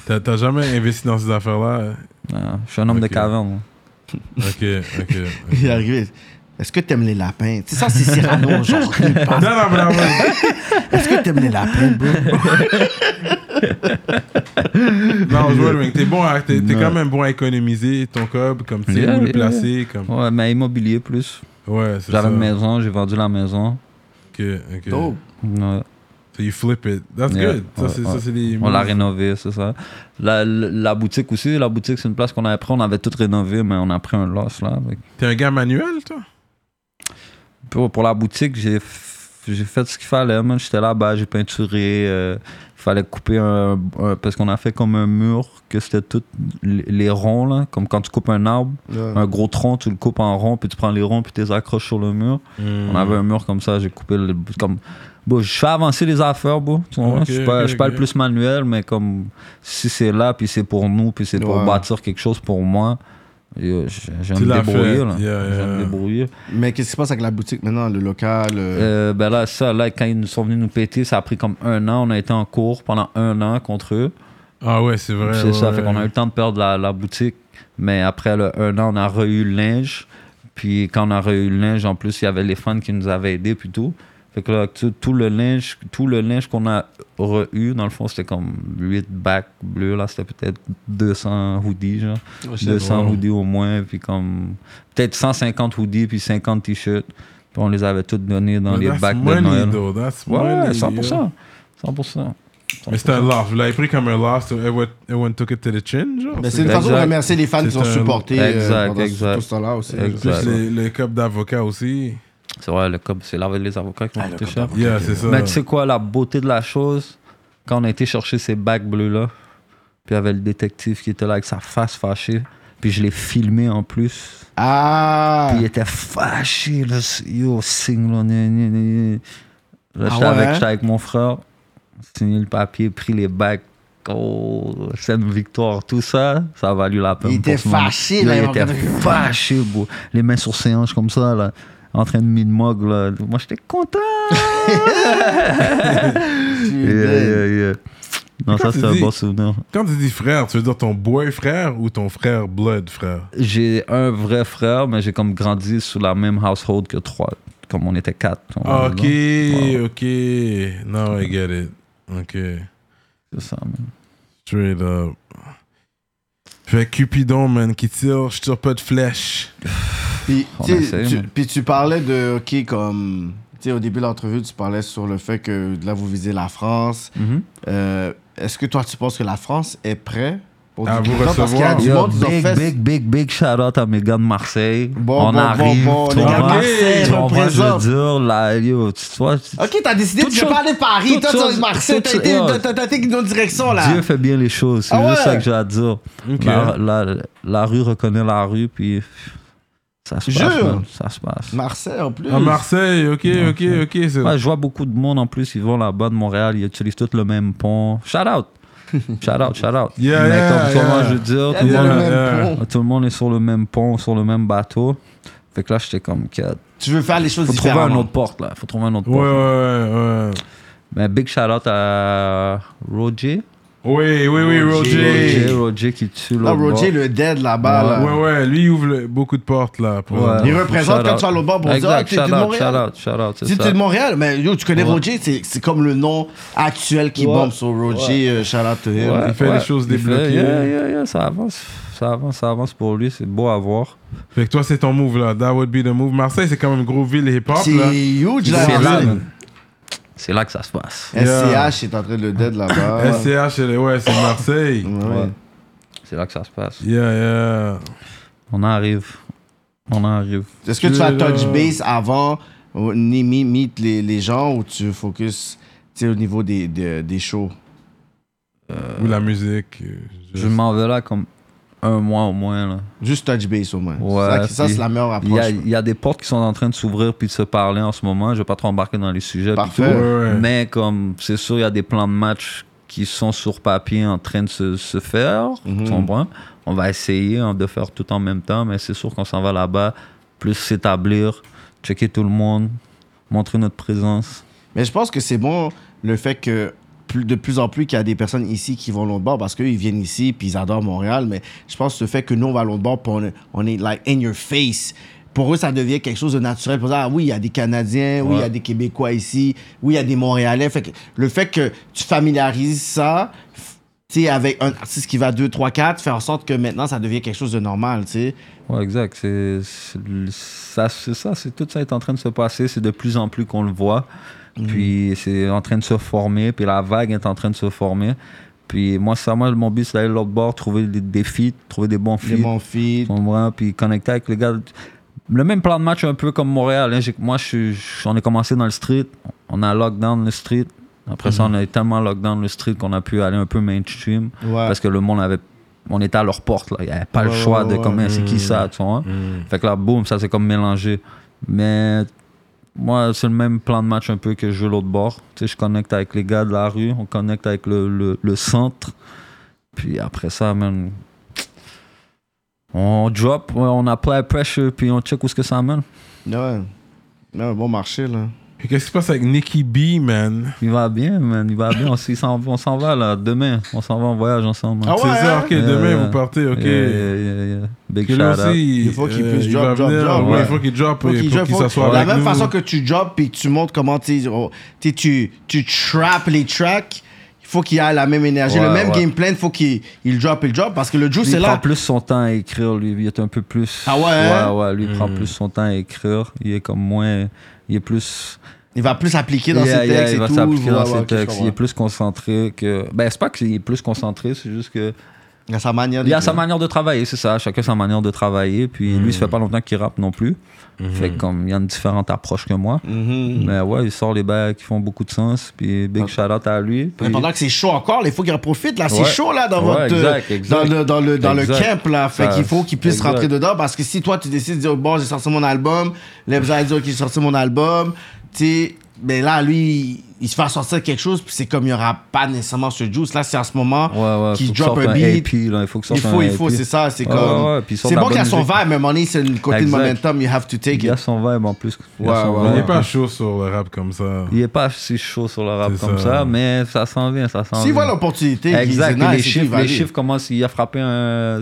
Speaker 1: T'as t'as jamais investi dans ces affaires-là
Speaker 3: Non, Ah, je suis un homme
Speaker 1: Ok.
Speaker 3: de caverne. moi.
Speaker 1: Ok, ok.
Speaker 2: Il est arrivé. Est-ce que t'aimes les lapins? Tu sais, ça, c'est Cyrano, genre. nulle part.
Speaker 1: non, non, non, non.
Speaker 2: Est-ce que t'aimes les lapins, bro?
Speaker 1: Non, je vois le mec. T'es bon, à- t'es t'es
Speaker 3: Non.
Speaker 1: quand même bon à économiser ton cob, comme tu sais
Speaker 3: Yeah,
Speaker 1: où le
Speaker 3: yeah, Oh.
Speaker 1: placer, comme.
Speaker 3: Ouais, mais immobilier plus.
Speaker 1: Ouais, c'est ça.
Speaker 3: J'avais une maison, j'ai vendu la maison.
Speaker 1: Ok, ok.
Speaker 2: Dope.
Speaker 3: Ouais.
Speaker 1: So you flip it. That's
Speaker 3: Yeah.
Speaker 1: good. Ça,
Speaker 3: Ouais,
Speaker 1: c'est
Speaker 3: ouais.
Speaker 1: ça, c'est des.
Speaker 3: On l'a rénovée, c'est ça. La, la- la boutique aussi, la boutique, c'est une place qu'on avait pris. On avait tout rénové, mais on a pris un loss là. Fait que-
Speaker 1: T'es un gars manuel, toi
Speaker 3: Pour, pour la boutique, j'ai f- j'ai fait ce qu'il fallait. man. J'étais là-bas, j'ai peinturé. euh, Il fallait couper un, un- Parce qu'on a fait comme un mur, que c'était tout les les ronds, là, comme quand tu coupes un arbre. Un gros tronc, tu le coupes en rond, puis tu prends les ronds, puis tu les accroches sur le mur. On
Speaker 1: Mhm.
Speaker 3: avait un mur comme ça, j'ai coupé le. Comme, bon, je fais avancer les affaires, bon. tu comprends?
Speaker 1: Ok,
Speaker 3: je suis pas,
Speaker 1: ok,
Speaker 3: je suis pas
Speaker 1: ok.
Speaker 3: le plus manuel, mais comme si c'est là, puis c'est pour nous, puis c'est pour
Speaker 2: Ouais.
Speaker 3: bâtir quelque chose pour moi, yo, j- j'aime
Speaker 1: Tu
Speaker 3: me
Speaker 1: l'as
Speaker 3: débrouiller.
Speaker 1: fait.
Speaker 3: Là.
Speaker 1: Yeah, yeah,
Speaker 3: J'aime me
Speaker 1: yeah.
Speaker 3: débrouiller.
Speaker 2: Mais qu'est-ce qui se passe avec la boutique maintenant, le local? euh,
Speaker 3: Euh, ben là, ça, là, quand ils nous sont venus nous péter, ça a pris comme un an. On a été en cours pendant un an contre eux.
Speaker 1: Ah ouais, c'est vrai.
Speaker 3: C'est
Speaker 1: ouais,
Speaker 3: ça,
Speaker 1: ouais.
Speaker 3: fait qu'on a eu le temps de perdre la, la boutique, mais après le un an, on a re-eu le linge. Puis quand on a re-eu le linge, en plus, il y avait les fans qui nous avaient aidés, puis tout. Fait que là, tout, tout le linge, tout le linge qu'on a re-eu, dans le fond, c'était comme 8 bacs bleus, là, c'était peut-être 200 hoodies, genre. 200 hoodies au moins, puis comme peut-être 150 hoodies, puis 50 t-shirts. Puis on les avait tous donnés dans
Speaker 1: But
Speaker 3: les
Speaker 1: that's
Speaker 3: bacs de
Speaker 1: money,
Speaker 3: Noël.
Speaker 1: though. That's
Speaker 3: Ouais,
Speaker 1: money,
Speaker 3: ouais,
Speaker 1: yeah.
Speaker 3: 100%. 100%.
Speaker 1: Mais c'était un loss. Vous l'avez pris comme un loss. So everyone, everyone took it to the chin, genre.
Speaker 2: ben, c'est une
Speaker 3: Exact.
Speaker 2: façon de remercier les fans qui
Speaker 1: C'est
Speaker 2: ont
Speaker 1: un-
Speaker 2: supporté euh,
Speaker 3: Exact,
Speaker 2: pendant
Speaker 3: exact.
Speaker 2: tout ce temps-là aussi.
Speaker 3: Exact.
Speaker 1: Plus les, les copes d'avocats aussi.
Speaker 3: C'est vrai, le cop, c'est laver les avocats qui
Speaker 2: Ah,
Speaker 3: m'ont
Speaker 2: le
Speaker 3: coûté
Speaker 2: cop
Speaker 3: cher.
Speaker 1: Yeah, c'est
Speaker 2: Euh.
Speaker 1: ça.
Speaker 3: Mais tu sais quoi, la beauté de la chose, quand on a été chercher ces bacs bleus-là, puis il y avait le détective qui était là avec sa face fâchée, puis je l'ai filmé en plus.
Speaker 2: Ah!
Speaker 3: Puis il était fâché, là. Yo, signe, là. gna, gna, gna. Là,
Speaker 2: Ah
Speaker 3: j'étais
Speaker 2: ouais,
Speaker 3: avec,
Speaker 2: hein?
Speaker 3: j'étais avec mon frère. signé le papier, pris les bacs. Oh, scène victoire, tout ça, ça a valu la peine.
Speaker 2: Il était
Speaker 3: pour ce moment.
Speaker 2: fâché,
Speaker 3: Là,
Speaker 2: là,
Speaker 3: il
Speaker 2: mon
Speaker 3: était
Speaker 2: gars.
Speaker 3: fâché, bro. Les mains sur ses hanches comme ça, là, en train de mid mog là. Moi, j'étais content. Yeah, yeah, yeah. Non,
Speaker 1: Pourquoi
Speaker 3: ça,
Speaker 1: tu
Speaker 3: c'est un
Speaker 1: dis-
Speaker 3: bon souvenir.
Speaker 1: Quand tu dis frère, tu veux dire ton boy frère ou ton frère blood frère
Speaker 3: J'ai un vrai frère, mais j'ai comme grandi sous la même household que trois. Comme on était quatre. on
Speaker 1: Ah,
Speaker 3: va
Speaker 1: Ok,
Speaker 3: dire.
Speaker 1: ok. Now I get it. Ok.
Speaker 3: C'est ça, man.
Speaker 1: Straight up. Fait Cupidon, man, qui tire, je tire pas de flèche.
Speaker 2: Puis,
Speaker 3: On
Speaker 2: tu sais,
Speaker 3: essaie,
Speaker 2: tu-
Speaker 3: mais-
Speaker 2: puis tu parlais de, OK, comme, tu sais, au début de l'entrevue, tu parlais sur le fait que là, vous visez la France.
Speaker 3: Mhm.
Speaker 2: Euh, Est-ce que toi, tu penses que la France est prête pour
Speaker 1: À
Speaker 2: du
Speaker 1: vous
Speaker 2: Clinton? Parce qu'il y a
Speaker 1: recevoir.
Speaker 2: du monde,
Speaker 3: Yo,
Speaker 2: ils ont
Speaker 3: big,
Speaker 2: fait...
Speaker 3: big, big, big shout out à mes gars de Marseille.
Speaker 2: Bon,
Speaker 3: on
Speaker 2: bon,
Speaker 3: arrive.
Speaker 2: bon, bon,
Speaker 3: tu
Speaker 2: les gars de
Speaker 3: vois,
Speaker 2: Marseille
Speaker 3: tu vois, je
Speaker 2: représentent.
Speaker 3: veux dire, là, yo, tu vois, tu-
Speaker 2: OK, t'as décidé de
Speaker 3: Toute
Speaker 2: ne
Speaker 3: chose-
Speaker 2: pas aller Paris.
Speaker 3: toute
Speaker 2: Toi, tu
Speaker 3: chose-
Speaker 2: as Marseille.
Speaker 3: toute
Speaker 2: T'as été
Speaker 3: chose-
Speaker 2: t'as- t'as- t'as été une autre direction, là.
Speaker 3: Dieu fait bien les choses. C'est
Speaker 2: Ah
Speaker 3: juste
Speaker 2: ouais?
Speaker 3: ça que j'ai à dire. La, la- la rue reconnaît la rue, puis ça se passe.
Speaker 2: Jure.
Speaker 3: man, Ça se passe.
Speaker 2: Marseille, en plus.
Speaker 1: À Marseille, ok, ok, ok. c'est-
Speaker 3: Ouais, je vois beaucoup de monde en plus, ils vont là-bas de Montréal, ils utilisent tous le même pont. Shout out! Shout out, shout out.
Speaker 1: Yeah,
Speaker 3: Mais
Speaker 1: yeah,
Speaker 3: comme comment
Speaker 1: yeah.
Speaker 3: je veux dire,
Speaker 2: Il y a
Speaker 3: tout, le
Speaker 2: le euh,
Speaker 3: monde,
Speaker 2: même
Speaker 1: yeah.
Speaker 2: pont.
Speaker 3: tout le monde est sur le même pont, sur le même bateau. Fait que là, j'étais comme, Cat,
Speaker 2: Tu veux faire les choses
Speaker 3: faut trouver un
Speaker 2: différemment.
Speaker 3: autre porte là, faut trouver un autre
Speaker 1: Ouais, ouais,
Speaker 3: porte.
Speaker 1: ouais. ouais.
Speaker 3: Mais big shout out à Roger.
Speaker 1: Oui, oui, oui,
Speaker 3: Roger,
Speaker 1: Roger.
Speaker 3: Roger qui tue
Speaker 2: Là,
Speaker 3: l'autre
Speaker 2: Ah, Roger,
Speaker 3: bord.
Speaker 2: le dead là-bas, là.
Speaker 1: Ouais, ouais, lui, il ouvre le- beaucoup de portes, là. pour
Speaker 3: Ouais.
Speaker 2: Il
Speaker 3: Faut
Speaker 2: représente
Speaker 3: shout
Speaker 2: quand
Speaker 3: out.
Speaker 2: tu vas là-bas pour dire,
Speaker 3: Exact,
Speaker 2: Ah, t'es- t'es
Speaker 3: shout
Speaker 2: de
Speaker 3: out,
Speaker 2: Montréal.
Speaker 3: shout out, shout out, c'est
Speaker 2: Si
Speaker 3: ça.
Speaker 2: tu es de Montréal, mais yo, tu connais
Speaker 3: Ouais.
Speaker 2: Roger, c'est c'est comme le nom actuel qui
Speaker 3: Ouais.
Speaker 2: bombe sur Roger, euh, shout out to him.
Speaker 3: Ouais,
Speaker 1: il fait les choses
Speaker 3: il fait-
Speaker 1: débloquées.
Speaker 3: yeah, yeah, yeah, ça avance, ça avance, ça avance pour lui, c'est beau à voir.
Speaker 1: Fait que toi, c'est ton move, là. That would be the move. Marseille, c'est quand même une grosse ville hip-hop,
Speaker 2: C'est
Speaker 1: là.
Speaker 2: huge là.
Speaker 3: C'est là,
Speaker 2: Roger.
Speaker 3: man. C'est là que ça se passe.
Speaker 1: Yeah.
Speaker 2: SCH est en train de le dead là-bas.
Speaker 1: SCH, elle est- ouais, c'est Marseille.
Speaker 2: Ouais.
Speaker 3: Ouais. C'est là que ça se passe.
Speaker 1: Yeah, yeah.
Speaker 3: On arrive. On arrive.
Speaker 2: Est-ce que tu
Speaker 1: Je-
Speaker 2: vas touch base avant euh, ni mi- meet les, les gens ou tu focus tu sais, au niveau des, des, des shows?
Speaker 1: Ou la musique. euh,
Speaker 3: Je m'en vais là comme un mois au moins. là.
Speaker 2: Juste touch base au moins.
Speaker 3: Ouais,
Speaker 2: ça, ça,
Speaker 3: puis
Speaker 2: c'est la meilleure
Speaker 3: Il y, a,
Speaker 2: approche.
Speaker 3: il y a des portes qui sont en train de s'ouvrir puis de se parler en ce moment. Je vais pas trop embarquer dans les sujets. puis
Speaker 2: Parfait.
Speaker 3: tout.
Speaker 1: Ouais, ouais.
Speaker 3: Mais comme c'est sûr, il y a des plans de match qui sont sur papier en train de se, se faire.
Speaker 2: Mhm.
Speaker 3: tu comprends? On va essayer hein, de faire tout en même temps, mais c'est sûr qu'on s'en va là-bas, plus s'établir, checker tout le monde, montrer notre présence.
Speaker 2: Mais je pense que c'est bon le fait que plus, de plus en plus qu'il y a des personnes ici qui vont l'autre bord parce qu'eux, ils viennent ici puis ils adorent Montréal. Mais je pense que le fait que nous, on va à l'autre bord puis on, est- on est like in your face. Pour eux, ça devient quelque chose de naturel. Pour dire, ah oui, il y a des Canadiens, oui, il y a
Speaker 3: Ouais.
Speaker 2: des Québécois ici, oui, il y a des Montréalais. Fait que le fait que tu familiarises ça, f- tu sais, avec un artiste qui va 2, 3, 4, fait en sorte que maintenant, ça devient quelque chose de normal, tu sais.
Speaker 3: Ouais, exact. C'est c'est- ça, c'est ça, c'est tout ça est en train de se passer. C'est de plus en plus qu'on le voit.
Speaker 2: Mm.
Speaker 3: Puis c'est en train de se former. Puis la vague est en train de se former. Puis moi, ça, moi, mon but, c'est d'aller de l'autre bord, trouver des, des feats, trouver des bons
Speaker 2: Les
Speaker 3: feats.
Speaker 2: mon
Speaker 3: Tu comprends? Puis connecter avec les gars. Le même plan de match un peu comme Montréal. hein. J'ai- Moi, je, suis- je- on est commencé dans le street. On a lockdown le street. Après
Speaker 2: Mm-hmm.
Speaker 3: ça, on a eu tellement lockdown le street qu'on a pu aller un peu mainstream.
Speaker 2: Ouais.
Speaker 3: Parce que le monde avait. On était à leur porte, là. Il n'y avait pas le
Speaker 2: Ouais,
Speaker 3: choix
Speaker 2: ouais,
Speaker 3: de
Speaker 2: ouais. Mm-hmm.
Speaker 3: comment c'est qui ça, tu vois.
Speaker 1: Mm.
Speaker 3: Fait que là, boum, ça c'est comme mélangé. Mais moi, c'est le même plan de match un peu que je joue l'autre bord. Tu sais, je connecte avec les gars de la rue, on connecte avec le, le, le centre. Puis après ça, man, on drop, ouais, on apply pressure, puis on check où ce que ça amène.
Speaker 2: Ouais. Ouais, bon marché, là.
Speaker 1: Et Qu'est-ce qui se passe avec Nicky B, man?
Speaker 3: Il va bien, man, il va bien. On, s'y- s'en- on s'en va, là, demain. On s'en va en voyage ensemble. man.
Speaker 2: Ah ouais,
Speaker 1: C'est ça, ok,
Speaker 3: hein?
Speaker 1: demain,
Speaker 3: Yeah,
Speaker 1: vous partez, ok.
Speaker 3: Yeah, yeah, yeah, yeah. Big
Speaker 1: Que lui
Speaker 3: shout out.
Speaker 1: aussi,
Speaker 2: Il faut qu'il
Speaker 1: euh,
Speaker 2: puisse
Speaker 1: il
Speaker 2: drop,
Speaker 1: va
Speaker 2: drop,
Speaker 1: venir.
Speaker 2: drop,
Speaker 1: Ouais,
Speaker 3: ouais.
Speaker 1: il faut qu'il drop,
Speaker 2: Faut
Speaker 1: il
Speaker 2: qu'il
Speaker 1: faut
Speaker 2: joue-
Speaker 1: qu'il
Speaker 2: faut-
Speaker 1: s'assoie
Speaker 2: de la
Speaker 1: avec
Speaker 2: même
Speaker 1: nous.
Speaker 2: façon que tu jobs puis que tu montres comment t'sais, oh, t'sais, tu, tu trappes les tracks, il faut qu'il ait la même énergie, le
Speaker 3: Ouais,
Speaker 2: même
Speaker 3: ouais.
Speaker 2: game plan, faut qu'il il drop et le drop parce que le juice
Speaker 3: Lui,
Speaker 2: c'est
Speaker 3: il prend
Speaker 2: là.
Speaker 3: plus son temps à écrire, lui. Il est un peu plus.
Speaker 2: Ah ouais, hein?
Speaker 3: Ouais, ouais, lui, il prend plus son temps à écrire. Il est comme moins. Il est plus.
Speaker 2: Il va plus appliquer dans
Speaker 3: Yeah,
Speaker 2: ses
Speaker 3: yeah,
Speaker 2: textes
Speaker 3: il va
Speaker 2: et tout.
Speaker 3: s'appliquer
Speaker 2: Ouais,
Speaker 3: dans
Speaker 2: ouais,
Speaker 3: ses
Speaker 2: ok, je
Speaker 3: textes. Il est
Speaker 2: comprends.
Speaker 3: plus concentré que. Ben, c'est pas qu'il est plus concentré, c'est juste que.
Speaker 2: Il a sa manière.
Speaker 3: Il y a
Speaker 2: d'écrire.
Speaker 3: sa manière de travailler, c'est ça. Chacun sa manière de travailler. Puis lui, ça fait pas longtemps qu'il rappe non plus. Fait que comme il y a une différente approche que moi.
Speaker 2: Mhm.
Speaker 3: Mais ouais, il sort les bails qui font beaucoup de sens. Puis big shout out à lui.
Speaker 2: Mais
Speaker 3: Puis-
Speaker 2: pendant que c'est chaud encore, là, il faut qu'il en profite là. C'est
Speaker 3: Ouais.
Speaker 2: chaud là dans
Speaker 3: Ouais,
Speaker 2: votre,
Speaker 3: exact, exact.
Speaker 2: dans le dans le dans le
Speaker 3: Exact.
Speaker 2: camp là. Fait
Speaker 3: Ça-
Speaker 2: qu'il faut qu'il puisse
Speaker 3: exact.
Speaker 2: rentrer dedans parce que si toi tu décides de dire bon j'ai sorti mon album, les gens disent ok j'ai sorti mon album, tu sais, ben là lui il se fait sortir quelque chose, puis c'est comme il n'y aura pas nécessairement ce juice. Là, c'est en ce moment
Speaker 3: Ouais, ouais,
Speaker 2: qu'il
Speaker 3: faut que
Speaker 2: drop
Speaker 3: sorte
Speaker 2: un
Speaker 3: un
Speaker 2: beat.
Speaker 3: AP, là, il faut que sorte
Speaker 2: il faut,
Speaker 3: un
Speaker 2: il faut,
Speaker 3: AP.
Speaker 2: c'est ça. C'est
Speaker 3: Ouais,
Speaker 2: comme.
Speaker 3: ouais, puis il sort
Speaker 2: c'est
Speaker 3: de la
Speaker 2: bon qu'il y a
Speaker 3: bonne
Speaker 2: son vibe,
Speaker 3: musique.
Speaker 2: mais à un moment donné, c'est le côté
Speaker 3: Exact.
Speaker 2: de momentum, you have to take
Speaker 3: Il a
Speaker 2: it.
Speaker 3: son vibe en plus. Il
Speaker 2: Ouais,
Speaker 3: a son
Speaker 2: ouais,
Speaker 1: Il
Speaker 3: vibe.
Speaker 1: est pas chaud sur le rap comme ça.
Speaker 3: Il est pas si chaud sur le rap
Speaker 1: C'est
Speaker 3: comme
Speaker 1: ça.
Speaker 3: ça, mais ça s'en vient, ça s'en
Speaker 2: S'il
Speaker 3: vient.
Speaker 2: voit l'opportunité, qu'il
Speaker 3: Exact.
Speaker 2: dit,
Speaker 3: puis
Speaker 2: nice,
Speaker 3: les
Speaker 2: c'est qu'il
Speaker 3: chiffres,
Speaker 2: va
Speaker 3: les
Speaker 2: aller.
Speaker 3: chiffres commencent. Il a frappé un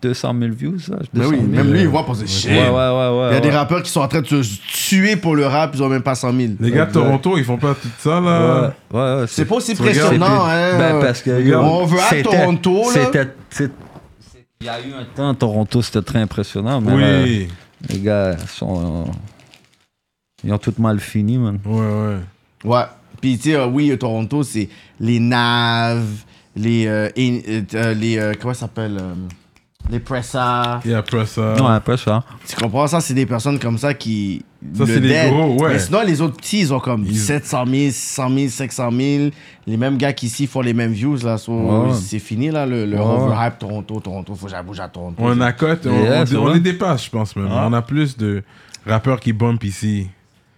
Speaker 3: 200 000 views. Ça,
Speaker 2: Mais oui,
Speaker 3: 200 000.
Speaker 2: même lui, il voit pour ce shit.
Speaker 3: Ouais, ouais, ouais.
Speaker 2: Il
Speaker 3: ouais,
Speaker 2: y
Speaker 1: Ah
Speaker 2: a des
Speaker 3: ouais.
Speaker 2: rappeurs qui sont en train de se tuer pour le rap, ils ont même pas 100 000.
Speaker 1: Les gars de
Speaker 3: Exact.
Speaker 1: Toronto, ils font pas tout ça
Speaker 3: Ouais,
Speaker 1: là.
Speaker 3: ouais, ouais,
Speaker 2: C'est pas aussi
Speaker 1: Tu regardes,
Speaker 2: impressionnant,
Speaker 1: puis-
Speaker 2: hein.
Speaker 3: Ben, parce que, yo,
Speaker 2: on veut à
Speaker 3: c'était-
Speaker 2: Toronto, là.
Speaker 3: c'était- c'est- c'est- Il y a eu un temps, Toronto, c'était très impressionnant. Mais là,
Speaker 1: Oui.
Speaker 3: les gars, sont, euh, ils ont tout mal fini, man.
Speaker 1: Ouais, ouais.
Speaker 2: Ouais. Puis, tu sais, euh, oui, euh, Toronto, c'est les Naves, les. euh, in- euh, euh, les euh, comment ça s'appelle euh, Les Pressas.
Speaker 1: Et après ça.
Speaker 3: Non, après ça.
Speaker 2: Tu comprends ça C'est des personnes comme ça qui.
Speaker 1: Ça,
Speaker 2: le
Speaker 1: c'est des
Speaker 2: dead.
Speaker 1: gros, ouais.
Speaker 2: Mais sinon, les autres petits, ils ont comme
Speaker 1: Ils-
Speaker 2: 700 000, 600 000, 500 000. Les mêmes gars qu'ici font les mêmes views, là. So,
Speaker 3: Ouais.
Speaker 2: C'est fini, là, le, le
Speaker 3: Ouais.
Speaker 2: overhype Toronto, Toronto. Faut que j'aille bouger à Toronto.
Speaker 1: On accote, on,
Speaker 3: Yeah,
Speaker 1: on-
Speaker 3: c'est
Speaker 1: on
Speaker 3: vrai.
Speaker 1: les dépasse, je pense même.
Speaker 3: Ah.
Speaker 1: On a plus de rappeurs qui bump ici.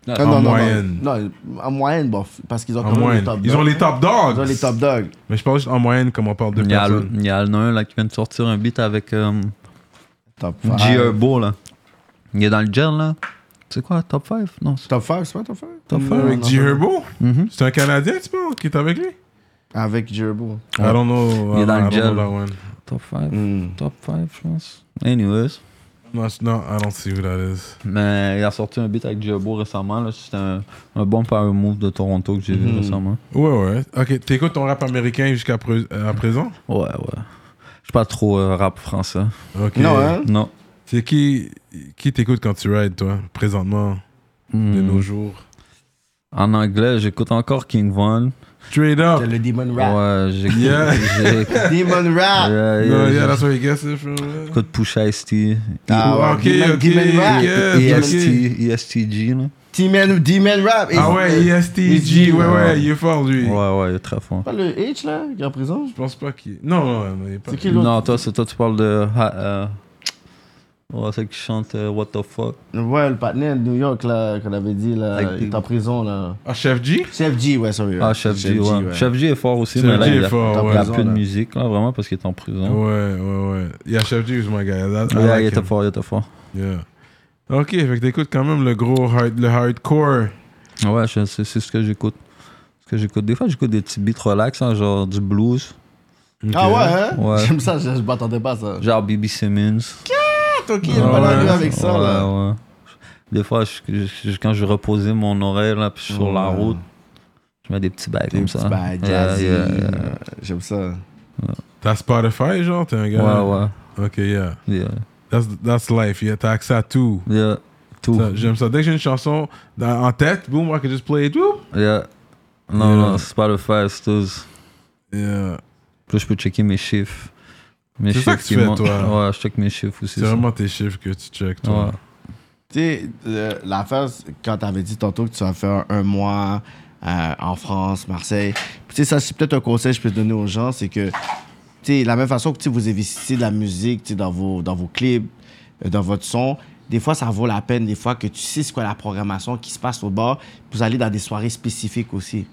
Speaker 2: Non, non,
Speaker 1: en
Speaker 2: non, non.
Speaker 1: moyenne.
Speaker 2: Non, en moyenne, bon, parce qu'ils ont
Speaker 1: En
Speaker 2: quand même les
Speaker 1: moyenne.
Speaker 2: top
Speaker 1: Ils ont
Speaker 2: dogs.
Speaker 1: les top dogs.
Speaker 2: Ils ont les top dogs.
Speaker 1: Mais je parle juste en moyenne, comme on parle de
Speaker 3: Il y a
Speaker 1: personnes.
Speaker 3: il y a un là qui vient de sortir un beat avec euh,
Speaker 2: Top
Speaker 3: G
Speaker 2: 5.
Speaker 3: Herbo là. Il est dans le gel là. C'est quoi, top 5 Non, c'est
Speaker 2: Top 5, c'est pas top 5
Speaker 3: top 5.
Speaker 1: Avec
Speaker 2: Non,
Speaker 1: G
Speaker 2: non,
Speaker 1: Herbo
Speaker 3: Mhm.
Speaker 1: C'est un Canadien, tu penses, qui est avec lui
Speaker 2: Avec Jerbo.
Speaker 1: I don't know.
Speaker 3: Il
Speaker 1: I
Speaker 3: est dans le
Speaker 1: don't
Speaker 3: gel.
Speaker 1: know that one.
Speaker 3: Top 5. Top 5, je pense. Anyways.
Speaker 1: No, it's not- I don't see who that is.
Speaker 3: Mais il a sorti un beat avec Jobo récemment. là. C'était un, un bon power move de Toronto que j'ai vu récemment.
Speaker 1: Ouais, ouais. Ok, t'écoutes ton rap américain jusqu'à pré- à présent
Speaker 3: Ouais, ouais. Je suis pas trop euh, rap français.
Speaker 1: Ok.
Speaker 2: Non, hein?
Speaker 3: Non.
Speaker 1: C'est qui qui t'écoute quand tu rides, toi, présentement, de
Speaker 3: Hmm.
Speaker 1: nos jours
Speaker 3: En anglais, j'écoute encore King Von.
Speaker 1: Straight up.
Speaker 2: C'est le Demon Rap.
Speaker 3: Ouais, j'écoute.
Speaker 1: Yeah.
Speaker 3: j'écoute-
Speaker 2: Demon Rap.
Speaker 3: yeah,
Speaker 1: No,
Speaker 3: yeah,
Speaker 1: yeah, that's where you guess it from.
Speaker 3: J'écoute Pusha E ST.
Speaker 2: Ah ouais,
Speaker 1: ok,
Speaker 2: Demon-
Speaker 1: ok.
Speaker 2: Demon Rap.
Speaker 1: yeah, ok.
Speaker 3: EST, ESTG, là.
Speaker 2: Demon Demon Rap.
Speaker 1: Ah ouais, ESTG, ouais,
Speaker 3: Ouais.
Speaker 1: ouais, il est fort, lui.
Speaker 3: Ouais, ouais, il est très fort.
Speaker 2: Pas le H là, qui est en prison
Speaker 1: Je pense pas qu'il. Non, non, non, il est pas.
Speaker 2: C'est qui l'autre
Speaker 3: Non, toi, c'est toi, tu parles de. ah, euh, ouais, c'est qui chante euh, What the fuck.
Speaker 2: Ouais, le partenaire de New York là, qu'on avait dit là,
Speaker 3: Avec
Speaker 2: il est en prison là.
Speaker 1: Ah, Chef G
Speaker 2: Chef G, ouais, sorry.
Speaker 3: Ah, Chef G, ouais. Chef G est fort aussi,
Speaker 1: Chef
Speaker 3: mais là,
Speaker 1: G est
Speaker 3: il a,
Speaker 1: fort,
Speaker 3: il a
Speaker 1: ouais.
Speaker 3: plus
Speaker 2: Prison,
Speaker 3: de
Speaker 2: là.
Speaker 3: musique, là, vraiment, parce qu'il est en
Speaker 1: Ouais,
Speaker 3: prison. Ah,
Speaker 1: ouais, ouais. Yeah, Chef G is my guy. That- I
Speaker 3: Ouais,
Speaker 1: like
Speaker 3: il était
Speaker 1: him.
Speaker 3: fort, il était fort.
Speaker 1: Yeah. Ok, fait que t'écoutes quand même le gros hard, le hardcore.
Speaker 3: Ouais, je- c'est c'est ce que j'écoute. Ce que j'écoute. Des fois, j'écoute des petits beats relax, hein, genre du blues,
Speaker 2: Ah ouais, hein
Speaker 3: Ouais.
Speaker 2: J'aime ça, je, je m'attendais pas à ça.
Speaker 3: genre B.B. Simmons.
Speaker 2: J'ai ok,
Speaker 3: Ouais,
Speaker 2: je m'attendais avec ça
Speaker 3: ouais,
Speaker 2: là.
Speaker 3: ouais. Des fois, je- je- je- quand je reposais mon oreille là, puis je suis sur la
Speaker 2: Ouais.
Speaker 3: route, je mets des petits bails comme
Speaker 2: Des
Speaker 3: ça.
Speaker 2: petits bails jazzy,
Speaker 3: Yeah, yeah, yeah.
Speaker 2: euh, J'aime ça.
Speaker 1: T'as Spotify, genre, t'es un gars.
Speaker 3: Ouais,
Speaker 1: Ok, yeah.
Speaker 3: ouais. Yeah,
Speaker 1: That's, that's life, yeah. T'as accès à tout.
Speaker 3: yeah. Tout.
Speaker 1: Ça, J'aime ça. Dès que j'ai une chanson dans- en tête, boom, I can just play it. Whoop.
Speaker 3: Yeah. Non,
Speaker 1: Yeah.
Speaker 3: non, Spotify, c'est tout.
Speaker 1: Yeah.
Speaker 3: Là, je peux checker mes chiffres. Mes
Speaker 1: C'est ça que tu
Speaker 3: qui
Speaker 1: fais,
Speaker 3: montent.
Speaker 1: toi.
Speaker 3: Ouais, je check mes chiffres aussi.
Speaker 1: C'est
Speaker 3: ça.
Speaker 1: vraiment tes chiffres que tu check, toi.
Speaker 3: Ouais.
Speaker 2: Tu sais, euh, l'affaire, c'est quand t'avais dit tantôt que tu vas faire un mois euh, en France, Marseille, Puis tu sais, ça, c'est peut-être un conseil que je peux donner aux gens, c'est que, tu sais, la même façon que tu sais, vous investissez de la musique, tu sais, dans vos, dans vos clips, euh, dans votre son, des fois, ça vaut la peine, des fois, que tu sais ce qu'est la programmation qui se passe au bar, puis vous allez dans des soirées spécifiques aussi.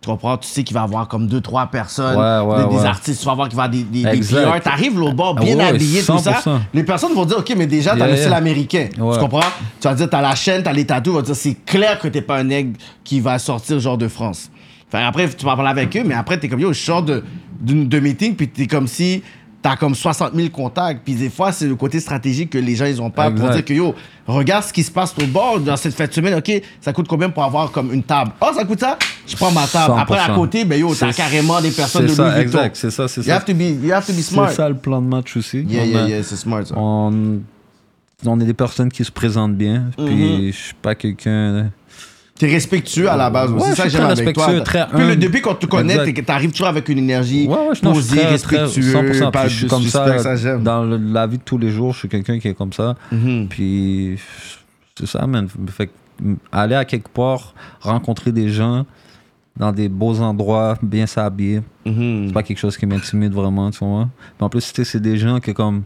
Speaker 2: Tu comprends? Tu sais qu'il va y avoir comme deux, trois personnes,
Speaker 3: Ouais, ouais,
Speaker 2: des, des
Speaker 3: ouais.
Speaker 2: artistes, tu vas voir qu'il va y avoir des, des, des
Speaker 3: Exact. Ah
Speaker 2: PR. T'arrives au bar bien
Speaker 3: Ouais,
Speaker 2: habillé, tout ça.
Speaker 3: 100%.
Speaker 2: Les personnes vont dire, OK, mais déjà, t'as
Speaker 3: Yeah,
Speaker 2: le
Speaker 3: yeah.
Speaker 2: style américain.
Speaker 3: Ouais.
Speaker 2: Tu comprends? Ah. Tu vas dire, t'as la chaîne, t'as les tatous, on va dire, c'est clair que t'es pas un nègre qui va sortir genre de France. Enfin, après, tu vas parler avec eux, mais après, t'es comme, yo, je sors de, d'une- de meeting, puis t'es comme si t'as comme 60 000 contacts. Puis des fois, c'est le côté stratégique que les gens, ils ont pas pour
Speaker 3: Exact.
Speaker 2: dire que, yo, regarde ce qui se passe au bord dans cette fête de semaine, OK, ça coûte combien pour avoir comme une table? Oh, ça coûte ça? Je prends ma table. Après, à
Speaker 3: 100%.
Speaker 2: côté, ben yo, t'as
Speaker 3: C'est-
Speaker 2: carrément des personnes de
Speaker 3: c'est ça,
Speaker 2: Louis Vuitton.
Speaker 3: exact, c'est ça, c'est
Speaker 2: You
Speaker 3: ça.
Speaker 2: have to be, you have to be
Speaker 3: C'est
Speaker 2: smart.
Speaker 3: ça le plan de match aussi.
Speaker 2: Yeah,
Speaker 3: on,
Speaker 2: yeah,
Speaker 3: a-
Speaker 2: yeah, c'est smart, ça.
Speaker 3: On, on est des personnes qui se présentent bien.
Speaker 2: Mm-hmm.
Speaker 3: Puis je suis pas quelqu'un.
Speaker 2: T'es respectueux à la base
Speaker 3: Ouais,
Speaker 2: aussi.
Speaker 3: je
Speaker 2: ça que
Speaker 3: suis
Speaker 2: j'aime
Speaker 3: très
Speaker 2: avec toi.
Speaker 3: respectueux, très
Speaker 2: Puis le
Speaker 3: humble.
Speaker 2: depuis qu'on te connaît,
Speaker 3: Exact.
Speaker 2: t'es- t'arrives toujours avec une énergie
Speaker 3: Ouais, ouais, je non, je suis
Speaker 2: posée,
Speaker 3: très, très,
Speaker 2: respectueuse,
Speaker 3: 100%,
Speaker 2: pas
Speaker 3: puis je suis
Speaker 2: de
Speaker 3: comme
Speaker 2: suspect,
Speaker 3: ça.
Speaker 2: j'aime.
Speaker 3: dans le- la vie de tous les jours, je suis quelqu'un qui est comme ça.
Speaker 2: Mhm.
Speaker 3: Puis c'est ça, man. Fait que, m- aller à quelque part, rencontrer des gens dans des beaux endroits, bien s'habiller, c'est
Speaker 2: Mhm.
Speaker 3: pas quelque chose qui m'intimide vraiment, tu vois. Puis en plus, tu sais, c'est des gens que comme.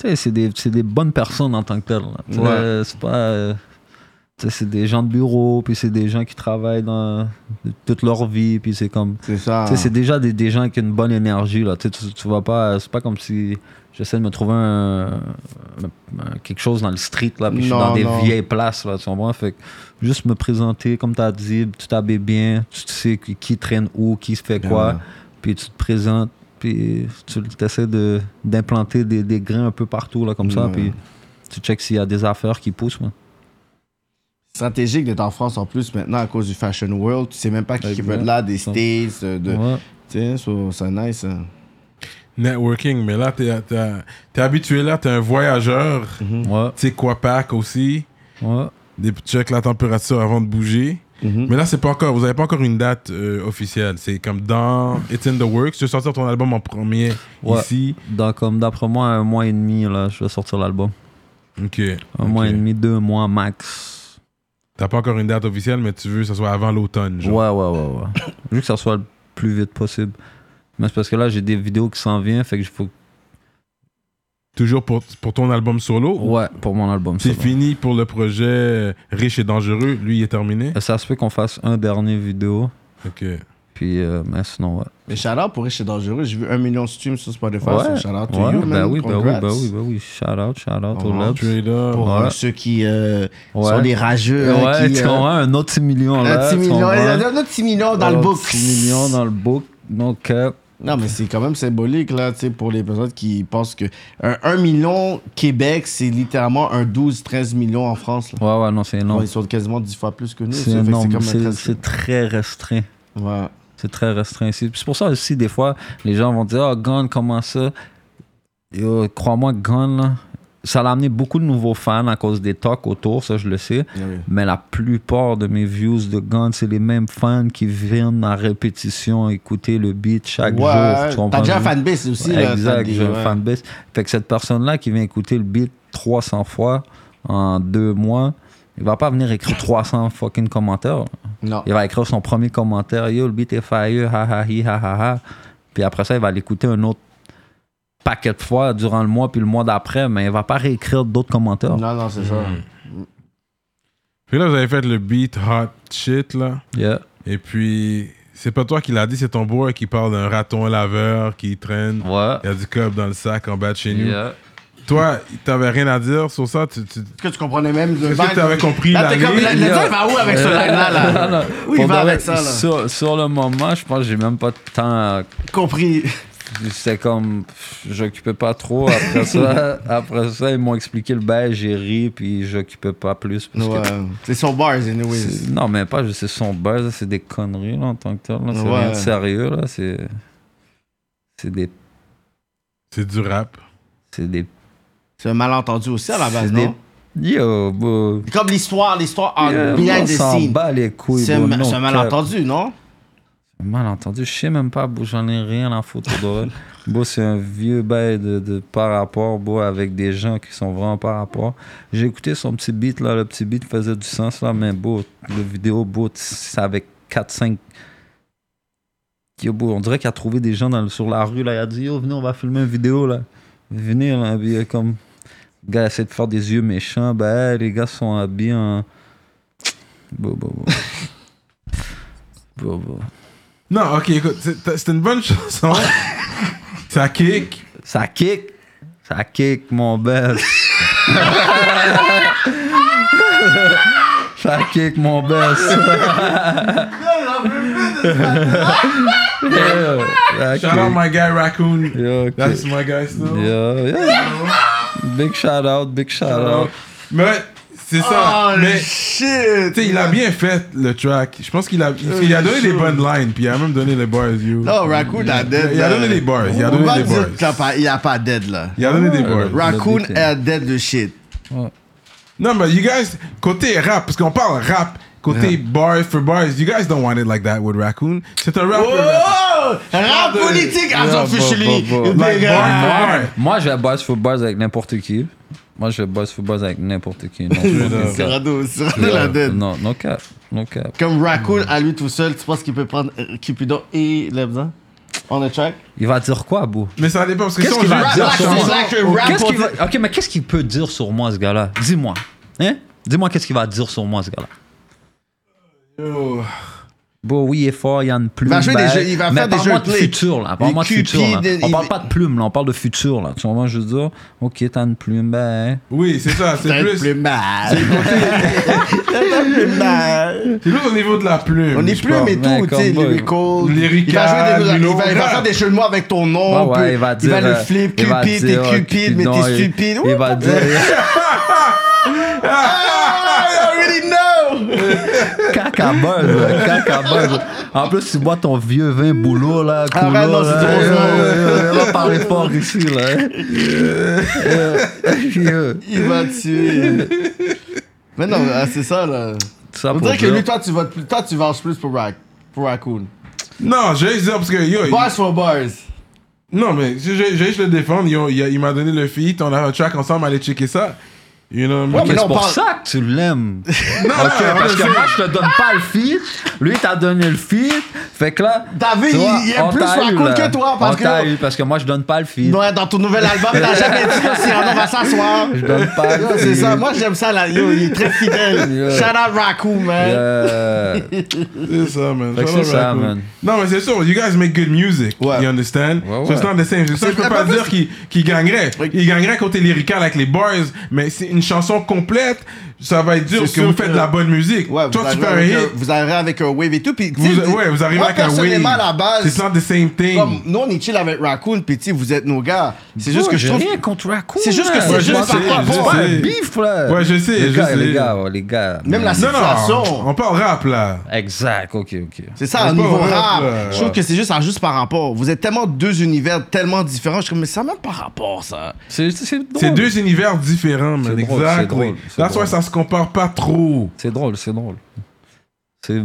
Speaker 3: Tu sais, c'est des, c'est des bonnes personnes en tant que telles. là. Tu sais,
Speaker 2: Ouais.
Speaker 3: euh, C'est pas. euh, Tu sais, C'est des gens de bureau, puis c'est des gens qui travaillent dans toute leur vie, puis c'est comme.
Speaker 2: C'est ça.
Speaker 3: Tu sais, c'est déjà des, des gens avec une bonne énergie, là. Tu, sais, tu, tu vas pas. C'est pas comme si j'essaie de me trouver un, un- quelque chose dans le street, là, puis je suis
Speaker 2: Non,
Speaker 3: dans des
Speaker 2: non.
Speaker 3: vieilles places, là, tu comprends? Fait que juste me présenter, comme t'as dit, tu t'habilles bien, tu sais qui, qui traîne où, qui fait quoi,
Speaker 2: Ah Ouais.
Speaker 3: puis tu te présentes, puis tu essaies de, d'implanter des, des grains un peu partout, là, comme ça,
Speaker 2: Ouais.
Speaker 3: puis tu checks s'il y a des affaires qui poussent, ouais.
Speaker 2: stratégique d'être en France en plus maintenant à cause du Fashion World. Tu sais même pas qui
Speaker 3: Exact.
Speaker 2: veut de là, des States, euh, de.
Speaker 3: Ouais.
Speaker 2: Tu sais, so, c'est nice. hein.
Speaker 1: Networking, mais là, t'es t'as- t'es habitué là, t'es un voyageur.
Speaker 3: Ouais,
Speaker 1: Tu sais quoi, pack aussi.
Speaker 3: ouais.
Speaker 1: Des check la température avant de bouger.
Speaker 3: Mhm.
Speaker 1: Mais là, c'est pas encore, vous avez pas encore une date euh, officielle. C'est comme dans It's in the Works. Tu veux sortir ton album en premier
Speaker 3: Ouais.
Speaker 1: ici.
Speaker 3: Dans, comme d'après moi, un mois et demi, là, je vais sortir l'album.
Speaker 1: Ok.
Speaker 3: Un
Speaker 1: ok.
Speaker 3: mois et demi, deux mois max.
Speaker 1: T'as pas encore une date officielle, mais tu veux que ça soit avant l'automne.
Speaker 3: Ouais,
Speaker 1: genre.
Speaker 3: ouais, ouais, ouais. Je veux que ça soit le plus vite possible. Mais c'est parce que là, j'ai des vidéos qui s'en viennent, fait que je faut.
Speaker 1: Toujours pour, pour ton album solo.
Speaker 3: Ouais, pour mon album.
Speaker 1: C'est
Speaker 3: ça va.
Speaker 1: fini pour le projet euh, Riche et Dangereux. Lui, il est terminé.
Speaker 3: Ça se peut qu'on fasse un dernier vidéo,
Speaker 1: Ok.
Speaker 3: puis euh, mais sinon, ouais.
Speaker 2: Mais shout out pour Riche et Dangereux. J'ai vu un million de streams sur Spotify.
Speaker 3: Ouais,
Speaker 2: so shout out to
Speaker 3: ouais,
Speaker 2: you,
Speaker 3: ben
Speaker 2: man.
Speaker 3: oui, ben oui,
Speaker 2: Congrats.
Speaker 3: ben oui, ben oui. Shout out, shout out
Speaker 2: Oh,
Speaker 3: au Labs.
Speaker 1: Straight up.
Speaker 2: Pour
Speaker 3: Ouais.
Speaker 2: euh, ceux qui euh,
Speaker 3: Ouais.
Speaker 2: sont des rageux. hein,
Speaker 3: Ouais,
Speaker 2: qui,
Speaker 3: tu
Speaker 2: euh,
Speaker 3: comprends, un autre 6 millions
Speaker 2: un
Speaker 3: là.
Speaker 2: petit
Speaker 3: tu
Speaker 2: million,
Speaker 3: comprends.
Speaker 2: il y en a un petit million dans
Speaker 3: Un
Speaker 2: le
Speaker 3: autre
Speaker 2: book.
Speaker 3: 6 millions dans le book. Donc, euh,
Speaker 2: Non, mais c'est quand même symbolique, là, tu sais, pour les personnes qui pensent que un, un million Québec, c'est littéralement un 12-13 millions en France. Là.
Speaker 3: ouais, ouais, non, c'est énorme.
Speaker 2: Ils sont quasiment 10 fois plus que nous.
Speaker 3: C'est
Speaker 2: ça, fait que
Speaker 3: énorme.
Speaker 2: comme un
Speaker 3: C'est
Speaker 2: 13.
Speaker 3: c'est très restreint.
Speaker 2: Ouais.
Speaker 3: C'est très restreint ici. Puis C'est pour ça aussi, des fois, les gens vont dire Ah, Gun, comment ça Yo, Crois-moi, Gun, là, ça l'a amené beaucoup de nouveaux fans à cause des talks autour, ça je le sais.
Speaker 2: Ah oui.
Speaker 3: Mais la plupart de mes views de Gun, c'est les mêmes fans qui viennent à répétition écouter le beat chaque jour. tu
Speaker 2: Ouais,
Speaker 3: comprends?
Speaker 2: t'as déjà un fanbase aussi.
Speaker 3: Ouais,
Speaker 2: là, t'as
Speaker 3: exact,
Speaker 2: des-
Speaker 3: j'ai un
Speaker 2: ouais.
Speaker 3: fanbase. Fait que cette personne-là qui vient écouter le beat 300 fois en deux mois, il va pas venir écrire 300 fucking commentaires. là.
Speaker 2: Non.
Speaker 3: Il va écrire son premier commentaire, yo, le beat est fire, ha ha hi, ha ha ha. Puis après ça, il va l'écouter un autre paquet de fois durant le mois, puis le mois d'après, mais il va pas réécrire d'autres commentaires.
Speaker 2: Non, non, c'est ça.
Speaker 3: Hmm.
Speaker 1: Puis là, vous avez fait le beat hot shit, là.
Speaker 3: Yeah.
Speaker 1: Et puis, c'est pas toi qui l'a dit, c'est ton boy qui parle d'un raton laveur qui traîne.
Speaker 3: Ouais.
Speaker 1: Il y a du cob dans le sac en bas de chez nous.
Speaker 3: Yeah.
Speaker 1: Toi, t'avais rien à dire sur ça. Tu, tu-
Speaker 2: Est-ce que tu comprenais même le
Speaker 1: Est-ce que t'avais compris
Speaker 2: Là, t'es
Speaker 1: Ben, la
Speaker 2: comme,
Speaker 1: ligne?
Speaker 2: là, le gars, il va où avec ce line-là, là?
Speaker 3: Non, non.
Speaker 2: Où il
Speaker 3: Pour
Speaker 2: va
Speaker 3: de vrai,
Speaker 2: avec ça, là?
Speaker 3: Sur, sur le moment, je pense que j'ai même pas de temps à
Speaker 2: Compris.
Speaker 3: C'était comme. pff, J'occupais pas trop. Après ça, après ça ils m'ont expliqué le bail, j'ai ri, puis j'occupais pas plus. parce que-
Speaker 2: Ouais. C'est son bars, anyways.
Speaker 3: C'est- Non, mais pas, c'est son buzz, c'est des conneries là, en tant que tel. là, C'est
Speaker 2: Ouais.
Speaker 3: rien de sérieux, là. C'est. C'est des.
Speaker 1: C'est du rap.
Speaker 3: C'est des.
Speaker 2: C'est un malentendu aussi à la base,
Speaker 3: c'est des-
Speaker 2: non?
Speaker 3: Yo, bro.
Speaker 2: Comme l'histoire, l'histoire en
Speaker 3: Yeah, on
Speaker 2: behind the
Speaker 3: s'en
Speaker 2: scene.
Speaker 3: bat les couilles,
Speaker 2: C'est
Speaker 3: bro,
Speaker 2: un
Speaker 3: non,
Speaker 2: c'est un
Speaker 3: cap.
Speaker 2: malentendu, non?
Speaker 3: Malentendu, je sais même pas, bro, j'en ai rien à foutre de vrai. Bro, c'est un vieux bail de, de par rapport, bro, avec des gens qui sont vraiment par rapport. J'ai écouté son petit beat, là, le petit beat faisait du sens, là, mais bro, le vidéo, bro, t- c'est avec 4-5. Yo, bro, on dirait qu'il a trouvé des gens dans le- sur la rue, là, il a dit, yo, venez, on va filmer une vidéo, là. Venez, là, puis, euh, comme. Le gars essaie de faire des yeux méchants, ben, hey, les gars sont habillés en. Bon, bon, bon. Bon, bon.
Speaker 1: Non, ok, écoute, c'est c'est une bonne chanson. ça kick.
Speaker 3: Ça kick. Ça kick, mon bel. ça kick, mon bel. Yeah, ça
Speaker 1: Shout out
Speaker 3: kick.
Speaker 1: my guy Raccoon.
Speaker 3: Yeah, ok.
Speaker 1: That's my guy still.
Speaker 3: Yeah, yeah. Big shout out, big shout out.
Speaker 1: Mais c'est ça.
Speaker 2: Oh,
Speaker 1: mais
Speaker 2: shit!
Speaker 1: tu sais, il a bien fait le track. Je pense qu'il a, il, il a donné des bonnes lines, puis il a même donné les bars. You.
Speaker 2: Non, Oh, Raccoon a dead.
Speaker 1: Il a
Speaker 2: là.
Speaker 1: donné des bars. Il a
Speaker 2: On
Speaker 1: donné
Speaker 2: va
Speaker 1: des
Speaker 2: dire
Speaker 1: bars.
Speaker 2: qu'il a pas- Il a pas dead, là.
Speaker 1: Il a donné des
Speaker 3: Ouais.
Speaker 1: bars.
Speaker 2: Raccoon
Speaker 3: Le beat,
Speaker 2: a dead the shit.
Speaker 1: Non, mais you guys, côté rap, parce qu'on parle rap, côté bars for bars, you guys don't want it like that with Raccoon. C'est un rapper. rapper.
Speaker 2: Oh! Rap politique, à
Speaker 3: Yeah,
Speaker 2: son
Speaker 3: bon, bon, bon.
Speaker 1: Like bar, bar.
Speaker 3: Moi, je boss for buzz avec n'importe qui. Moi, je boss for buzz avec n'importe qui. Non,
Speaker 1: up.
Speaker 3: je
Speaker 2: Cyrano, Cyrano la dead.
Speaker 3: Non, no cap. No cap.
Speaker 2: Comme Raccoon à lui tout seul, tu penses qu'il peut prendre euh, Cupidon et Lebda? On the track?
Speaker 3: Il va dire quoi, Bou?
Speaker 1: Mais ça dépend, parce que si
Speaker 3: Qu'est-ce
Speaker 1: on
Speaker 3: qu'il
Speaker 1: joue
Speaker 3: va
Speaker 1: rap,
Speaker 3: dire
Speaker 1: ça
Speaker 3: sur
Speaker 1: change.
Speaker 3: moi
Speaker 2: Rap, rap,
Speaker 3: Qu'est-ce qu'il
Speaker 2: rap.
Speaker 3: va- Ok, mais qu'est-ce qu'il peut dire sur moi, ce gars-là Dis-moi. Hein Dis-moi qu'est-ce qu'il va dire sur moi, ce gars-là. Bon, oui, il est fort, il y a une plume.
Speaker 2: Il va jouer
Speaker 3: ben,
Speaker 2: des jeux- il va
Speaker 3: mais
Speaker 2: faire des
Speaker 3: parle-moi
Speaker 2: jeux
Speaker 3: de
Speaker 2: clés.
Speaker 3: futur, là. Parle-moi de
Speaker 2: Les
Speaker 3: futur, là.
Speaker 2: cupides,
Speaker 3: On
Speaker 2: il-
Speaker 3: parle pas de plume, là. On parle de futur, là. Tu vois, je veux dire, OK, t'as une plume, ben.
Speaker 1: Oui, c'est ça, c'est
Speaker 2: T'as
Speaker 1: plus.
Speaker 2: plus mal. T'as plus mal.
Speaker 1: C'est plus au niveau de la plume.
Speaker 2: On est
Speaker 1: je
Speaker 2: plus,
Speaker 1: pense.
Speaker 2: mais
Speaker 3: Ouais,
Speaker 2: tout, tu sais,
Speaker 3: comme-
Speaker 2: lyrical.
Speaker 1: Lyrical,
Speaker 2: Il va jouer des
Speaker 1: Bruno.
Speaker 2: il va, il va faire des jeux de mots avec ton nom.
Speaker 3: Ouais, ouais,
Speaker 2: puis
Speaker 3: il va dire.
Speaker 2: Il va le
Speaker 3: euh,
Speaker 2: flip,
Speaker 3: il va
Speaker 2: cupide,
Speaker 3: dire,
Speaker 2: t'es
Speaker 3: euh,
Speaker 2: cupide, mais
Speaker 3: non,
Speaker 2: t'es
Speaker 3: il-
Speaker 2: stupide.
Speaker 3: Il
Speaker 2: Ouh,
Speaker 3: va dire,
Speaker 2: Ah, I already know.
Speaker 3: cac à buzz, là, cac à buzz. En plus, tu bois ton vieux vin boulot, là.
Speaker 2: Ah,
Speaker 3: coulo,
Speaker 2: ouais, non, c'est
Speaker 3: là.
Speaker 2: trop
Speaker 3: Ouais,
Speaker 2: drôle.
Speaker 3: ouais, ouais, On va parler fort ici, là. hein. Euh, euh,
Speaker 2: Il va tuer. Mais non, ah, c'est ça, là.
Speaker 3: tout ça
Speaker 2: On
Speaker 3: pour
Speaker 2: dirait que
Speaker 3: dire-
Speaker 2: lui, toi, tu votes plus, toi, tu vends plus pour, Rac, pour Raccoon.
Speaker 1: Non, je vais dire parce que yo, il-
Speaker 2: Bars for bars.
Speaker 1: non mais je, je, je vais juste le défendre. Yo, il, a- il m'a donné le feat, on a un track ensemble, allez checker ça. You know.
Speaker 2: Ouais,
Speaker 3: Mais
Speaker 2: mais là,
Speaker 3: c'est
Speaker 2: on
Speaker 3: pour
Speaker 2: parle-
Speaker 3: ça que tu l'aimes.
Speaker 1: non,
Speaker 3: Ok,
Speaker 1: non,
Speaker 3: parce
Speaker 1: je
Speaker 3: que
Speaker 1: sais.
Speaker 3: moi, je te donne pas le feed. Lui, t'as donné le feed. Fait que là.
Speaker 2: T'as vu,
Speaker 3: tu vois,
Speaker 2: il- il aime
Speaker 3: on
Speaker 2: plus
Speaker 3: t'a eu,
Speaker 2: Raccoon
Speaker 3: là.
Speaker 2: que toi, parce
Speaker 3: On t'a
Speaker 2: que-
Speaker 3: eu, parce que moi, je donne pas le feed.
Speaker 2: Ouais, dans ton nouvel album, t'as jamais dit aussi, on va s'asseoir.
Speaker 3: Je donne pas le
Speaker 2: Yo,
Speaker 3: feed.
Speaker 2: C'est ça, moi j'aime ça là, yo, il est très fidèle.
Speaker 3: Yeah.
Speaker 2: Shout out Raccoon, man.
Speaker 3: Euh,
Speaker 1: C'est ça, man.
Speaker 3: Fait que
Speaker 1: Shout out
Speaker 3: c'est ça,
Speaker 1: Raccoon.
Speaker 3: man.
Speaker 1: Non, mais c'est sûr, you guys make good music.
Speaker 2: Ouais.
Speaker 1: You understand?
Speaker 3: Ouais,
Speaker 1: So it's
Speaker 3: ouais.
Speaker 1: not the same. C'est ça, je peux
Speaker 2: C'est-
Speaker 1: pas
Speaker 2: en plus-
Speaker 1: dire qu'il qu'il gagnerait. Il gagnerait côté lyrical avec les boys, mais c'est une chanson complète, ça va être dur parce que
Speaker 2: sûr
Speaker 1: vous faites
Speaker 2: que-
Speaker 1: de la bonne musique.
Speaker 2: Ouais, vous
Speaker 1: Toi,
Speaker 2: arrivez
Speaker 1: tu fais un
Speaker 2: avec
Speaker 1: hit.
Speaker 2: un- vous arrivez avec un wave et tout. Puis, tu sais,
Speaker 1: Vous,
Speaker 2: vous-
Speaker 1: ouais, vous arrivez
Speaker 2: moi,
Speaker 1: avec un wave.
Speaker 2: Personnellement, à la
Speaker 1: It's
Speaker 2: base,
Speaker 1: not the same thing.
Speaker 2: comme, nous on est chill avec Raccoon, puis tu sais, vous êtes nos gars. C'est juste
Speaker 3: oh,
Speaker 2: que je
Speaker 3: j'ai
Speaker 2: trouve.
Speaker 3: rien contre Raccoon.
Speaker 2: C'est juste que
Speaker 3: là.
Speaker 2: c'est
Speaker 3: Ouais,
Speaker 1: juste
Speaker 3: moi,
Speaker 1: par
Speaker 3: c'est-
Speaker 1: rapport-
Speaker 3: c'est
Speaker 1: je
Speaker 3: pas
Speaker 1: sais.
Speaker 3: un beef, là.
Speaker 1: Ouais, je sais,
Speaker 3: Les
Speaker 1: je
Speaker 3: gars,
Speaker 1: sais.
Speaker 3: Les gars, ouais, les gars.
Speaker 2: Même la
Speaker 1: Non, non,
Speaker 2: situation.
Speaker 1: on parle rap là.
Speaker 3: Exact, ok, ok.
Speaker 2: C'est ça,
Speaker 1: C'est
Speaker 2: au
Speaker 1: pas
Speaker 2: niveau
Speaker 1: vrai,
Speaker 2: rap.
Speaker 1: là.
Speaker 2: Je trouve
Speaker 1: Ouais.
Speaker 2: que c'est juste, ça a juste par rapport. Vous êtes tellement deux univers tellement différents. Je suis comme, mais ça n'a même pas rapport, ça.
Speaker 3: C'est c'est drôle.
Speaker 1: C'est deux univers différents, man.
Speaker 3: C'est drôle, c'est
Speaker 1: Exact.
Speaker 3: drôle, c'est
Speaker 1: That's why
Speaker 3: drôle.
Speaker 1: ça se compare pas trop.
Speaker 3: C'est drôle, c'est drôle. C'est.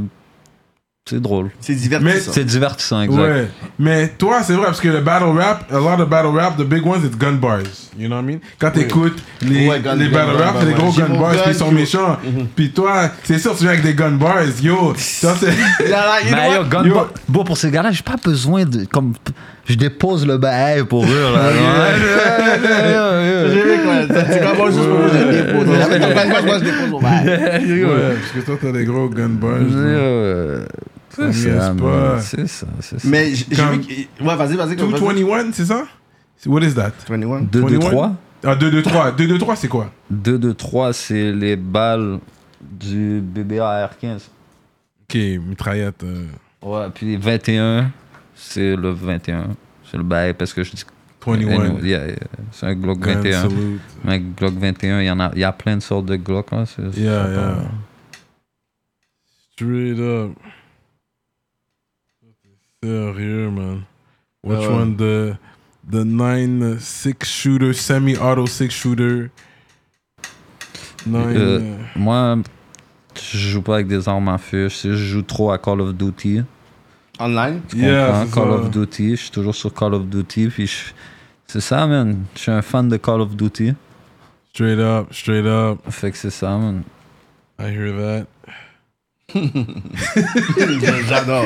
Speaker 3: C'est drôle.
Speaker 2: C'est divertissant.
Speaker 3: C'est divertissant, exact.
Speaker 1: Ouais. Mais toi, c'est vrai, parce que le battle rap, a lot of battle rap, the big ones, it's gun bars. You know what I mean? Quand t'écoutes les,
Speaker 2: Ouais, gun-
Speaker 1: les
Speaker 2: gun-
Speaker 1: battle
Speaker 2: gun-
Speaker 1: rap,
Speaker 2: gun-
Speaker 1: c'est des
Speaker 2: gun-
Speaker 1: gros gun Mm-hmm.
Speaker 2: gun-
Speaker 1: bars,
Speaker 2: gun-
Speaker 1: puis ils sont
Speaker 2: pi-
Speaker 1: méchants. Puis toi, c'est sûr, tu viens avec des gun bars, yo. Ça, c'est.
Speaker 2: Là, là, you know
Speaker 3: Mais
Speaker 2: what?
Speaker 3: Bah, yo, gun
Speaker 1: Yo.
Speaker 3: Bo- bon, pour ces gars-là, j'ai pas besoin de. Comme, je dépose le bail pour eux. Là,
Speaker 2: J'ai vu quoi. C'est comme moi, juste pour moi, je dépose. Moi, moi, je dépose. au bail.
Speaker 1: Ouais, parce que toi, t'as des gros gun bars. là.
Speaker 3: Euh,
Speaker 1: Ça
Speaker 3: C'est
Speaker 1: niaise pas.
Speaker 3: ça, man, c'est ça, c'est ça.
Speaker 2: Mais j'ai j'ai vu.
Speaker 1: Comme-
Speaker 2: qu'il- Ouais, vas-y, vas-y. comme- vas-y.
Speaker 1: 221, c'est ça? What is that?
Speaker 2: 21.
Speaker 3: 2, 2, 3
Speaker 1: Ah, 2-2-3. 2-2-3, c'est quoi?
Speaker 3: 2, 2, 3, c'est les balles du BBA R15.
Speaker 1: Ok, mitraillette. euh,
Speaker 3: Ouais, puis 21, c'est le 21. C'est le bail parce que je dis.
Speaker 1: 21.
Speaker 3: Yeah, yeah, c'est un Glock
Speaker 1: Gun
Speaker 3: 21.
Speaker 1: salute.
Speaker 3: Un Glock 21, il y, en a, il y a plein de sortes de Glock. Là, c'est- c'est
Speaker 1: Yeah,
Speaker 3: pas-
Speaker 1: yeah. Straight up. Sérieux, man.
Speaker 3: Ah
Speaker 1: Which
Speaker 2: Ouais.
Speaker 1: one? The the nine uh, six shooter, semi-auto six shooter. Nine.
Speaker 3: Euh,
Speaker 1: uh,
Speaker 3: Moi, je joue pas avec des armes à feu. Je, sais, je joue trop à Call of Duty.
Speaker 2: Online.
Speaker 3: Tu
Speaker 1: Yeah,
Speaker 3: comprends?
Speaker 1: c'est
Speaker 3: Call
Speaker 1: ça.
Speaker 3: of Duty. Je suis toujours sur Call of Duty. Puis je- c'est ça, man. Je suis un fan de Call of Duty.
Speaker 1: straight up, straight up.
Speaker 3: Fait que c'est ça, man.
Speaker 1: I hear that.
Speaker 2: J'adore.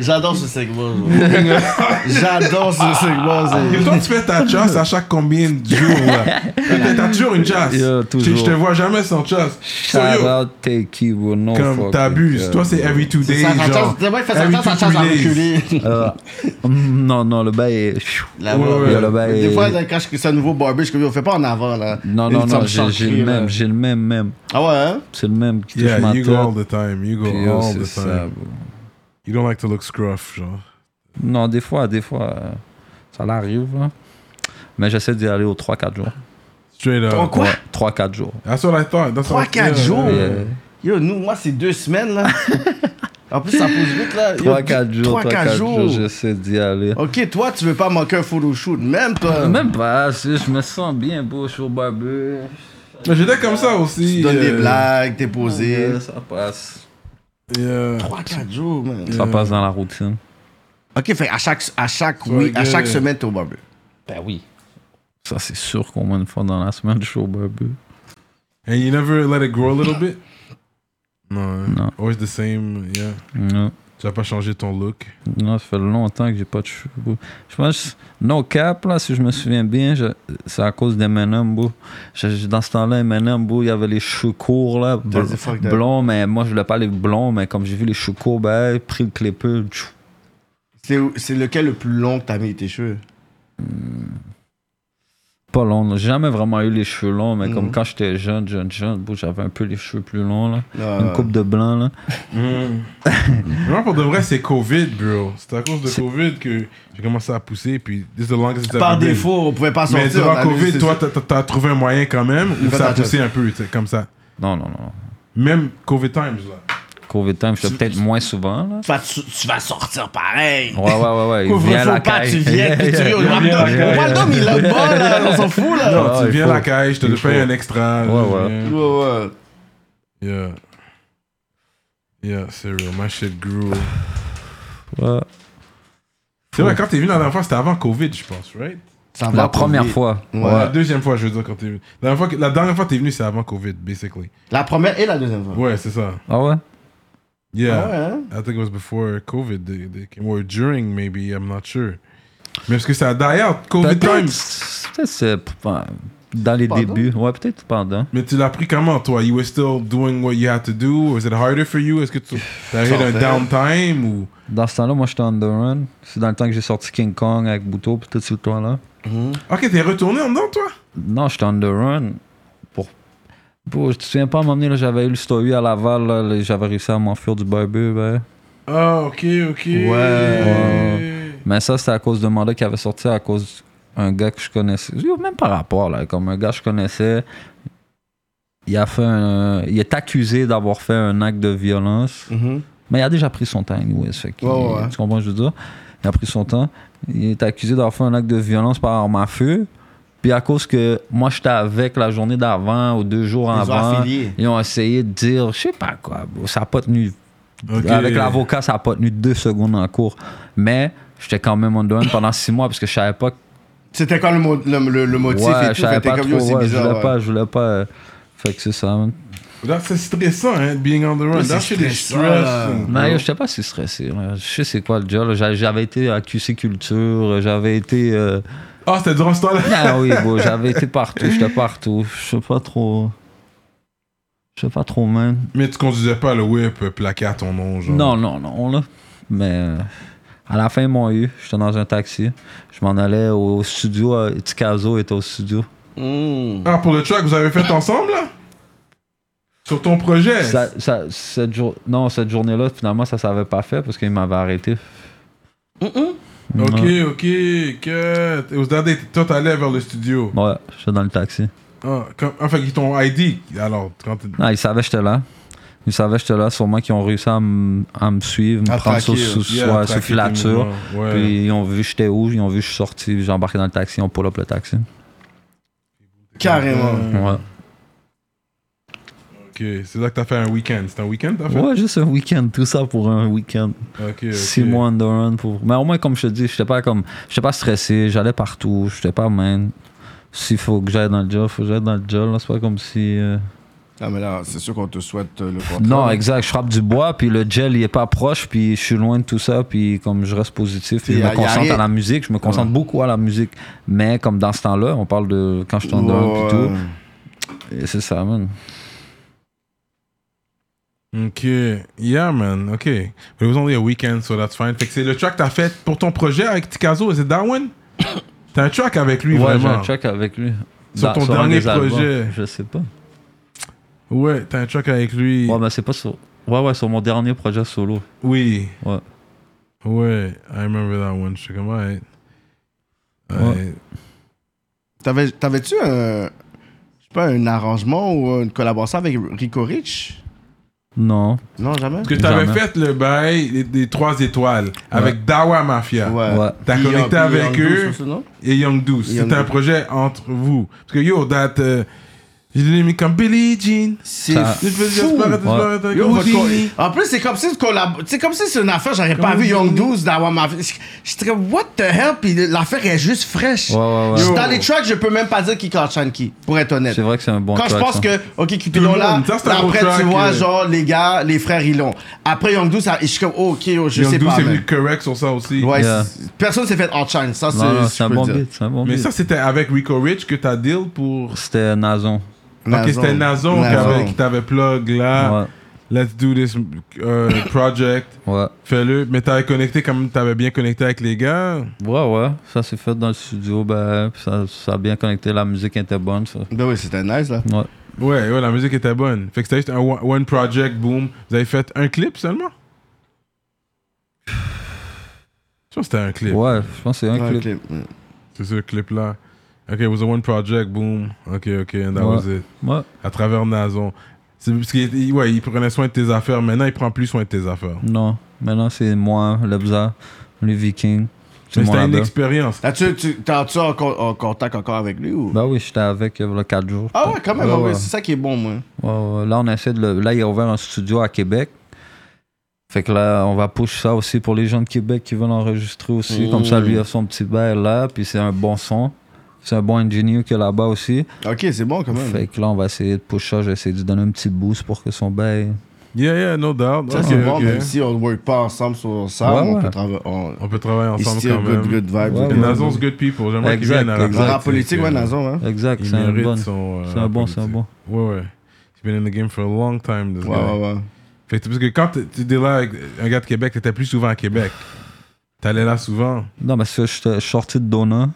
Speaker 2: J'adore ce segment. bro. J'adore ce segment.
Speaker 1: Et
Speaker 2: c'est-
Speaker 1: toi, tu fais ta chasse à chaque combien de jours? là? T'as t'as toujours une chasse.
Speaker 3: Yeah,
Speaker 1: Je
Speaker 3: toujours.
Speaker 1: je te vois jamais sans chasse. So,
Speaker 3: Shout
Speaker 1: yo,
Speaker 3: out, take you, bro. No
Speaker 1: comme
Speaker 3: fucking
Speaker 1: t'abuses.
Speaker 3: care,
Speaker 1: Toi, c'est
Speaker 3: bro.
Speaker 1: every two
Speaker 2: C'est
Speaker 1: days.
Speaker 2: ça, sa
Speaker 1: genre.
Speaker 2: chance. Moi, il fait sa
Speaker 1: Every
Speaker 2: chance, sa
Speaker 1: two,
Speaker 2: chance à
Speaker 1: three days.
Speaker 2: reculer.
Speaker 3: Euh, mm, non, non, le bail est.
Speaker 2: Là,
Speaker 1: Ouais,
Speaker 2: bro.
Speaker 1: ouais.
Speaker 3: Yo, le bail
Speaker 2: Des
Speaker 3: est-
Speaker 2: fois, là, quand je c'est un nouveau barber, je suis comme, on fait pas en avant, là.
Speaker 3: Non,
Speaker 2: Et
Speaker 3: non,
Speaker 2: ça
Speaker 3: non,
Speaker 2: me
Speaker 3: j'ai
Speaker 2: change
Speaker 3: j'ai
Speaker 2: crie,
Speaker 3: le
Speaker 2: là.
Speaker 3: même, j'ai le même, même.
Speaker 2: Ah ouais, hein?
Speaker 3: C'est le même qui touche
Speaker 1: Yeah,
Speaker 3: ma
Speaker 1: you
Speaker 3: tête.
Speaker 1: go all the time. You go
Speaker 3: Puis, yo,
Speaker 1: all
Speaker 3: c'est
Speaker 1: the
Speaker 3: ça,
Speaker 1: time.
Speaker 3: bro.
Speaker 1: You don't like to look scruff, genre.
Speaker 3: Non, des fois, des fois, euh, ça l'arrive. là. Mais j'essaie d'y aller aux 3-4 jours.
Speaker 1: Straight up.
Speaker 2: En quoi?
Speaker 3: Ouais, 3-4 jours.
Speaker 1: That's what I thought. That's
Speaker 2: Trois,
Speaker 1: what I-
Speaker 2: quatre
Speaker 1: yeah,
Speaker 2: jours?
Speaker 1: yeah.
Speaker 3: Euh,
Speaker 2: Yo, nous, moi, c'est deux semaines, là. En plus, ça pousse vite, là. Yo,
Speaker 3: 3-4 jours,
Speaker 2: trois, quatre
Speaker 3: 3-4 jours, j'essaie d'y aller.
Speaker 2: Ok, toi, tu veux pas manquer un photoshoot, même toi.
Speaker 3: Même pas, c'est- je me sens bien beau, je suis au barbu.
Speaker 1: Mais j'étais comme ça aussi.
Speaker 2: Tu donnes des
Speaker 1: euh,
Speaker 2: blagues, t'es posé.
Speaker 3: Euh, Ça passe.
Speaker 1: yeah.
Speaker 2: Trois, quatre jours, man.
Speaker 3: Ça passe dans la routine.
Speaker 2: Ok, fait à chaque, à chaque,
Speaker 1: Sois
Speaker 2: oui, à chaque
Speaker 1: gueule.
Speaker 2: semaine, t'es au barber.
Speaker 3: Ben oui. Ça, c'est sûr qu'au moins une fois dans la semaine, je suis au barbu.
Speaker 1: And you never let it grow a little bit? No. eh?
Speaker 3: Non.
Speaker 1: Always the same. Yeah.
Speaker 3: Non.
Speaker 1: Tu vas pas changer ton look.
Speaker 3: Non, ça fait longtemps que j'ai pas de cheveux. bro. Je pense, no cap, là, si je me souviens bien, je- c'est à cause d'Eminem, bro. Je- je- Dans ce temps-là, Eminem, bro, il avait les cheveux courts, là,
Speaker 2: T'as
Speaker 3: bl-
Speaker 2: dit fuck that.
Speaker 3: blonds, mais moi, je voulais pas les blonds, mais comme j'ai vu les cheveux courts, ben, j'ai pris le clipper, tchou.
Speaker 2: C'est c'est lequel le plus long que t'as mis tes cheveux
Speaker 3: pas long. là. J'ai jamais vraiment eu les cheveux longs, mais comme
Speaker 2: Mhm.
Speaker 3: quand j'étais jeune, jeune, jeune, bro, j'avais un peu les cheveux plus longs, là.
Speaker 2: Ah,
Speaker 3: Une coupe de blanc, là.
Speaker 2: Mm.
Speaker 1: Moi, pour de vrai, c'est COVID, bro. C'est à cause de
Speaker 3: C'est-
Speaker 1: COVID que j'ai commencé à pousser. Puis, this is the longest it's
Speaker 2: Par
Speaker 1: ever been.
Speaker 2: défaut, on pouvait pas sortir.
Speaker 1: Mais
Speaker 2: on
Speaker 1: durant
Speaker 2: a mis-
Speaker 1: COVID,
Speaker 2: c'est-
Speaker 1: toi, t'as- t'as t'as trouvé un moyen quand même
Speaker 2: J'ai
Speaker 1: ou
Speaker 2: fait
Speaker 1: ça a
Speaker 2: la job.
Speaker 1: poussé un peu, tu sais, comme ça.
Speaker 3: Non, non, non, non.
Speaker 1: Même COVID times,
Speaker 3: Ah,
Speaker 1: là.
Speaker 3: Covid time, j'étais peut-être moins souvent, là.
Speaker 2: tu vas, tu- tu vas sortir pareil.
Speaker 3: Ouais, ouais, ouais, ouais.
Speaker 2: Couvre-feu
Speaker 3: Viens à la
Speaker 2: pas,
Speaker 3: caille.
Speaker 2: tu viens, puis tu ris au
Speaker 1: Viens à la
Speaker 2: Waldo.
Speaker 1: caille.
Speaker 2: Au Waldo, mais il a le bol, là, on s'en fout, là.
Speaker 3: Ah,
Speaker 1: tu
Speaker 3: il
Speaker 1: viens à
Speaker 3: faut.
Speaker 1: la caille, je te
Speaker 3: Il
Speaker 1: le paye
Speaker 3: faut.
Speaker 1: un extra.
Speaker 3: Ouais, ouais.
Speaker 1: Yeah.
Speaker 2: Ouais, ouais.
Speaker 1: Yeah. Yeah, c'est real. My shit grew.
Speaker 3: Ouais.
Speaker 1: C'est vrai, quand t'es venu la dernière fois, c'était avant COVID, je pense, right?
Speaker 2: Ça va
Speaker 3: La première
Speaker 2: couper.
Speaker 3: fois.
Speaker 2: Ouais.
Speaker 1: La deuxième fois, je veux dire, quand t'es venu. La dernière fois, que- la dernière fois que t'es venu, c'est avant COVID, basically.
Speaker 2: La première et la deuxième fois.
Speaker 1: Ouais, c'est ça.
Speaker 3: Ah ouais?
Speaker 1: Yeah.
Speaker 2: Ah ouais, hein?
Speaker 1: I think it was before COVID, they, they came, or during maybe, I'm not sure. Mais parce que ça a die out, COVID
Speaker 3: Peut-être
Speaker 1: time.
Speaker 3: peut-être c'est p- pas- dans les
Speaker 2: Pendant?
Speaker 3: débuts. Ouais, peut-être pendant.
Speaker 1: Mais tu l'as pris comment, toi? You were still doing what you had to do? Was it harder for you? Est-ce que tu as hit un
Speaker 2: Sortais.
Speaker 1: downtime ou...
Speaker 3: Dans ce temps-là, moi j'étais on the run. C'est dans le temps que j'ai sorti King Kong avec Bouto puis tout ce temps-là.
Speaker 1: Ok, t'es retourné en dedans, toi?
Speaker 3: Non, j'étais on the run. Pour... pour je te souviens pas, à un moment donné, là, j'avais eu le story à Laval, là, là, j'avais réussi à m'enfuir du barbu. Ben.
Speaker 1: Ah, ok, ok.
Speaker 2: Ouais.
Speaker 3: Mais ça, c'était à cause de mandat qui avait sorti à cause d'un gars que je connaissais. Yo, Même par rapport, là, comme un gars que je connaissais, il a fait un- Il est accusé d'avoir fait un acte de violence.
Speaker 2: Mhm.
Speaker 3: Mais il a déjà pris son temps, anyway. ça fait qu'il-
Speaker 2: Ouais, ouais, ouais.
Speaker 3: Tu comprends ce que je veux dire? Il a pris son temps. Il est accusé d'avoir fait un acte de violence par arme à feu. Puis à cause que moi, j'étais avec la journée d'avant ou deux jours
Speaker 2: Ils ont
Speaker 3: avant,
Speaker 2: affilié.
Speaker 3: ils ont essayé de dire, je sais pas quoi, bro, ça n'a pas tenu.
Speaker 1: Ok.
Speaker 3: Avec l'avocat, ça n'a pas tenu deux secondes en cours. Mais j'étais quand même on the run pendant six mois parce que je savais pas
Speaker 2: C'était quand le, mo- le, le, le motif
Speaker 3: Ouais,
Speaker 2: et
Speaker 3: je
Speaker 2: tout, fait
Speaker 3: savais
Speaker 2: t'es
Speaker 3: pas
Speaker 2: comme yo,
Speaker 3: trop.
Speaker 2: c'est
Speaker 3: ouais, je voulais
Speaker 2: bizarre.
Speaker 3: pas,
Speaker 2: ouais.
Speaker 3: je voulais pas. euh, Fait que c'est ça, man.
Speaker 1: Là, c'est stressant, hein, being on the run.
Speaker 2: C'est
Speaker 1: That shit is
Speaker 2: stressant,
Speaker 1: stress.
Speaker 2: là.
Speaker 3: Mais yo, j'étais pas si stressé. là. Je sais c'est quoi le job. là. J'a- J'avais été à QC Culture, j'avais été. euh,
Speaker 1: Ah, c'était durant ce temps-là?
Speaker 3: Ah oui, bon, j'avais été partout, j'étais partout. Je sais pas trop. Je sais pas trop, man.
Speaker 1: Mais tu conduisais pas le whip euh, plaqué à ton nom, genre.
Speaker 3: Non, non, non, là. Mais euh, à la fin, ils m'ont eu. J'étais dans un taxi. Je m'en allais au studio. euh, Tikazo était au studio.
Speaker 2: Mmh.
Speaker 1: Ah, pour le track, vous avez fait ensemble, là? Sur ton projet?
Speaker 3: Ça, ça, cette jour... Non, cette journée-là, finalement, ça s'avait pas fait parce qu'ils m'avaient arrêté.
Speaker 1: Ok, ok, que... It was that day, toi, t'allais vers le studio.
Speaker 3: Ouais, j'étais dans le taxi.
Speaker 1: Ah, comme... Enfin, ils t'ont ID, alors, quand t'es-
Speaker 3: Non, ils savaient que j'étais là. Ils savaient que j'étais là. Sûrement qu'ils ont réussi à me à me suivre, me
Speaker 2: À
Speaker 3: prendre sous,
Speaker 2: traquer,
Speaker 3: sous,
Speaker 1: Yeah,
Speaker 3: ouais, sous
Speaker 1: traquer tes
Speaker 3: filature.
Speaker 1: mouvements, Ouais.
Speaker 3: Puis ils ont vu j'étais où, ils ont vu je suis sorti, j'ai embarqué dans le taxi, on pull up le taxi.
Speaker 2: Carrément.
Speaker 3: Ouais.
Speaker 1: Ok, c'est là que t'as fait un week-end. C'est un week-end t'as fait
Speaker 3: Ouais, juste un week-end, tout ça pour un week-end.
Speaker 1: Ok, ok.
Speaker 3: Six mois on the run pour. Mais au moins, comme je te dis, j'étais pas comme. J'étais pas stressé, j'allais partout, j'étais pas man. S'il faut que j'aille dans le job, faut que j'aille dans le job, là, c'est pas comme si. euh,
Speaker 2: Ah, mais là, c'est sûr qu'on te souhaite euh, le contraire.
Speaker 3: Non, exact, je frappe du bois, puis le gel, il est pas proche, puis je suis loin de tout ça, puis comme je reste positif, puis
Speaker 2: Y
Speaker 3: je
Speaker 2: a- y
Speaker 3: me
Speaker 2: a
Speaker 3: concentre
Speaker 2: rien.
Speaker 3: à la musique, je me concentre beaucoup à la musique. Mais comme dans ce temps-là, on parle de quand je suis en dehors, puis
Speaker 2: Ouais.
Speaker 3: tout. Et c'est ça, man.
Speaker 1: Ok, yeah man, ok. But it was only a weekend, so that's fine. Fait que c'est le track que t'as fait pour ton projet avec Tikazo, is it that one? T'as un track avec lui,
Speaker 3: Ouais, j'ai
Speaker 1: vraiment.
Speaker 3: un check avec lui. Bah,
Speaker 1: Sur ton
Speaker 3: un
Speaker 1: dernier
Speaker 3: des albums,
Speaker 1: projet.
Speaker 3: Je sais pas.
Speaker 1: Ouais, t'as un track avec lui.
Speaker 3: Ouais, mais c'est pas sur. Ouais, ouais, sur mon dernier projet solo.
Speaker 1: Oui.
Speaker 3: Ouais.
Speaker 1: Ouais, I remember that one. Je suis comme, alright. Alright.
Speaker 2: T'avais- T'avais-tu un. Je sais pas, un arrangement ou une collaboration avec Rico Rich
Speaker 3: Non.
Speaker 2: Non, jamais
Speaker 1: Parce que t'avais
Speaker 3: Jamais.
Speaker 1: fait le bail des, des trois étoiles avec Dawa Mafia.
Speaker 3: Ouais.
Speaker 1: T'as
Speaker 2: Puis,
Speaker 1: connecté
Speaker 2: euh, puis,
Speaker 1: avec
Speaker 2: euh,
Speaker 1: eux.
Speaker 2: sur ce nom?
Speaker 1: et Young Douce.
Speaker 2: Young
Speaker 1: C'était un
Speaker 2: Deuce.
Speaker 1: projet entre vous. Parce que yo, that. euh, Je l'ai mis comme Billie Jean.
Speaker 2: C'est
Speaker 3: Ça-
Speaker 1: Je veux dire,
Speaker 2: fou.
Speaker 1: c'est pas- c'est pas-
Speaker 2: Yo, votre
Speaker 1: Houdini.
Speaker 2: co- en plus, c'est comme si ce collab- c'est comme si c'est une affaire, j'aurais pas vu Young Dudes d'avoir ma. J'étais comme, what the hell? Puis l'affaire est juste fraîche.
Speaker 3: Ouais, ouais, ouais.
Speaker 2: Je-
Speaker 3: Yo.
Speaker 2: Dans les tracks, je peux même pas dire qui cachane qui, pour être honnête.
Speaker 3: C'est vrai que c'est un bon
Speaker 2: Quand je
Speaker 3: track, hein.
Speaker 2: pense
Speaker 3: ça.
Speaker 2: que, ok,
Speaker 1: Tout
Speaker 2: Cupidon
Speaker 1: le
Speaker 2: là,
Speaker 1: monde, ça, c'est un bon
Speaker 2: après tu
Speaker 1: track,
Speaker 2: vois,
Speaker 1: euh.
Speaker 2: genre, les gars, les frères, ils l'ont. Après Young Dudes, ça- je suis comme, oh, ok, oh, je sais
Speaker 1: Young Doo,
Speaker 2: pas.
Speaker 1: c'est
Speaker 2: man.
Speaker 1: venu correct sur ça aussi.
Speaker 2: Ouais,
Speaker 3: Yeah.
Speaker 2: c'est- personne s'est fait outshine, ça c'est.
Speaker 3: Non, non,
Speaker 2: je
Speaker 3: c'est un
Speaker 2: peux
Speaker 3: bon
Speaker 2: le dire.
Speaker 3: beat, c'est un bon
Speaker 1: Mais
Speaker 3: beat.
Speaker 1: ça, c'était avec Rico Rich que t'as deal pour.
Speaker 3: C'était Nazon.
Speaker 1: Ok, c'était Nazon qui
Speaker 2: Nazon.
Speaker 1: avait- qui t'avait plug là.
Speaker 3: Ouais,
Speaker 1: Let's do this euh, project.
Speaker 3: ouais.
Speaker 1: Fais-le. Mais t'avais connecté comme t'avais bien connecté avec les gars.
Speaker 3: Ouais, ouais, ça s'est fait dans le studio, ben, puis ça, ça a bien connecté, la musique était bonne, ça.
Speaker 2: Ben oui, c'était nice là.
Speaker 3: Ouais.
Speaker 1: Ouais, ouais, la musique était bonne. Fait que c'était juste un one one project, boom. Vous avez fait un clip seulement? Je pense que c'était un clip.
Speaker 3: Ouais, je pense que c'est un
Speaker 2: Ouais,
Speaker 3: clip.
Speaker 2: clip.
Speaker 1: C'est ce clip-là. OK, it was a one project, boom. OK, OK, and that
Speaker 3: Ouais.
Speaker 1: was it.
Speaker 3: Ouais.
Speaker 1: À travers Nazon. C'est parce qu'il il- ouais, il prenait soin de tes affaires. Maintenant, il prend plus soin de tes affaires.
Speaker 3: Non, maintenant c'est moi, Lebza, les Vikings. C'est
Speaker 1: Mais
Speaker 3: mon
Speaker 1: c'était une
Speaker 3: label.
Speaker 1: expérience.
Speaker 2: As-tu, tu, t'es-tu en, co- en contact encore avec lui ou?
Speaker 3: Ben oui, j'étais avec euh, le 4 jours.
Speaker 2: Ah ouais, quand même,
Speaker 3: Ouais,
Speaker 2: ouais, ouais,
Speaker 3: ouais.
Speaker 2: c'est ça qui est bon, moi.
Speaker 3: Ouais, ouais. Là, on essaie de le- Là, il a ouvert un studio à Québec. Fait que là, on va push ça aussi pour les gens de Québec qui veulent enregistrer aussi. Comme ça, lui a son petit bail là, puis c'est un bon son. C'est un bon ingénieur qui est là-bas aussi.
Speaker 2: Ok, c'est bon quand même.
Speaker 3: Fait que là, on va essayer de push ça. J'essaie de lui donner un petit boost pour que son bail.
Speaker 1: Yeah, yeah, no doubt.
Speaker 2: Ça,
Speaker 1: Ok,
Speaker 2: c'est bon,
Speaker 1: ok.
Speaker 2: même si on ne work pas ensemble sur ça,
Speaker 3: Ouais,
Speaker 2: on
Speaker 3: ouais.
Speaker 2: peut travailler. On...
Speaker 1: On peut travailler
Speaker 2: It's
Speaker 1: ensemble
Speaker 2: still
Speaker 1: quand
Speaker 2: good,
Speaker 1: même.
Speaker 2: good vibe.
Speaker 3: Ouais,
Speaker 1: Et
Speaker 3: ouais.
Speaker 1: Nazon's good people. J'aimerais qu'il
Speaker 3: Exact,
Speaker 1: vienne à la
Speaker 3: exact.
Speaker 2: Rap politique, ouais, Nazon, hein.
Speaker 3: Exact,
Speaker 1: Il
Speaker 3: c'est un
Speaker 1: mérite
Speaker 3: bon.
Speaker 1: son. euh,
Speaker 3: C'est un bon,
Speaker 1: politique.
Speaker 3: c'est un bon.
Speaker 1: Ouais, ouais. He's been in the game for a long time, this
Speaker 2: Ouais,
Speaker 1: guy.
Speaker 2: ouais, ouais.
Speaker 1: Fait que, parce que quand tu étais là avec un gars de Québec, t'étais plus souvent à Québec. T'allais là souvent.
Speaker 3: Non, parce que j'étais- je suis sorti de Dona.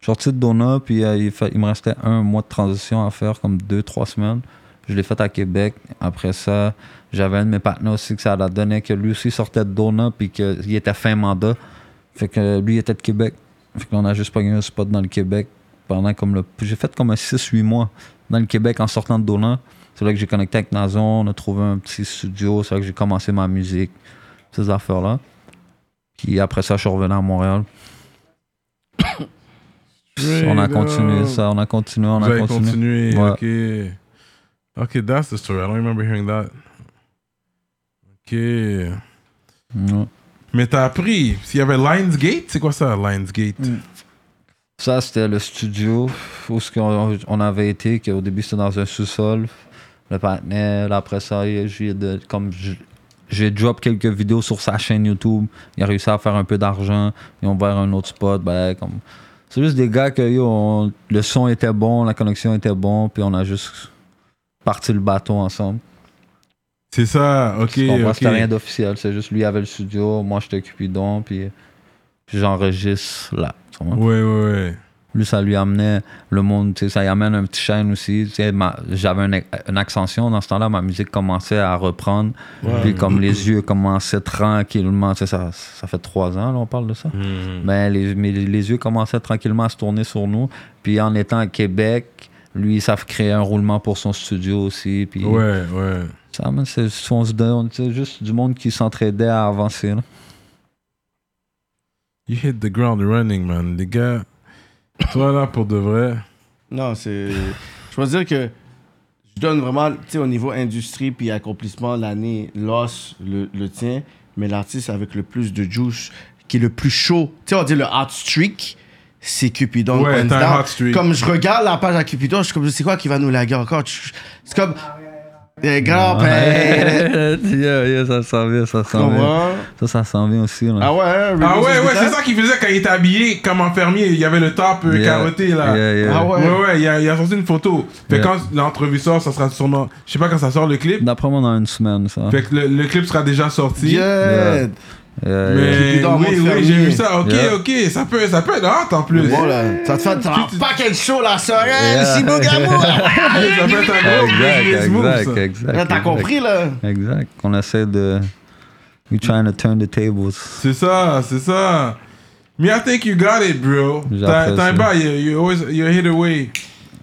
Speaker 3: Je suis sorti de Dona, puis euh, il, fa- il me restait un mois de transition à faire, comme deux, trois semaines. Je l'ai fait à Québec. Après ça, j'avais un de mes partenaires aussi que ça la donnait, que lui aussi sortait de Dona, puis qu'il était fin mandat. Fait que euh, lui, il était de Québec. Fait qu'on a juste pogné un spot dans le Québec pendant comme le. J'ai fait comme un 6-8 mois dans le Québec en sortant de Dona. C'est là que j'ai connecté avec Nazon, on a trouvé un petit studio, c'est là que j'ai commencé ma musique, ces affaires-là. Puis après ça, je suis revenu à Montréal. on a
Speaker 1: Straight
Speaker 3: continué
Speaker 1: up.
Speaker 3: ça, on a continué, on
Speaker 1: Vous
Speaker 3: a
Speaker 1: avez
Speaker 3: continué.
Speaker 1: continué.
Speaker 3: Ouais.
Speaker 1: Ok. Ok, that's the story. I don't remember hearing that. Ok.
Speaker 3: Ouais.
Speaker 1: Mais t'as appris. S'il y avait Lionsgate, c'est quoi ça, Lionsgate?
Speaker 3: Mm. Ça, c'était le studio où ce qu'on- on avait été, qu'au début, c'était dans un sous-sol. Le partenaire, après ça, il- j'ai de- comme j- j'ai drop quelques vidéos sur sa chaîne YouTube. Il a réussi à faire un peu d'argent. Ils ont ouvert un autre spot. Ben, comme... C'est juste des gars que yo, on- le son était bon, la connexion était bon, puis on a juste parti le bâton ensemble.
Speaker 1: C'est ça, ok.
Speaker 3: Pour moi,
Speaker 1: ok.
Speaker 3: c'était rien d'officiel. C'est juste lui avait le studio, moi j'étais Cupidon, puis, puis j'enregistre là. tu comprends?
Speaker 1: Ouais, ouais, ouais.
Speaker 3: Lui, ça lui amenait le monde, tu sais, ça y amène un petit chaîne aussi. tu sais, ma- J'avais une, une ascension dans ce temps-là, ma musique commençait à reprendre. Puis comme les yeux commençaient tranquillement, tu sais, ça, ça fait trois ans, là, on parle de ça.
Speaker 1: Hmm.
Speaker 3: Mais les, mais les yeux commençaient tranquillement à se tourner sur nous. Puis en étant à Québec, lui, ça créait un roulement pour son studio aussi. Puis
Speaker 1: Ouais, ouais.
Speaker 3: ça, man, c'est on se donne- c'est juste du monde qui s'entraidait à avancer. là.
Speaker 1: You hit the ground running, man. Les gars, toi là, pour de vrai.
Speaker 2: Non, c'est. Je peux dire que je donne vraiment, tu sais, au niveau industrie puis accomplissement, l'année, l'os, le, le tien, mais l'artiste avec le plus de juice, qui est le plus chaud. Tu sais, on dit le hot streak, c'est Cupidon.
Speaker 1: Ouais,
Speaker 2: hands
Speaker 1: t'as un
Speaker 2: down.
Speaker 1: hot streak.
Speaker 2: Comme je regarde la page à Cupidon, je suis comme, c'est quoi qui va nous laguer encore? Tu- C'est comme. Eh, grand-père!
Speaker 3: Yeah, yeah, ça s'en vient, ça s'en vient.
Speaker 2: Comment?
Speaker 3: Ça, ça s'en vient aussi. là.
Speaker 2: Ah ouais, hein,
Speaker 1: Ah
Speaker 2: Reboot
Speaker 1: ouais, ouais,
Speaker 2: Hospital?
Speaker 1: c'est ça qu'il faisait quand il était habillé comme enfermier. Il y avait le top euh,
Speaker 3: Yeah,
Speaker 1: carotté là.
Speaker 3: yeah, yeah.
Speaker 2: Ah ouais.
Speaker 1: Ouais, ouais, il a, il a sorti une photo. Fait que
Speaker 3: Yeah.
Speaker 1: quand l'entrevue sort, ça sera sûrement. Je sais pas quand ça sort le clip.
Speaker 3: D'après moi, dans une semaine, ça.
Speaker 1: Fait que le, le clip sera déjà sorti.
Speaker 2: Yeah!
Speaker 3: Yeah, yeah.
Speaker 1: Mais
Speaker 2: Cupidon, mon
Speaker 1: oui, oui, j'ai
Speaker 2: fermier.
Speaker 1: vu ça. Ok,
Speaker 3: Yeah.
Speaker 1: ok, ça peut, ça peut être hot en plus.
Speaker 2: Bon, là, ça te fait. Ça
Speaker 1: Tu- tu-
Speaker 2: pas quelque chose, la sœurelle,
Speaker 3: Yeah.
Speaker 2: si
Speaker 1: Ça peut être un gros business
Speaker 3: Exact,
Speaker 1: move, ça.
Speaker 3: exact, exact.
Speaker 2: Là, t'as
Speaker 3: exact.
Speaker 2: compris, là?
Speaker 3: Exact. On essaie de. We trying to turn the tables.
Speaker 1: C'est ça, c'est ça. Mais I think you got it, bro. T'as
Speaker 3: J'apprécie.
Speaker 1: t'as un bail, you- you always, you're hit away.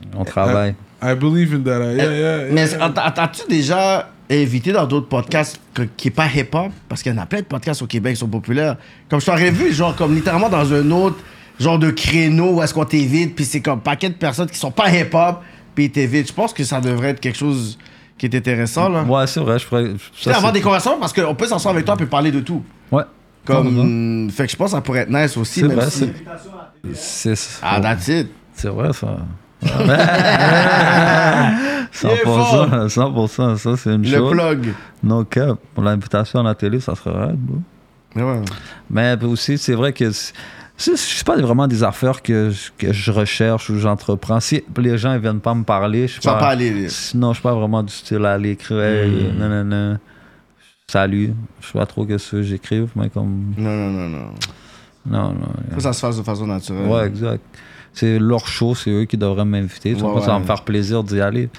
Speaker 2: Euh,
Speaker 3: On travaille.
Speaker 1: I believe in that. Yeah, yeah, yeah.
Speaker 2: Mais as-tu déjà invité dans d'autres podcasts que- qui n'est pas hip-hop? Parce qu'il y en a plein de podcasts au Québec qui sont populaires. Comme je t'aurais vu, genre, comme littéralement dans un autre genre de créneau où est-ce qu'on t'évite, puis c'est comme paquet de personnes qui sont pas hip-hop, puis il était vide. Je pense que ça devrait être quelque chose qui est intéressant, là.
Speaker 3: Ouais, c'est vrai, je pourrais.
Speaker 2: euh, Tu sais, avoir des conversations parce qu'on peut s'asseoir avec toi, on peut parler de tout.
Speaker 3: Ouais. hein?
Speaker 2: Comme. Fait que je pense que ça pourrait être nice aussi.
Speaker 3: C'est
Speaker 2: même
Speaker 3: vrai,
Speaker 2: si-
Speaker 3: c'est. C'est
Speaker 2: Ah, that's it.
Speaker 3: c'est vrai, ça. 100%, 100%, ça c'est une
Speaker 2: Le
Speaker 3: chose.
Speaker 2: plug.
Speaker 3: No cap. Pour l'invitation à la télé, ça serait rare, bro.
Speaker 2: Mais ouais.
Speaker 3: Mais aussi, c'est vrai que c'est- c'est c'est pas vraiment des affaires que je, que je recherche ou j'entreprends. Si les gens ils viennent pas me parler, je suis
Speaker 2: Tu vas
Speaker 3: pas,
Speaker 2: pas aller.
Speaker 3: Sinon, je suis pas vraiment du style à aller écrire. Hey, non, non, non. Salut. Je sais pas trop que ce que j'écrive, mais comme.
Speaker 2: Non, non, non, non.
Speaker 3: Non, non.
Speaker 2: Faut que ça se fasse de façon naturelle.
Speaker 3: Ouais, exact. C'est leur show, c'est eux qui devraient m'inviter. Tu
Speaker 2: Ouais,
Speaker 3: vois, Ça va
Speaker 2: ouais.
Speaker 3: me faire plaisir d'y aller.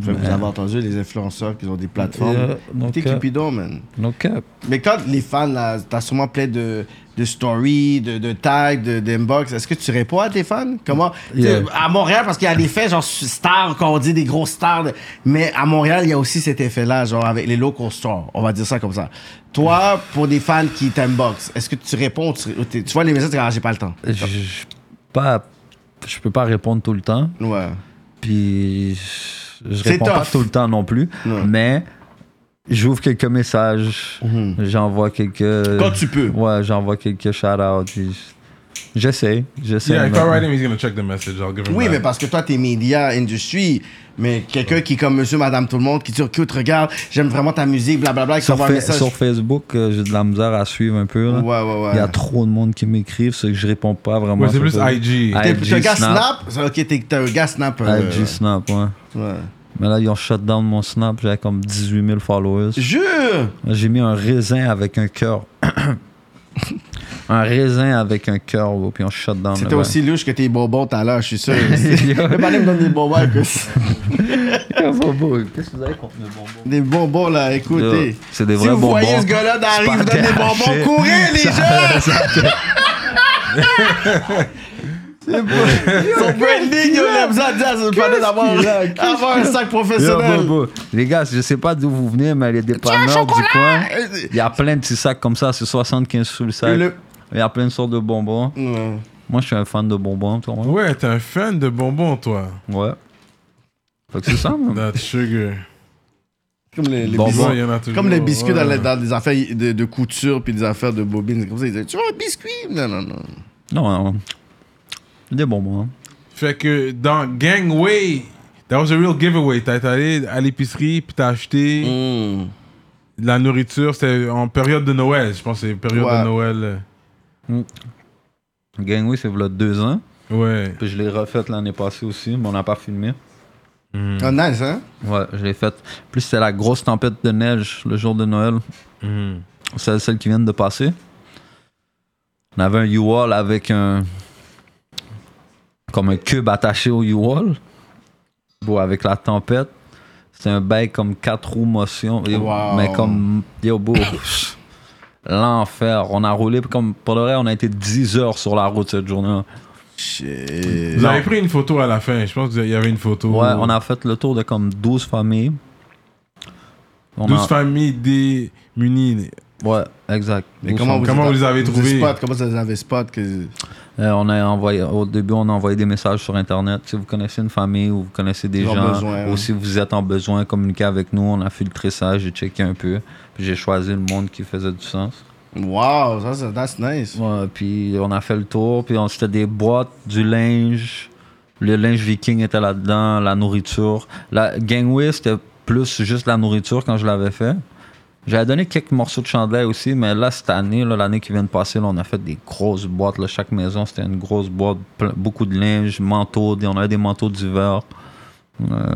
Speaker 2: Fait que vous avez entendu les influenceurs qui ont des plateformes.
Speaker 3: Yeah, no
Speaker 2: T'es
Speaker 3: cap.
Speaker 2: Cupidon, man.
Speaker 3: No cap.
Speaker 2: Mais quand les fans, là, t'as sûrement plein de, de stories, de, de tags, de- d'inbox. Est-ce que tu réponds à tes fans? Comment? Tu sais,
Speaker 3: Yeah.
Speaker 2: À Montréal, parce qu'il y a des faits, genre stars, quand on dit des grosses stars. de- Mais à Montréal, il y a aussi cet effet-là, genre avec les local stores. On va dire ça comme ça. Toi, pour des fans qui t'inbox, est-ce que tu réponds? ou Tu, ou t'es- tu vois les messages, tu dis, ah, j'ai pas le temps.
Speaker 3: Je- Je pas- je peux pas répondre tout le temps.
Speaker 2: Ouais.
Speaker 3: puis je- je
Speaker 2: C'est
Speaker 3: réponds pas
Speaker 2: tough.
Speaker 3: tout le temps non plus,
Speaker 2: Ouais.
Speaker 3: mais j'ouvre quelques messages, j'envoie quelques...
Speaker 2: Mhm. Quand tu peux.
Speaker 3: Ouais, j'envoie quelques shout-outs, puis j'essaie, j'essaie.
Speaker 1: Yeah, if I
Speaker 3: mais-
Speaker 1: write him, he's gonna check the message. I'll give him
Speaker 2: Oui,
Speaker 1: that.
Speaker 2: mais parce que toi, t'es média, industrie, mais quelqu'un qui, comme monsieur, madame, tout le monde, qui dit, écoute, regarde, j'aime vraiment ta musique, blablabla, qui
Speaker 3: sur,
Speaker 2: t'envoie un
Speaker 3: Fa-
Speaker 2: message.
Speaker 3: sur Facebook, euh, j'ai de la misère à suivre un peu. là.
Speaker 2: Ouais, ouais, ouais.
Speaker 3: Il y a trop de monde qui m'écrivent, c'est que je réponds pas vraiment.
Speaker 1: Ouais, c'est
Speaker 3: sur
Speaker 1: plus
Speaker 3: Facebook.
Speaker 1: IG.
Speaker 3: Ah,
Speaker 2: T'es
Speaker 3: IG
Speaker 2: t'es un gars
Speaker 3: Snap.
Speaker 2: snap? C'est Ok, t'es t'es un gars snap. euh,
Speaker 3: IG Snap, ouais.
Speaker 2: ouais.
Speaker 3: Mais là, ils ont shut down mon Snap, j'avais comme 18 000 followers.
Speaker 2: Jure!
Speaker 3: J'ai mis un raisin avec un cœur. un raisin avec un cœur, bro, puis on shut down.
Speaker 2: C'était
Speaker 3: le bail.
Speaker 2: aussi louche que tes bonbons tout à l'heure, je suis sûr. Le palais me donne des bonbons à cause- Des bonbons là, écoutez.
Speaker 3: Yo, c'est des
Speaker 2: si
Speaker 3: vrais
Speaker 2: vous voyez
Speaker 3: bonbons.
Speaker 2: ce gars-là d'arrive, vous donne des bonbons,
Speaker 3: caché.
Speaker 2: courez les gens! C'est pas- Son branding, yo, il a besoin de dire à ce palais d'avoir avoir un sac
Speaker 3: Yo,
Speaker 2: professionnel.
Speaker 3: bro, bro. Les gars, je sais pas d'où vous venez, mais les dépanneurs du coin, il y a plein de petits sacs comme ça, c'est 75 sous le sac.
Speaker 2: Et
Speaker 3: Il
Speaker 2: le-
Speaker 3: y a plein de sortes de bonbons.
Speaker 2: Ouais.
Speaker 3: Moi, je suis un fan de bonbons, toi. Ouais.
Speaker 1: Ouais, t'es un fan de bonbons, toi.
Speaker 3: ouais. Fait que c'est ça, man.
Speaker 1: That sugar.
Speaker 2: Comme les, les
Speaker 3: Bonbons.
Speaker 2: biscuits.
Speaker 1: Ouais, il y en a toujours,
Speaker 2: Comme les biscuits
Speaker 1: ouais.
Speaker 2: dans, les, dans des affaires de, de couture puis des affaires de bobines. C'est Comme ça, ils disaient, tu veux un biscuit? Non, non, non.
Speaker 3: Non, non. Des bonbons. hein.
Speaker 1: Fait que dans Gangway, that was a real giveaway. T'es allé à l'épicerie, puis t'as acheté Mm.
Speaker 3: Mm.
Speaker 1: de la nourriture. C'était en période de Noël, je pense. que C'est période
Speaker 2: Ouais.
Speaker 1: de Noël. euh,
Speaker 3: Gangway, c'est v'là deux ans.
Speaker 1: euh, Ouais.
Speaker 3: Puis je l'ai refaite l'année passée aussi, mais on n'a pas filmé.
Speaker 2: Ah, nice, hein?
Speaker 3: Ouais, je l'ai faite. En Plus c'était la grosse tempête de neige le jour de Noël. C'est celle qui vient de passer. On avait un U-Wall avec un. comme un cube attaché au U-Wall. Bon, avec la tempête. C'est un bail comme quatre roues motion. Yo,
Speaker 2: Wow.
Speaker 3: Mais comme. Yo, beau. L'enfer. On a roulé comme. Pour le vrai, on a été 10 heures sur la route cette journée-là.
Speaker 2: Shit.
Speaker 1: Vous avez pris une photo à la fin. Je pense qu'il y avait une photo.
Speaker 3: Ouais,
Speaker 2: Hmm.
Speaker 3: on a fait le tour de comme 12 familles. On
Speaker 1: 12
Speaker 3: a-
Speaker 1: familles démunies.
Speaker 3: Ouais, exact.
Speaker 2: Mais
Speaker 3: Où
Speaker 2: comment
Speaker 3: sont-
Speaker 2: vous,
Speaker 1: Comment vous les avez trouvés?
Speaker 2: Spot, comment ça les avez spot? Que...
Speaker 3: Euh, on a envoyé, au début, on a envoyé des messages sur Internet. Si vous connaissez une famille ou vous connaissez des
Speaker 2: Ils ont
Speaker 3: gens,
Speaker 2: besoin,
Speaker 3: ou
Speaker 2: ouais.
Speaker 3: si vous êtes en besoin, communiquez avec nous. On a filtré ça, j'ai checké un peu. Puis j'ai choisi le monde qui faisait du sens.
Speaker 2: Wow, ça, c'est that's nice.
Speaker 3: Ouais, puis on a fait le tour, puis on c'était des boîtes, du linge. Le linge viking était là-dedans, la nourriture. La gangway, c'était plus juste la nourriture quand je l'avais fait. J'avais donné quelques morceaux de chandail aussi, mais là, cette année, là, l'année qui vient de passer, là, on a fait des grosses boîtes. là. Chaque maison, c'était une grosse boîte, plein- beaucoup de linge, manteaux, des- on avait des manteaux d'hiver. Euh,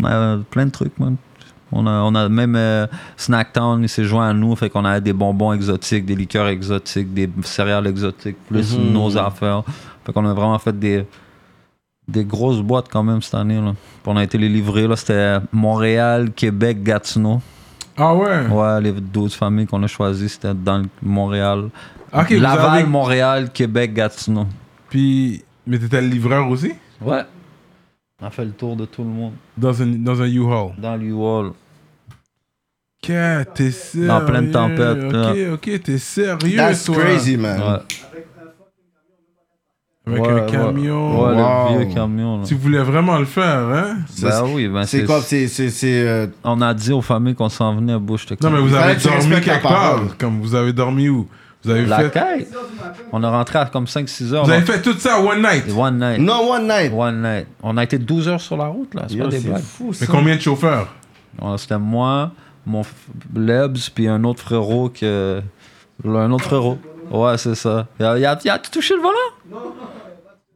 Speaker 3: on avait plein de trucs, man. On a, on a même euh, Snacktown, il s'est joint à nous, fait qu'on a des bonbons exotiques, des liqueurs exotiques, des céréales exotiques, plus
Speaker 2: Mhm.
Speaker 3: nos affaires. Fait qu'on a vraiment fait des, des grosses boîtes quand même cette année. Là. Puis On a été les livrer, là, c'était Montréal, Québec, Gatineau.
Speaker 1: Ah ouais?
Speaker 3: Ouais, les 12 familles qu'on a choisies, c'était dans le- Montréal.
Speaker 1: Ok, vous
Speaker 3: Laval,
Speaker 1: avez-
Speaker 3: Montréal, Québec, Gatineau.
Speaker 1: Puis, mais t'étais le livreur aussi?
Speaker 3: Ouais. On a fait le tour de tout le monde.
Speaker 1: Dans un, dans un U-Haul.
Speaker 3: Dans l'U-Wall.
Speaker 1: Qu'est-ce que t'es sérieux?
Speaker 3: Dans pleine tempête,
Speaker 1: Ok, ok, t'es sérieux,
Speaker 2: That's
Speaker 1: toi.
Speaker 2: crazy, man.
Speaker 3: Ouais.
Speaker 1: Avec
Speaker 3: Ouais,
Speaker 1: un
Speaker 3: ouais.
Speaker 1: camion.
Speaker 3: Ouais,
Speaker 2: Wow.
Speaker 3: le vieux camion. là.
Speaker 1: Tu voulais vraiment le faire, hein?
Speaker 2: Ça,
Speaker 3: Ben oui, ben
Speaker 2: C'est
Speaker 3: c'est.
Speaker 2: quoi C'est. c'est- c'est, euh,
Speaker 3: On a dit aux familles qu'on s'en venait à bouche de
Speaker 1: Non, mais vous
Speaker 2: Il fallait
Speaker 1: avez
Speaker 2: que tu
Speaker 1: dormi
Speaker 2: respectes la
Speaker 1: quelque part.
Speaker 2: parole.
Speaker 1: Comme vous avez dormi où? Vous avez
Speaker 3: La
Speaker 1: fait.
Speaker 3: caille. On est rentré à comme 5-6 heures.
Speaker 1: Vous avez
Speaker 3: là.
Speaker 1: fait tout ça one night.
Speaker 3: One night.
Speaker 2: Non, One Night.
Speaker 3: One night. On a été 12 heures sur la route, là. C'est
Speaker 2: Yo,
Speaker 3: pas des
Speaker 2: c'est
Speaker 3: blagues.
Speaker 2: fou, ça.
Speaker 1: Mais combien de chauffeurs?
Speaker 3: On- C'était moi, mon f- Lebs, puis un autre frérot que. Un autre frérot. Ouais, c'est ça. Il a, il a- il a touché le volant?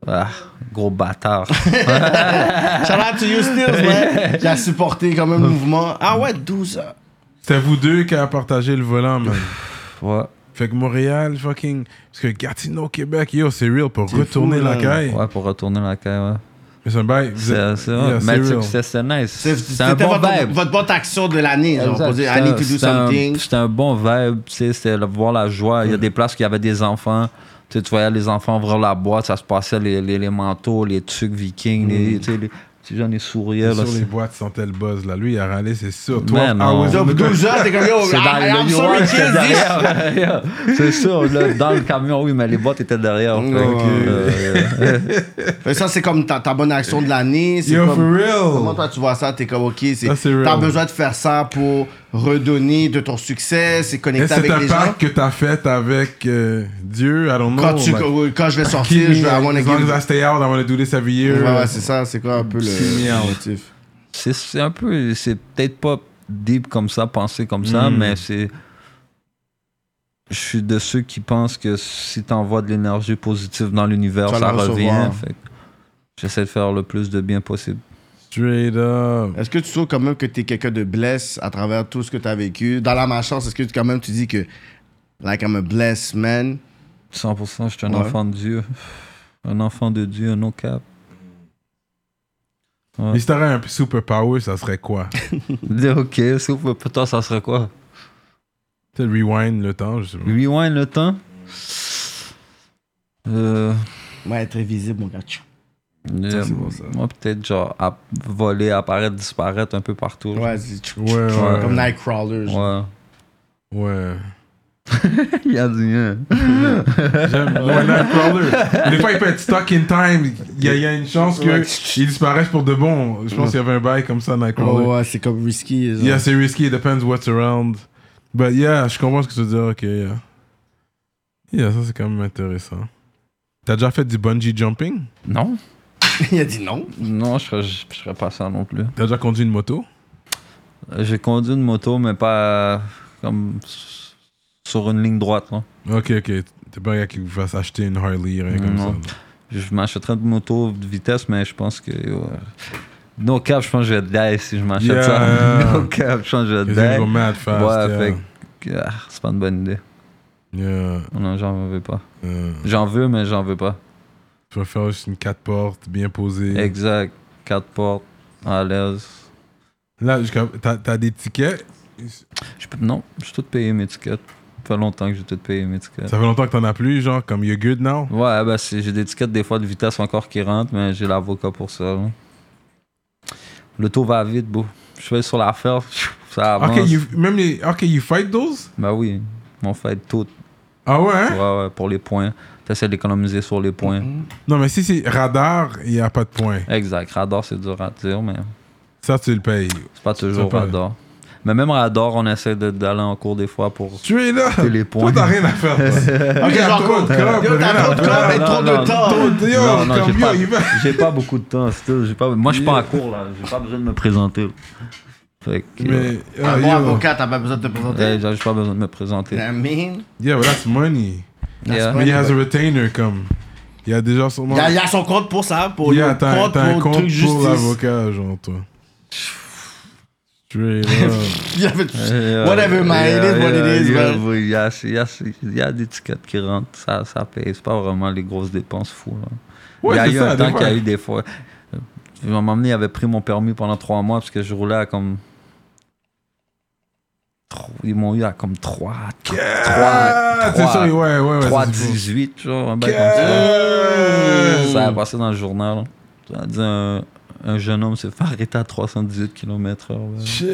Speaker 3: Ah, gros bâtard.
Speaker 2: Shout out to you, Stills, man. Qui a supporté quand même le mouvement. Ah ouais, 12 heures.
Speaker 1: C'était vous deux qui avez partagé le volant, man.
Speaker 3: Ouais.
Speaker 1: Fait que Montréal, fucking. Parce que Gatineau, Québec, yo, c'est real pour retourner
Speaker 2: fou,
Speaker 1: la
Speaker 2: là.
Speaker 1: caille.
Speaker 3: Ouais, pour retourner la caille, ouais.
Speaker 1: Mais c'est un bail. vous
Speaker 3: C'est
Speaker 1: êtes-
Speaker 3: c'est vrai.
Speaker 1: Yeah,
Speaker 3: Mais
Speaker 1: c'est
Speaker 3: tu sais
Speaker 1: real.
Speaker 3: que c'était- c'était nice.
Speaker 2: C'est-
Speaker 3: C'était un
Speaker 2: C'était
Speaker 3: bon
Speaker 2: votre,
Speaker 3: vibe.
Speaker 2: votre bonne action de l'année. Genre,
Speaker 3: Exact.
Speaker 2: pour dire,
Speaker 3: C'était
Speaker 2: I need
Speaker 3: un-
Speaker 2: to do
Speaker 3: c'était un-
Speaker 2: something. Mm.
Speaker 3: C'était un bon vibe, tu sais, c'était le- voir la joie. Il y a des places qui avaient des enfants. Tu sais, tu voyais les enfants ouvrir la boîte, ça se passait les, les, les manteaux, les trucs vikings,
Speaker 2: Mm.
Speaker 3: les, tu sais, les petits jeunes, ils souriaient. là,
Speaker 1: Sur les
Speaker 3: c'est-
Speaker 1: boîtes sentait le buzz là. Lui, il a râlé, c'est sûr. Toi,
Speaker 3: Mais non.
Speaker 2: Yo, 12 heures, t'es comme, yo, ah,
Speaker 3: C'est dans
Speaker 2: I- I'm
Speaker 3: le
Speaker 2: sorry,
Speaker 3: Yuan,
Speaker 2: kids,
Speaker 3: c'était
Speaker 2: this
Speaker 3: derrière. yeah. C'est sûr, là, dans le camion, oui, mais les bottes étaient derrière. fait que,
Speaker 2: Ok.
Speaker 3: euh, euh,
Speaker 2: Fait que Ça, c'est comme ta, ta bonne action de l'année. c'est
Speaker 1: Yo,
Speaker 2: comme-
Speaker 1: for
Speaker 2: Comment
Speaker 1: real.
Speaker 2: toi, tu vois ça? T'es comme, OK, c'est-
Speaker 1: Ça, c'est real.
Speaker 2: t'as besoin de faire ça pour redonner de ton succès, c'est
Speaker 1: Et
Speaker 2: connecter
Speaker 1: c'est
Speaker 2: avec
Speaker 1: un
Speaker 2: les gens.
Speaker 1: pacte que t'as fait avec euh, Dieu, I don't know.
Speaker 2: Quand, tu,
Speaker 1: like,
Speaker 2: quand je vais
Speaker 1: keep
Speaker 2: sortir,
Speaker 1: Oh me,
Speaker 2: je vais avoir
Speaker 1: as long as I
Speaker 2: un
Speaker 1: stay out, I want to do this every year.
Speaker 2: Ouais, ouais, c'est ça, c'est quoi un peu le
Speaker 1: Keep me out.
Speaker 2: motif?
Speaker 3: c'est c'est un peu, c'est peut-être pas deep comme ça, penser comme ça,
Speaker 2: Hmm.
Speaker 1: Mm.
Speaker 3: mais c'est. Je suis de ceux qui pensent que si t'envoies de l'énergie positive dans l'univers,
Speaker 2: Tu vas
Speaker 3: ça
Speaker 2: la
Speaker 3: revient.
Speaker 2: recevoir.
Speaker 3: Fait que J'essaie de faire le plus de bien possible.
Speaker 1: Straight up.
Speaker 2: Est-ce que tu trouves quand même que t'es quelqu'un de blesse à travers tout ce que t'as vécu? Dans la malchance, est-ce que tu- quand même tu dis que, like, I'm a blessed man?
Speaker 3: 100%, je suis un
Speaker 2: Ouais.
Speaker 3: enfant de Dieu. Un enfant de Dieu, un no-cap.
Speaker 1: Mais si t'aurais un superpower, ça serait quoi?
Speaker 3: ok, sauf pour toi, ça serait quoi
Speaker 1: Tu sais, rewind le temps, je sais pas.
Speaker 3: Rewind le temps Euh,
Speaker 2: Ouais, être invisible, mon gars.
Speaker 3: euh, Moi, peut-être, genre, à voler, apparaître, disparaître un peu partout.
Speaker 2: Ouais, c'est-
Speaker 1: Ouais, ouais.
Speaker 2: comme Nightcrawler. genre.
Speaker 3: Ouais.
Speaker 1: Ouais.
Speaker 3: Il y a hein. du mien.
Speaker 1: J'aime le Nightcrawler. Des fois, il peut être stuck in time. Il y a, il y a une chance
Speaker 2: Ouais.
Speaker 1: qu'il disparaisse pour de bon. Je pense qu'il y avait un bail comme ça, Nightcrawler.
Speaker 2: Oh, ouais, c'est comme risky. genre.
Speaker 1: Yeah, c'est risky. It depends what's around. But yeah, je comprends ce que tu veux dire. Ok, yeah. Yeah, ça c'est quand même intéressant. T'as déjà fait du bungee jumping?
Speaker 3: Non.
Speaker 2: Il a dit non.
Speaker 3: Non, je serais, je serais pas ça non plus.
Speaker 1: T'as déjà conduit une moto?
Speaker 3: Euh, J'ai conduit une moto, mais pas euh, comme s- sur une ligne droite. hein. là.
Speaker 1: Ok, ok. T'es pas un gars qui va s'acheter une Harley, rien comme
Speaker 3: Non.
Speaker 1: ça.
Speaker 3: Je m'achèterais une moto de vitesse, mais je pense que. yo, euh, no cap, je pense que je vais die si je m'achète
Speaker 1: Yeah.
Speaker 3: ça. No cap, je pense que je
Speaker 1: Ils vont
Speaker 3: vais
Speaker 1: go
Speaker 3: die.
Speaker 1: mad fast.
Speaker 3: Ouais,
Speaker 1: yeah.
Speaker 3: fait que, ah, c'est pas une bonne idée.
Speaker 1: Yeah,
Speaker 3: Non, j'en veux pas.
Speaker 1: yeah.
Speaker 3: J'en veux, mais j'en veux pas.
Speaker 1: Tu vas faire juste une 4 portes bien posée.
Speaker 3: Exact. Quatre portes, à l'aise.
Speaker 1: Là, jusqu'à- t'as t'as des tickets.
Speaker 3: Je peux- Non, j'ai tout payé mes tickets. Ça fait longtemps que j'ai tout payé mes tickets.
Speaker 1: Ça fait longtemps que t'en as plus, genre comme You're Good Now.
Speaker 3: Ouais, ben c'est- j'ai des tickets des fois de vitesse encore qui rentrent, mais j'ai l'avocat pour ça. là. Le taux va vite, beau. Je vais sur l'affaire, ça avance.
Speaker 1: Ok, you, même les, ok, you fight those?
Speaker 3: Ben oui, on fait tout
Speaker 1: Ah ouais? hein?
Speaker 3: ouais, ouais, pour les points. T'essaies d'économiser sur les points.
Speaker 1: Non, mais si c'est radar, il n'y a pas de points.
Speaker 3: Exact, radar c'est dur à dire, mais
Speaker 1: Ça, tu le payes.
Speaker 3: c'est pas toujours
Speaker 1: pas-
Speaker 3: radar. Mais même radar, on essaie de- d'aller en cours des fois pour...
Speaker 1: Tu es là.
Speaker 3: les
Speaker 1: Toi,
Speaker 3: points.
Speaker 1: t'as rien à faire. toi.
Speaker 2: Ok,
Speaker 1: Regarde,
Speaker 2: j'en
Speaker 1: trop de
Speaker 2: compte.
Speaker 1: clubs,
Speaker 2: Yo,
Speaker 1: rien
Speaker 2: t'as trop
Speaker 1: à
Speaker 2: de
Speaker 1: faire.
Speaker 2: clubs et trop de temps.
Speaker 1: Trop de- yo,
Speaker 3: Non, non,
Speaker 1: comme
Speaker 3: j'ai
Speaker 1: yo,
Speaker 3: pas,
Speaker 1: il va-
Speaker 3: j'ai pas beaucoup de temps. c'est- j'ai Pas, moi, je suis pas en cours, là. J'ai pas besoin de me présenter. là. Fait que...
Speaker 1: Mais,
Speaker 2: Un
Speaker 1: ah,
Speaker 2: bon
Speaker 1: yo.
Speaker 2: avocat, t'as pas besoin de te présenter.
Speaker 3: euh, j'ai pas besoin de me présenter.
Speaker 2: I mean,
Speaker 1: Yeah, but that's money.
Speaker 3: Yeah.
Speaker 1: Mais il has a retainer, comme. Il y a déjà son
Speaker 2: il y, a- il y a son compte pour ça, pour
Speaker 1: Yeah,
Speaker 2: le
Speaker 1: t'as un-
Speaker 2: compte,
Speaker 1: t'as un
Speaker 2: pour le
Speaker 1: compte
Speaker 2: truc
Speaker 1: pour
Speaker 2: justice.
Speaker 1: l'avocat, genre, toi. Straight up.
Speaker 2: Il y avait-
Speaker 3: Euh,
Speaker 2: Whatever, man, it is what it is,
Speaker 3: yeah,
Speaker 2: man.
Speaker 3: oui, Il y a- il y a- il y a des tickets qui rentrent, ça, ça paye. C'est pas vraiment les grosses dépenses fous. là.
Speaker 1: Ouais,
Speaker 3: il y a
Speaker 1: c'est
Speaker 3: eu
Speaker 1: ça,
Speaker 3: un
Speaker 1: des
Speaker 3: temps qu'il y a
Speaker 1: fois.
Speaker 3: eu des fois. Euh, À un moment donné, il avait pris mon permis pendant trois mois parce que je roulais à comme. Tro- Ils m'ont eu à comme 3, 3,
Speaker 1: Ah, c'est sûr, ouais, ouais, ouais. ça, c'est fou.
Speaker 3: 18, genre, un bail comme ça.
Speaker 1: Yeah.
Speaker 3: Ça a passé dans le journal. Ça a dit un, un jeune homme s'est fait arrêter à 318 km/h. ouais.
Speaker 1: Shit.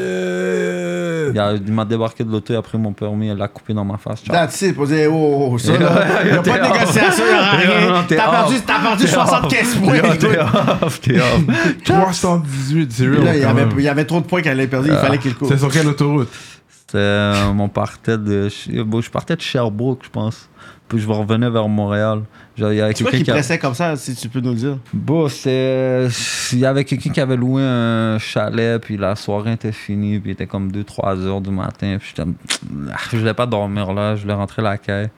Speaker 3: Il, a- il m'a débarqué de l'auto, il a pris mon permis, il l'a coupé dans ma face. ciao.
Speaker 2: That's it. On dit, oh, oh, ça, là, y a pas
Speaker 3: T'es
Speaker 2: de
Speaker 3: hors.
Speaker 2: négociation, y aura
Speaker 3: T'es hors,
Speaker 2: rien.
Speaker 3: non, t'es
Speaker 2: T'as
Speaker 3: hors.
Speaker 2: perdu, t'as perdu
Speaker 3: T'es hors.
Speaker 2: 75 points.
Speaker 3: T'es off, t'es off.
Speaker 1: 318, c'est
Speaker 2: Là, il y,
Speaker 1: real, quand
Speaker 2: avait,
Speaker 1: même.
Speaker 2: il y avait trop de points qu'elle avait
Speaker 3: Ah.
Speaker 2: perdu, il fallait qu'il court.
Speaker 1: C'est sur quelle autoroute?
Speaker 3: C'était, euh, on partait de. Ch- bon, Je partais de Sherbrooke, je pense. Puis je revenais vers Montréal. Genre, Il y avait
Speaker 2: C'est quoi
Speaker 3: quelqu'un
Speaker 2: qui
Speaker 3: qui a-
Speaker 2: pressait comme ça, si tu peux nous le dire?
Speaker 3: Bon, c'est. Il y avait quelqu'un qui avait loué un chalet, puis la soirée était finie, puis il était comme 2-3 heures du matin, puis j'étais. Ah, Je voulais pas dormir là, je voulais rentrer à la caille.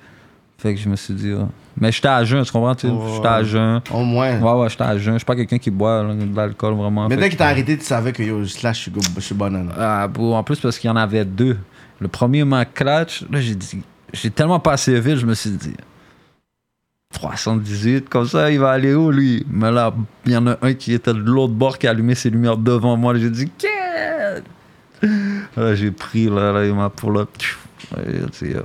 Speaker 3: Fait que je me suis dit. ah. Mais j'étais à jeun, tu comprends? tu sais,
Speaker 2: Ouais.
Speaker 3: J'étais à jeun.
Speaker 2: Au moins.
Speaker 3: Ouais, ouais, j'étais à jeun. Je suis pas quelqu'un qui boit là, de l'alcool vraiment.
Speaker 2: Mais
Speaker 3: Fait
Speaker 2: dès
Speaker 3: que-
Speaker 2: qu'il t'a arrêté, tu savais que yo, slash, je suis, go- je suis hein. banane.
Speaker 3: Ah, bon, en plus, parce qu'il y en avait deux. Le premier m'a clutch. Là, j'ai dit. J'ai tellement passé vite, je me suis dit. 318, comme ça, il va aller où, lui Mais là, il y en a un qui était de l'autre bord qui a allumé ses lumières devant moi. J'ai dit. Qu'est-ce Là, j'ai pris, là, là, il m'a pour là. pfiou, et, tu sais, euh,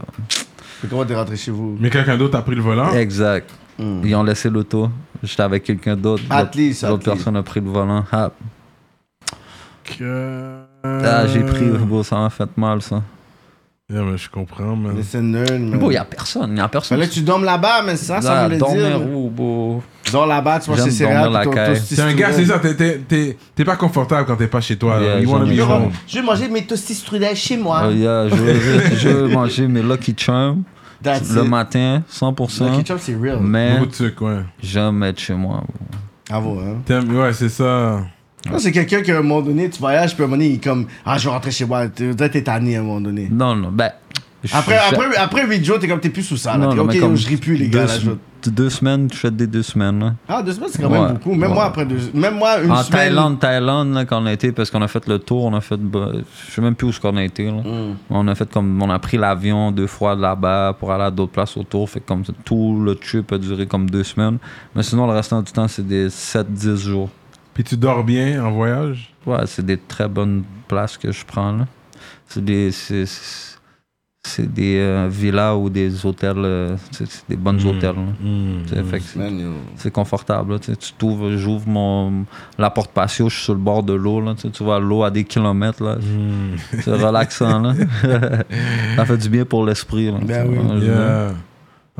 Speaker 2: Fait comment t'es rentré chez vous?
Speaker 1: Mais quelqu'un d'autre a pris le volant?
Speaker 3: Exact.
Speaker 2: Hmm.
Speaker 3: Ils ont laissé l'auto. J'étais avec quelqu'un d'autre.
Speaker 2: At
Speaker 3: L'autre-
Speaker 2: least, at
Speaker 3: L'autre
Speaker 2: least.
Speaker 3: personne a pris le volant. Ah, ah, j'ai pris. Bon, ça m'a fait mal, ça.
Speaker 1: Yeah, mais je comprends,
Speaker 3: Hum.
Speaker 1: man.
Speaker 2: Laissez nul, mais.
Speaker 3: Bon, il y a personne. Il y a personne.
Speaker 2: Fallait que tu dormes là-bas, mais ça, ça
Speaker 3: Là,
Speaker 2: voulait
Speaker 3: dormir
Speaker 2: dire.
Speaker 3: où, beau?
Speaker 2: Dors là-bas, tu vois,
Speaker 3: J'aime
Speaker 2: c'est
Speaker 3: dormir la
Speaker 2: céréales,
Speaker 3: caille.
Speaker 1: C'est un gars, c'est ça, t'es- t'es- t'es t'es pas confortable quand t'es pas chez toi. là.
Speaker 3: Yeah,
Speaker 1: You wanna
Speaker 3: j'en ai
Speaker 1: be
Speaker 3: marre.
Speaker 1: home.
Speaker 2: Je vais manger mes toastis strudels chez moi.
Speaker 3: Euh, yeah, je, veux, je veux manger mes Lucky Charms
Speaker 2: That's
Speaker 3: le
Speaker 2: it.
Speaker 3: matin,
Speaker 2: Lucky
Speaker 3: 100%.
Speaker 2: Charms, c'est real.
Speaker 3: mais
Speaker 1: Beaucoup de sucre, ouais.
Speaker 3: j'aime être chez moi. bro.
Speaker 2: Bravo, hein.
Speaker 1: T'aimes- Ouais, c'est ça.
Speaker 2: Moi, c'est quelqu'un qui, à un moment donné, tu voyages, puis à un moment donné, il est comme Ah, je vais rentrer chez moi. Tu dois être tanné à un moment donné.
Speaker 3: Non, non, ben. je-
Speaker 2: Après,
Speaker 3: je-
Speaker 2: après, après 8 jours, t'es comme t'es plus sous ça. Là.
Speaker 3: non,
Speaker 2: T'es
Speaker 3: non,
Speaker 2: ok,
Speaker 3: mais comme
Speaker 2: je ris plus, les gars.
Speaker 3: deux
Speaker 2: Là,
Speaker 3: se-
Speaker 2: je-
Speaker 3: Deux semaines, je fais des deux semaines. là.
Speaker 2: Ah, deux semaines, c'est quand même
Speaker 3: Ouais,
Speaker 2: beaucoup. Même
Speaker 3: ouais.
Speaker 2: moi, après deux. Même moi, une
Speaker 3: En
Speaker 2: semaine.
Speaker 3: Thaïlande, Thaïlande, là, quand on a été, parce qu'on a fait le tour, on a fait. bah, Je sais même plus où ce qu'on a été. là.
Speaker 2: Hmm.
Speaker 3: On a fait comme. On a pris l'avion deux fois de là-bas pour aller à d'autres places autour. Fait que comme ça, tout le trip a duré comme deux semaines. Mais sinon, le restant du temps, c'est des 7-10 jours.
Speaker 1: Puis tu dors bien en voyage?
Speaker 3: Ouais, c'est des très bonnes places que je prends. là. C'est des, c'est, c'est- c'est des euh, villas ou des hôtels, euh, c'est, c'est des bonnes hôtels. là. C'est, fait que c'est-
Speaker 2: Man, yo.
Speaker 3: c'est confortable. là, tu sais. Tu t'ouvres, j'ouvre mon, la porte patio, je suis sur le bord de l'eau. Là, tu sais, tu vois l'eau à des kilomètres. Là.
Speaker 2: Hmm.
Speaker 3: C'est relaxant. Là. Ça fait du bien pour l'esprit. Là,
Speaker 2: Ben
Speaker 3: tu sais,
Speaker 2: oui.
Speaker 3: hein, je veux dire.
Speaker 1: Yeah.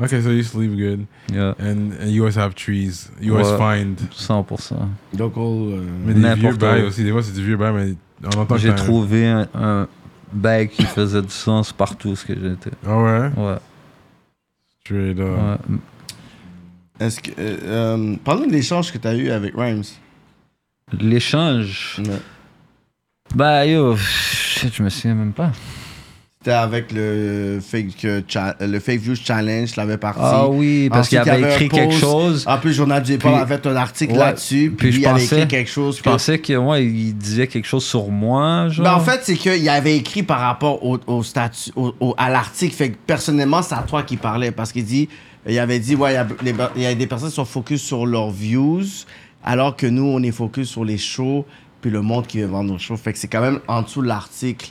Speaker 1: Okay, so you sleep good.
Speaker 3: Yeah,
Speaker 1: And, and you always have trees. You always
Speaker 3: Ouais.
Speaker 1: find.
Speaker 3: 100%.
Speaker 2: Donc, on. euh,
Speaker 1: Mais des
Speaker 3: N'importe
Speaker 1: vieux bails
Speaker 3: où.
Speaker 1: aussi. Des fois, c'est du vieux bail, mais on entend que
Speaker 3: J'ai
Speaker 1: t'as un-
Speaker 3: trouvé un, un bail qui faisait du sens partout ce que j'étais.
Speaker 1: Ah ouais?
Speaker 3: Ouais,
Speaker 1: Straight up.
Speaker 3: ouais.
Speaker 2: Est-ce que. euh, euh, Parle-nous de l'échange que t'as eu avec Rhymes.
Speaker 3: L'échange. Bah yo, shit, je me souviens même pas.
Speaker 2: C'était avec le Fake, euh, cha- le fake Views Challenge, je l'avais parti.
Speaker 3: Ah oui, parce qu'il
Speaker 2: Ensuite, il y
Speaker 3: avait
Speaker 2: un
Speaker 3: écrit
Speaker 2: post. Ah,
Speaker 3: quelque chose.
Speaker 2: En plus, Journal du Départ
Speaker 3: Puis-
Speaker 2: avait fait un article
Speaker 3: Ouais.
Speaker 2: là-dessus. Puis,
Speaker 3: Puis je
Speaker 2: il avait écrit
Speaker 3: pensais-
Speaker 2: quelque chose.
Speaker 3: Je
Speaker 2: que-
Speaker 3: pensais que ouais, il disait quelque chose sur moi, genre.
Speaker 2: Ben, en fait, c'est qu'il avait écrit par rapport au, au statut, au- au- à l'article. Fait que personnellement, c'est à toi qui parlait parce qu'il dit, il avait dit, ouais, il y a- les- il y, a des personnes qui sont focus sur leurs views, alors que nous, on est focus sur les shows, puis le monde qui veut vendre nos shows. Fait que c'est quand même en dessous de l'article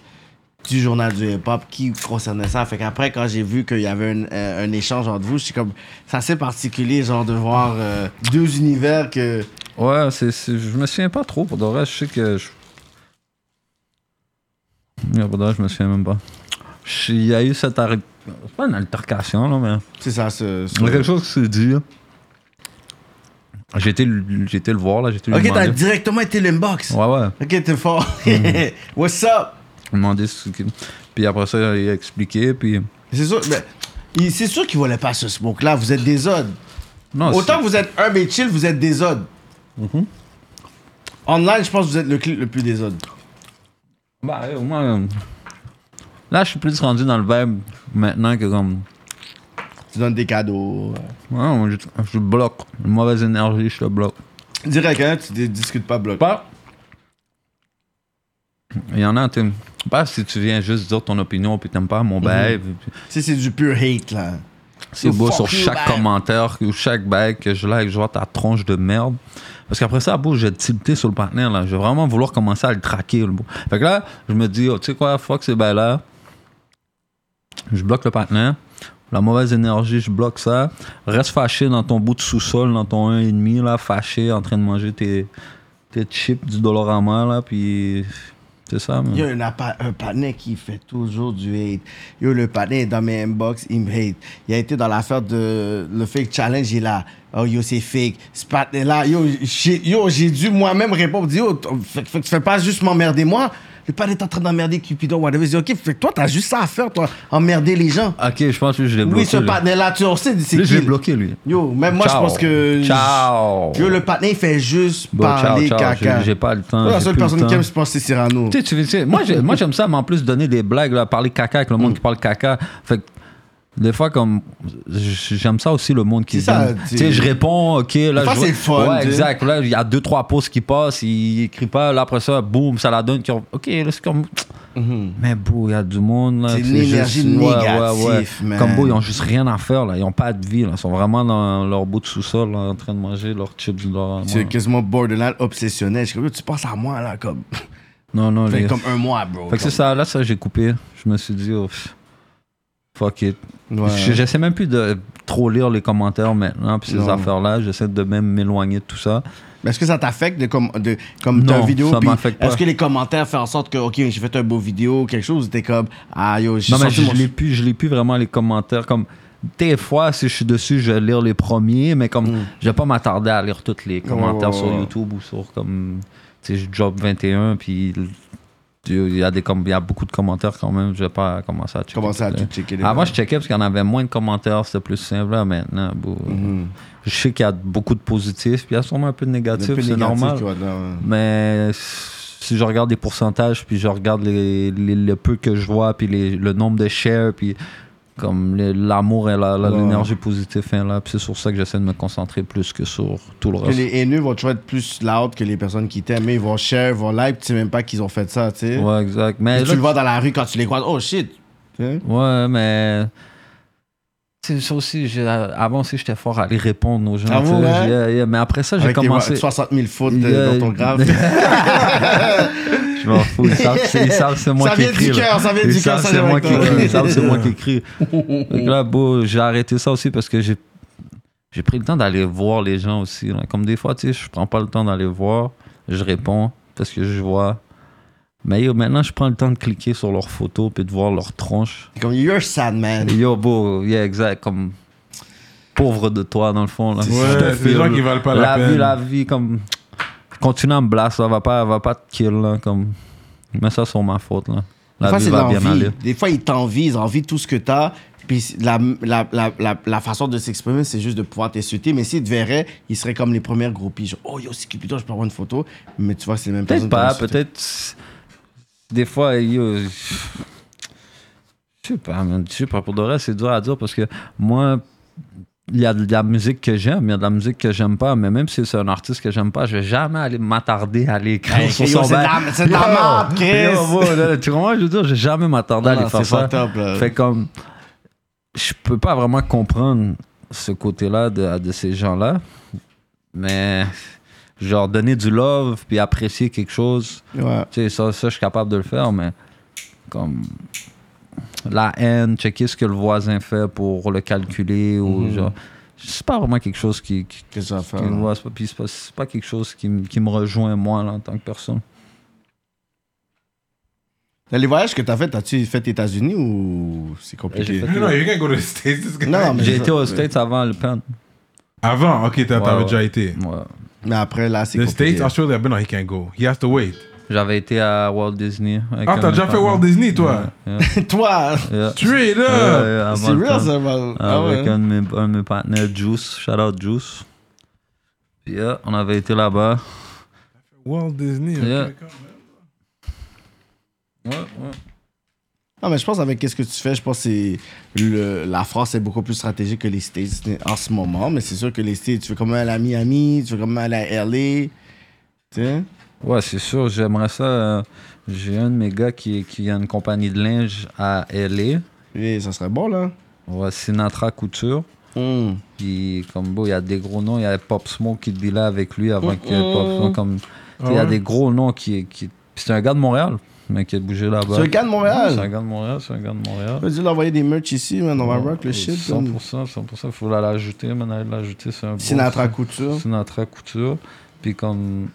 Speaker 2: du journal du hip-hop qui concernait ça. Fait qu'après, quand j'ai vu qu'il y avait un, euh, un échange entre vous, j'étais comme, c'est assez particulier, genre, de voir euh, deux univers que.
Speaker 3: ouais, c'est, c'est- je me souviens pas trop. Pour de vrai, je sais que je. Yeah, Pour de vrai, je me souviens même pas. Je- Il y a eu cette arri- c'est pas une altercation là, mais
Speaker 2: C'est ça, ce. ce-
Speaker 3: il y a quelque chose qui s'est dit. hein. J'ai été, le- j'ai été le voir là, j'ai été lui
Speaker 2: Ok, t'as
Speaker 3: demander.
Speaker 2: directement été l'inbox.
Speaker 3: Ouais, ouais.
Speaker 2: Ok, t'es fort. What's up?
Speaker 3: Demander ce qui- Puis après ça, il a expliqué. Puis
Speaker 2: C'est sûr, mais, il- c'est sûr qu'il voulait pas ce smoke-là. Vous êtes des odds.
Speaker 3: non,
Speaker 2: Autant que vous êtes un mais chill, vous êtes des odds. Online, je pense que vous êtes le clip le plus des odds.
Speaker 3: Bah, au moins. euh, Là, je suis plus rendu dans le vibe maintenant que comme.
Speaker 2: Tu donnes des cadeaux.
Speaker 3: ouais, je, je bloque. Une mauvaise énergie, je le bloque.
Speaker 2: Direct, hein, tu dis- discutes pas bloc.
Speaker 3: Pas. Il y en a, tu sais, Pas si tu viens juste dire ton opinion puis t'aimes pas mon bail. puis- puis
Speaker 2: Si c'est du pur hate, là.
Speaker 3: C'est
Speaker 2: You
Speaker 3: beau
Speaker 2: fuck
Speaker 3: sur
Speaker 2: you,
Speaker 3: chaque
Speaker 2: babe.
Speaker 3: commentaire ou chaque bail que je like, je vois ta tronche de merde. Parce qu'après ça, beau, j'ai tilté sur le partenaire, là. Je vais vraiment vouloir commencer à le traquer, le beau. Fait que là, je me dis, oh, tu sais quoi, fuck ces bails-là. Je bloque le partenaire. La mauvaise énergie, je bloque ça. Reste fâché dans ton bout de sous-sol, dans ton 1,5, là, fâché, en train de manger tes, t'es chip du Dollarama, là, puis c'est ça, man.
Speaker 2: Yo, il y en a pas un panais qui fait toujours du hate. Yo, le panais est dans mes inbox, il me hate. Il a été dans l'affaire de le fake challenge, il a. Oh, yo, c'est fake. Ce panais-là, yo, j'ai yo, j'ai dû moi-même répondre, dire, yo, t- fait, fait que tu fais pas juste m'emmerder moi. Le panais est en train d'emmerder Cupidon, whatever. Je dis, ok, fait que toi, t'as juste ça à faire, toi, emmerder les gens.
Speaker 3: Ok, je pense que je l'ai bloqué.
Speaker 2: oui, ce
Speaker 3: là.
Speaker 2: panais-là, tu en sais, c'est
Speaker 3: Lui,
Speaker 2: qui
Speaker 3: je l'ai
Speaker 2: le-
Speaker 3: bloqué, lui.
Speaker 2: Yo, même moi, je
Speaker 3: Ciao.
Speaker 2: pense que.
Speaker 3: Ciao.
Speaker 2: Yo, le panais, il fait juste
Speaker 3: Bon, ciao,
Speaker 2: parler
Speaker 3: ciao,
Speaker 2: caca.
Speaker 3: j'ai- j'ai pas le temps,
Speaker 2: Yo, La
Speaker 3: j'ai
Speaker 2: seule
Speaker 3: plus le
Speaker 2: personne qui
Speaker 3: temps.
Speaker 2: aime, je pense, c'est Cyrano.
Speaker 3: Tu sais, tu veux- tu sais, moi, j'ai- moi, j'aime ça, mais en plus, donner des blagues, là, parler caca avec le
Speaker 2: Mm.
Speaker 3: monde qui parle caca. Fait que, des fois, comme, j- j'aime ça aussi, le monde qui.
Speaker 2: C'est ça,
Speaker 3: donne-
Speaker 2: tu-
Speaker 3: Tu sais, je réponds, ok, là,
Speaker 2: Des fois,
Speaker 3: je.
Speaker 2: c'est le fun,
Speaker 3: Ouais,
Speaker 2: tu sais.
Speaker 3: exact. Là, il y a deux, trois pauses qui passent, il écrit pas, là, après ça, boum, ça la donne. qui ont- Ok, là, c'est comme. Mais beau, il y a du monde, là.
Speaker 2: Mm-hmm. C'est une
Speaker 3: juste-
Speaker 2: énergie
Speaker 3: ouais,
Speaker 2: négative, man.
Speaker 3: Comme beau, ils ont juste rien à faire, là. Ils ont pas de vie, là. Ils sont vraiment dans leur bout de sous-sol, là, en train de manger leurs chips, leur.
Speaker 2: C'est quasiment borderline obsessionnel. Je suis comme, Yo, tu penses à moi, là, comme.
Speaker 3: Non, non,
Speaker 2: Fait
Speaker 3: les-
Speaker 2: comme un mois, bro.
Speaker 3: Fait que c'est ça, là, ça, j'ai coupé. Je me suis dit, oh, pff, fuck it.
Speaker 2: Comme- Ouais.
Speaker 3: Je- J'essaie même plus de trop lire les commentaires maintenant, puis ces
Speaker 2: Non.
Speaker 3: affaires-là. J'essaie de même m'éloigner de tout ça.
Speaker 2: Mais est-ce que ça t'affecte de, comme, de, comme ta
Speaker 3: Non,
Speaker 2: vidéo?
Speaker 3: ça
Speaker 2: puis
Speaker 3: m'affecte pas.
Speaker 2: Est-ce que les commentaires font en sorte que, OK, j'ai fait un beau vidéo, quelque chose, t'es comme, ah, yo, j'ai
Speaker 3: Non, mais
Speaker 2: sorti
Speaker 3: je,
Speaker 2: mon...
Speaker 3: lis plus, je lis plus vraiment les commentaires. Comme, des fois, si je suis dessus, je vais lire les premiers, mais comme, je vais pas m'attarder à lire tous les commentaires
Speaker 2: Mm. ouais,
Speaker 3: sur
Speaker 2: ouais.
Speaker 3: YouTube ou sur, comme, tu sais, je job 21, puis il y, a des com- il y a beaucoup de commentaires quand même. Je vais pas commencer à checker.
Speaker 2: Commencer à
Speaker 3: tous
Speaker 2: tout
Speaker 3: les-
Speaker 2: checker. les
Speaker 3: Avant,
Speaker 2: gars.
Speaker 3: Ah, je checkais parce qu'il y en avait moins de commentaires, c'était plus simple. Là, maintenant, bon,
Speaker 2: Mm-hmm. Hmm.
Speaker 3: je sais qu'il y a beaucoup de positifs, puis il y a sûrement un peu de
Speaker 2: Un peu
Speaker 3: négatifs, c'est
Speaker 2: négatif,
Speaker 3: normal.
Speaker 2: tu vois, non, ouais.
Speaker 3: Mais si je regarde les pourcentages, puis je regarde les- les- le peu que je vois, puis les- le nombre de shares, puis comme le- l'amour et la- la-
Speaker 2: Ouais.
Speaker 3: l'énergie positive, hein, là, puis c'est sur ça que j'essaie de me concentrer plus que sur tout le
Speaker 2: Que
Speaker 3: reste.
Speaker 2: les haineux vont toujours être plus loud que les personnes qui t'aiment, mais ils vont share, ils vont like, tu sais même pas qu'ils ont fait ça, tu sais.
Speaker 3: Ouais, exact. Mais
Speaker 2: Puis
Speaker 3: là,
Speaker 2: tu le vois dans la rue quand tu les croises, oh shit. Tu sais?
Speaker 3: Ouais, mais. C'est ça aussi, j'ai- avant aussi, j'étais fort à aller répondre aux gens.
Speaker 2: Ah
Speaker 3: tu sais,
Speaker 2: ouais?
Speaker 3: j'ai- yeah, yeah, mais après ça, j'ai
Speaker 2: Avec tes
Speaker 3: commencé.
Speaker 2: 60 000 fautes
Speaker 3: Yeah.
Speaker 2: euh, d'orthographe.
Speaker 3: Je m'en fous, ils savent, c'est- ils savent c'est moi
Speaker 2: Ça
Speaker 3: qui
Speaker 2: vient du
Speaker 3: écris. là.
Speaker 2: cœur, ça vient
Speaker 3: Ils
Speaker 2: du
Speaker 3: savent
Speaker 2: cœur, ça
Speaker 3: c'est
Speaker 2: vient
Speaker 3: moi
Speaker 2: avec
Speaker 3: qui
Speaker 2: toi.
Speaker 3: écris, ils savent c'est moi qui écris. Donc là, beau, j'ai arrêté ça aussi parce que j'ai j'ai pris le temps d'aller voir les gens aussi. là. Comme des fois, tu sais, je prends pas le temps d'aller voir, je réponds parce que je vois. Mais yo, maintenant, je prends le temps de cliquer sur leurs photos puis de voir leurs tronches.
Speaker 2: Comme, you're sad, man.
Speaker 3: Yo, beau, yeah, exact, comme pauvre de toi dans le fond. Là.
Speaker 1: Ouais, c'est des gens qui valent pas la peine.
Speaker 3: vie, la vie, comme continue à me blaster, va pas, va pas te kill, là, comme mets ça sur ma faute là. La
Speaker 2: Des fois,
Speaker 3: vie
Speaker 2: c'est de
Speaker 3: va bien
Speaker 2: l'envie.
Speaker 3: aller.
Speaker 2: Des fois, ils t'envient, ils envient tout ce que t'as. Puis la, la, la, la, la façon de s'exprimer, c'est juste de pouvoir t'insulter. Mais s'ils te verraient, ils seraient comme les premières groupies. Genre, oh yo, c'est Cupidon, je peux avoir une photo. Mais tu vois, c'est les mêmes
Speaker 3: Peut-être
Speaker 2: personnes.
Speaker 3: pas,
Speaker 2: qui t'ont
Speaker 3: peut-être des fois, yo, je sais pas, man, je sais pas pour de vrai, c'est dur à dire parce que moi. Il y a de la musique que j'aime, il y a de la musique que j'aime pas, mais même si c'est un artiste que j'aime pas, je vais jamais aller m'attarder à l'écrire
Speaker 2: Hey,
Speaker 3: sur
Speaker 2: yo,
Speaker 3: son
Speaker 2: c'est de la-
Speaker 3: bail.
Speaker 2: c'est de la
Speaker 3: Yo,
Speaker 2: merde, Chris.
Speaker 3: yo, bro, là, tu comprends, je veux dire, j'ai jamais m'attardé à
Speaker 2: insulté. Non, non,
Speaker 3: aller faire
Speaker 2: c'est
Speaker 3: ça.
Speaker 2: fucked up, là.
Speaker 3: Fait comme, je peux pas vraiment comprendre ce côté-là de, de ces gens-là, mais genre donner du love puis apprécier quelque chose,
Speaker 2: Ouais.
Speaker 3: tu sais, ça, ça je suis capable de le faire, mais comme la haine, checker ce que le voisin fait pour le calculer ou genre, c'est pas vraiment quelque chose qui. qui-
Speaker 2: Qu'est-ce que Mhm. ça va faire?
Speaker 3: qui me
Speaker 2: là?
Speaker 3: voit, c'est pas- puis c'est pas, c'est pas quelque chose qui, me- qui me rejoint moi là, en tant que personne.
Speaker 2: Dans Les voyages que t'as fait, t'as-tu fait États-Unis ou c'est compliqué?
Speaker 3: J'ai
Speaker 1: Non,
Speaker 3: fait-
Speaker 1: non, you can go to the States. this guy.
Speaker 2: Non, mais
Speaker 3: J'ai
Speaker 2: ça-
Speaker 3: été aux States avant le pen.
Speaker 1: Avant, ok, t'as-
Speaker 3: Ouais,
Speaker 1: t'avais
Speaker 3: ouais.
Speaker 1: déjà été.
Speaker 3: Ouais.
Speaker 2: Mais après, là, c'est
Speaker 1: The
Speaker 2: compliqué.
Speaker 1: States, Australia, ben non, he can't go. He has to wait.
Speaker 3: J'avais été à Walt Disney. avec
Speaker 1: Ah,
Speaker 3: un
Speaker 1: t'as déjà
Speaker 3: ami
Speaker 1: fait
Speaker 3: par
Speaker 1: Walt
Speaker 3: moi.
Speaker 1: Disney, toi?
Speaker 2: Toi,
Speaker 3: Yeah.
Speaker 1: Straight up!
Speaker 3: Ouais, ouais, avant
Speaker 2: c'est
Speaker 3: le
Speaker 2: real,
Speaker 3: temps.
Speaker 2: ça, man. Ah
Speaker 3: Avec
Speaker 2: ouais.
Speaker 3: un de mes, un de mes partenaires, Juice. Shout out Juice. Yeah, on avait été là-bas.
Speaker 1: Walt Disney, ok,
Speaker 3: Yeah.
Speaker 1: d'accord.
Speaker 3: Ouais, ouais.
Speaker 2: Non, mais je pense avec qu'est-ce que tu fais, je pense que c'est le- la France est beaucoup plus stratégique que les States en ce moment. Mais c'est sûr que les States, tu veux quand même aller à Miami, tu veux quand même aller à LA. Tu sais?
Speaker 3: Ouais, c'est sûr, j'aimerais ça. euh, J'ai un de mes gars qui, qui a une compagnie de linge à LA.
Speaker 2: Et ça serait bon, là.
Speaker 3: Ouais, Sinatra Couture.
Speaker 2: Hum.
Speaker 3: Puis, comme beau, il y a des gros noms. Il y a Pop Smoke qui dealait avec lui avant que Pop Smoke. Comme, tu sais, il y
Speaker 1: Ah
Speaker 3: a
Speaker 1: ouais?
Speaker 3: des gros noms qui. qui... puis C'est un gars de Montréal, mais qui a bougé là-bas.
Speaker 2: C'est un gars de Montréal.
Speaker 3: Ouais, C'est un gars de Montréal, c'est un gars de Montréal.
Speaker 2: On va dû l'envoyer des merch ici, man. On va rock le
Speaker 3: Euh,
Speaker 2: shit. comme
Speaker 3: 100%, 100%, il faut la l'ajouter, mais la l'ajouter, c'est un beau-
Speaker 2: Sinatra Couture.
Speaker 3: Sinatra Couture. Puis comme.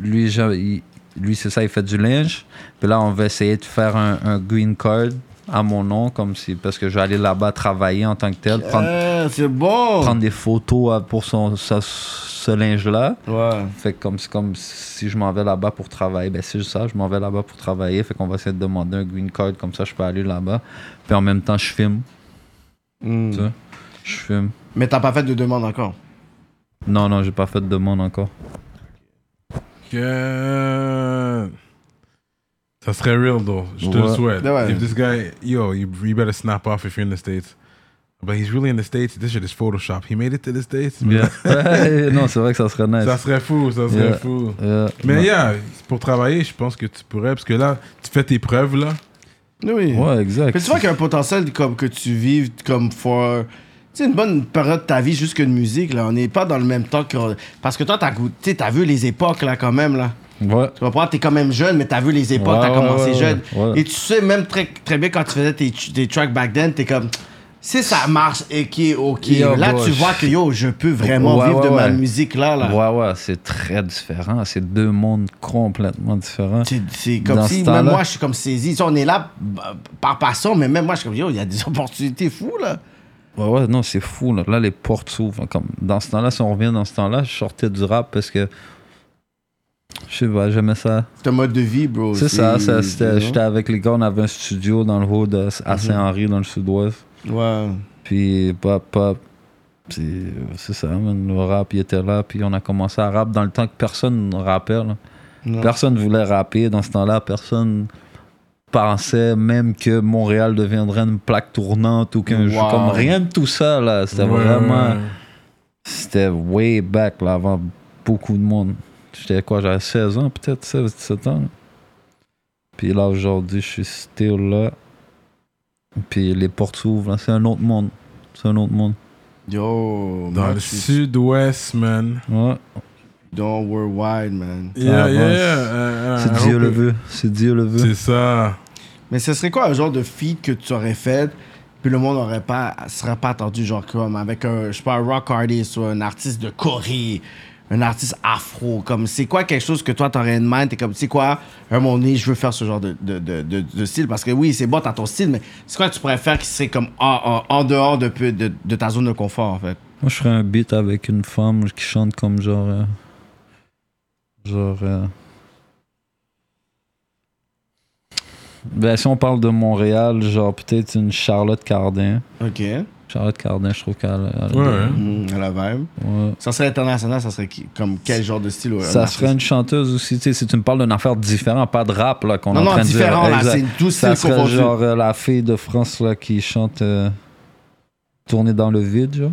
Speaker 3: lui, genre, il- lui c'est ça, il fait du linge. Puis là, on va essayer de faire un, un green card à mon nom, comme si, parce que je vais aller là-bas travailler en tant que tel, prendre,
Speaker 2: Euh, c'est bon.
Speaker 3: prendre des photos euh, pour son, sa- ce linge-là.
Speaker 2: Ouais.
Speaker 3: Fait que comme, c'est comme si je m'en vais là-bas pour travailler, ben c'est juste ça, je m'en vais là-bas pour travailler. Fait qu'on va essayer de demander un green card, comme ça je peux aller là-bas. Puis en même temps, je filme.
Speaker 2: Mm.
Speaker 3: Tu vois? Je filme.
Speaker 2: Mais t'as pas fait de demande encore.
Speaker 3: Non, non, j'ai pas fait de demande encore.
Speaker 1: Que... euh, Ça serait real, though. Je te le
Speaker 3: Ouais.
Speaker 1: souhaite.
Speaker 2: Ouais.
Speaker 1: If this guy, yo, you, you better snap off if you're in the States. But he's really in the States. This shit is Photoshop. He made it to the States. man.
Speaker 3: non, c'est vrai que ça serait nice.
Speaker 1: Ça serait fou, ça serait
Speaker 3: Yeah. Euh,
Speaker 1: fou.
Speaker 3: Yeah.
Speaker 1: Mais yeah, pour travailler, je pense que tu pourrais, parce que là, tu fais tes preuves, là.
Speaker 2: Oui.
Speaker 3: Ouais, exact.
Speaker 2: Mais tu vois qu'il y a un potentiel comme que tu vives comme for tu sais, une bonne période de ta vie juste que de musique là, on n'est pas dans le même temps que parce que toi t'as goût- tu sais, t'as vu les époques là quand même là.
Speaker 3: Ouais.
Speaker 2: Tu comprends, t'es quand même jeune, mais t'as vu les époques,
Speaker 3: Ouais,
Speaker 2: t'as
Speaker 3: ouais,
Speaker 2: commencé
Speaker 3: ouais,
Speaker 2: jeune.
Speaker 3: ouais.
Speaker 2: Et tu sais même très, très bien quand tu faisais tes, tes tracks back then, t'es comme, si ça marche et qui est ok,
Speaker 3: Yo,
Speaker 2: là
Speaker 3: bro,
Speaker 2: tu vois
Speaker 3: je-
Speaker 2: que yo, je peux vraiment
Speaker 3: Ouais,
Speaker 2: vivre
Speaker 3: ouais,
Speaker 2: de ma
Speaker 3: ouais.
Speaker 2: musique là. là.
Speaker 3: Ouais, ouais, c'est très différent. C'est deux mondes complètement différents.
Speaker 2: C'est- C'est comme
Speaker 3: Dans
Speaker 2: si,
Speaker 3: ce
Speaker 2: même
Speaker 3: temps-là.
Speaker 2: moi, je suis comme saisi. Tu sais, on est là bah, par passion, mais même moi, je suis comme, yo, il y a des opportunités fous, là.
Speaker 3: Ouais, ouais, non, c'est fou. Là, Là, les portes s'ouvrent. hein, Comme dans ce temps-là, si on revient dans ce temps-là, je sortais du rap parce que. Je sais pas, j'aimais ça.
Speaker 2: C'est un mode de vie, bro.
Speaker 3: C'est ça, ça,
Speaker 2: you
Speaker 3: c'était-
Speaker 2: know?
Speaker 3: j'étais avec les gars, on avait un studio dans le haut de,
Speaker 2: Mhm.
Speaker 3: à Saint-Henri, dans le sud-ouest.
Speaker 2: Ouais.
Speaker 3: Puis pop, pop. Puis, C'est ça, man, le rap, il était là. Puis on a commencé à rap dans le temps que personne ne rappait. là.
Speaker 2: Non.
Speaker 3: Personne voulait rapper dans ce temps-là. Personne pensait même que Montréal deviendrait une plaque tournante ou qu'un jeu
Speaker 2: Wow.
Speaker 3: comme rien de tout ça là. C'était
Speaker 1: Ouais,
Speaker 3: vraiment,
Speaker 1: ouais.
Speaker 3: c'était way back là avant beaucoup de monde. J'étais quoi, j'avais 16 ans peut-être, 16, 17 ans. là. Puis là aujourd'hui, je suis still là. Puis les portes s'ouvrent, là. c'est un autre monde. C'est un autre monde.
Speaker 2: Yo,
Speaker 1: Dans
Speaker 2: man, je
Speaker 1: le
Speaker 2: suis-
Speaker 1: sud-ouest, man.
Speaker 3: Ouais.
Speaker 2: Don't worldwide, man.
Speaker 1: Yeah,
Speaker 3: Ah,
Speaker 1: yeah,
Speaker 3: bon,
Speaker 1: yeah. Euh,
Speaker 3: C'est
Speaker 1: euh,
Speaker 3: Dieu le
Speaker 1: hope-
Speaker 3: veut. C'est Dieu le veut.
Speaker 1: C'est ça.
Speaker 2: Mais ce serait quoi un genre de feat que tu aurais fait, puis le monde n'aurait pas, serait pas attendu, genre comme avec un, je sais pas, un rock artist ou un artiste de Corée, un artiste afro, comme c'est quoi quelque chose que toi t'aurais une mind, t'es comme, c'est quoi, à un moment donné, je veux faire ce genre de, de, de, de, de style, parce que oui, c'est bon, t'as ton style, mais c'est quoi que tu pourrais faire qui serait comme en, en- en dehors de, peu- de, de ta zone de confort, en fait?
Speaker 3: Moi, je ferais un beat avec une femme qui chante comme genre. euh, genre. euh, Ben, si on parle de Montréal, genre peut-être une Charlotte Cardin.
Speaker 2: Ok.
Speaker 3: Charlotte Cardin, je trouve qu'elle. elle-
Speaker 1: Ouais.
Speaker 2: Hmm, à la vibe.
Speaker 3: ouais.
Speaker 2: Ça serait international, ça serait qui- comme quel genre de style? ou un
Speaker 3: Ça
Speaker 2: artiste?
Speaker 3: serait une chanteuse aussi, tu sais, si tu me parles d'une affaire différente, pas de rap, là, qu'on est
Speaker 2: Non,
Speaker 3: en
Speaker 2: non,
Speaker 3: train de dire.
Speaker 2: différent, là,
Speaker 3: Exact.
Speaker 2: c'est tout
Speaker 3: Ça
Speaker 2: style
Speaker 3: serait
Speaker 2: confondu.
Speaker 3: genre euh, la fille de France, là, qui chante euh, Tourner dans le vide, genre.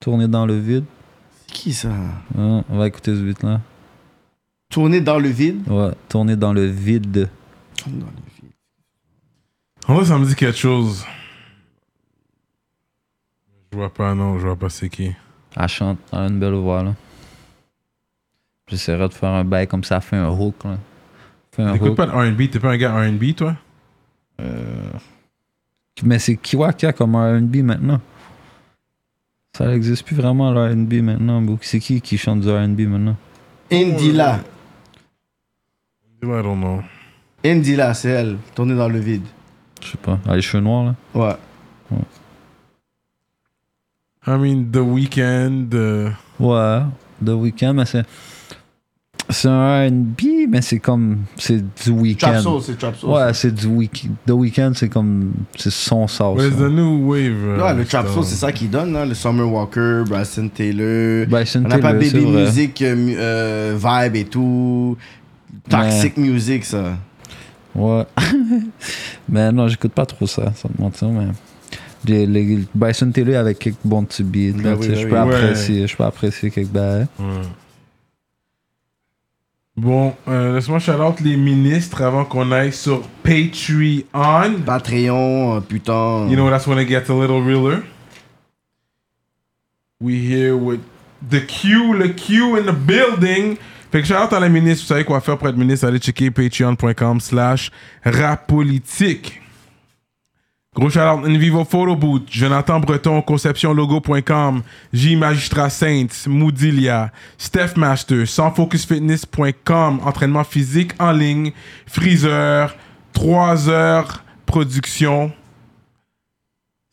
Speaker 3: Tourner dans le vide.
Speaker 2: Qui ça?
Speaker 3: Hein, on va écouter ce beat-là.
Speaker 2: Tourner dans le vide?
Speaker 3: Ouais, tourner dans le vide.
Speaker 2: Tourner dans le vide.
Speaker 1: En vrai, ça me dit quelque chose. Je vois pas, non, je vois pas c'est qui.
Speaker 3: Elle chante, elle a une belle voix, là. J'essaierai de faire un bail comme ça, fait un hook, là. Fait un
Speaker 1: T'écoutes
Speaker 3: hook.
Speaker 1: pas de R&B, t'es pas un gars R&B, toi?
Speaker 3: Mais c'est Kiwa qui a comme un R&B maintenant. Ça n'existe plus vraiment, le R&B maintenant. bro. C'est qui qui chante du R&B maintenant?
Speaker 2: Indila.
Speaker 1: I don't know.
Speaker 2: Indila, c'est elle. Tournée dans le vide.
Speaker 3: Je sais pas. Elle a les cheveux noirs, là.
Speaker 2: Ouais.
Speaker 1: I mean, The Weeknd, euh,
Speaker 3: Ouais, The Weeknd, mais c'est... C'est un R&B, mais c'est comme... C'est du
Speaker 2: Trap
Speaker 3: week-end.
Speaker 2: Soul, c'est Trap Soul.
Speaker 3: Ouais, c'est du week-end. The Weeknd, c'est comme... C'est son sauce.
Speaker 1: Where's
Speaker 3: là.
Speaker 1: the New Wave?
Speaker 2: Ouais, le Trap Soul, c'est
Speaker 1: ça.
Speaker 2: ça qu'il donne, là. Le Summer Walker, Bryson Taylor.
Speaker 3: Bryson
Speaker 2: on n'a pas
Speaker 3: Tiller, Ben, c'est
Speaker 2: Baby
Speaker 3: vrai.
Speaker 2: Music, euh, mu- euh, Vibe et tout. Toxic Music, ça.
Speaker 3: Ouais. mais non, j'écoute pas trop ça, sans te mentir, mais. Les, les- Bryson Taylor avec quelques bons petits beats. là,
Speaker 2: Ben oui,
Speaker 3: tu sais,
Speaker 2: ben
Speaker 3: je
Speaker 2: oui.
Speaker 3: peux
Speaker 1: Ouais.
Speaker 3: apprécier, je peux apprécier quelques bails.
Speaker 1: Bon, euh, laisse-moi shout out les ministres avant qu'on aille sur Patreon.
Speaker 2: Patreon, euh, putain.
Speaker 1: You know, that's when it gets a little realer. We here with the Q, le Q in the building. Fait que shout out à la ministre. Vous savez quoi faire pour être ministre. Allez checker patreon.com slash rapolitique. Gros shout-out Invivo Photo Boot, Jonathan Breton, conceptionlogo.com, J Magistrat Saints, Moodilia, Steph Master, sansfocusfitness.com, entraînement physique en ligne, Freezer, 3 heures production,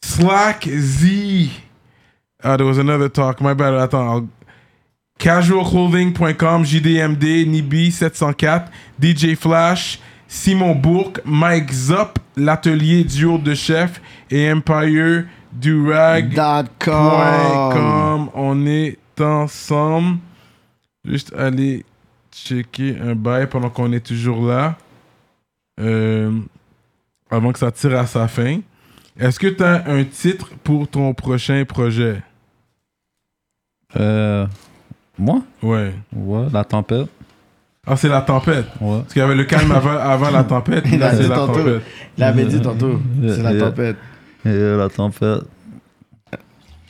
Speaker 1: Slack Z. Ah, there was another talk, my bad, attends. I'll- CasualClothing.com, JDMD, Nibi704, DJ Flash, Simon Bourque, Mike Zop, l'atelier duo de chef et Empire Durag.com.
Speaker 2: Dot com.
Speaker 1: On est ensemble. Juste aller checker un bail pendant qu'on est toujours là. Euh, avant que ça tire à sa fin. Est-ce que tu as un titre pour ton prochain projet?
Speaker 3: Euh, moi
Speaker 1: Ouais.
Speaker 3: Ouais, la tempête.
Speaker 1: Ah, c'est la tempête.
Speaker 3: Ouais.
Speaker 1: Parce qu'il y avait le calme avant, avant la tempête.
Speaker 2: Il
Speaker 1: là,
Speaker 2: a
Speaker 1: c'est
Speaker 2: dit
Speaker 1: la
Speaker 2: tantôt.
Speaker 1: tempête.
Speaker 2: Il avait dit tantôt.
Speaker 3: Yeah,
Speaker 2: C'est la
Speaker 3: yeah.
Speaker 2: tempête.
Speaker 3: Et euh, la tempête.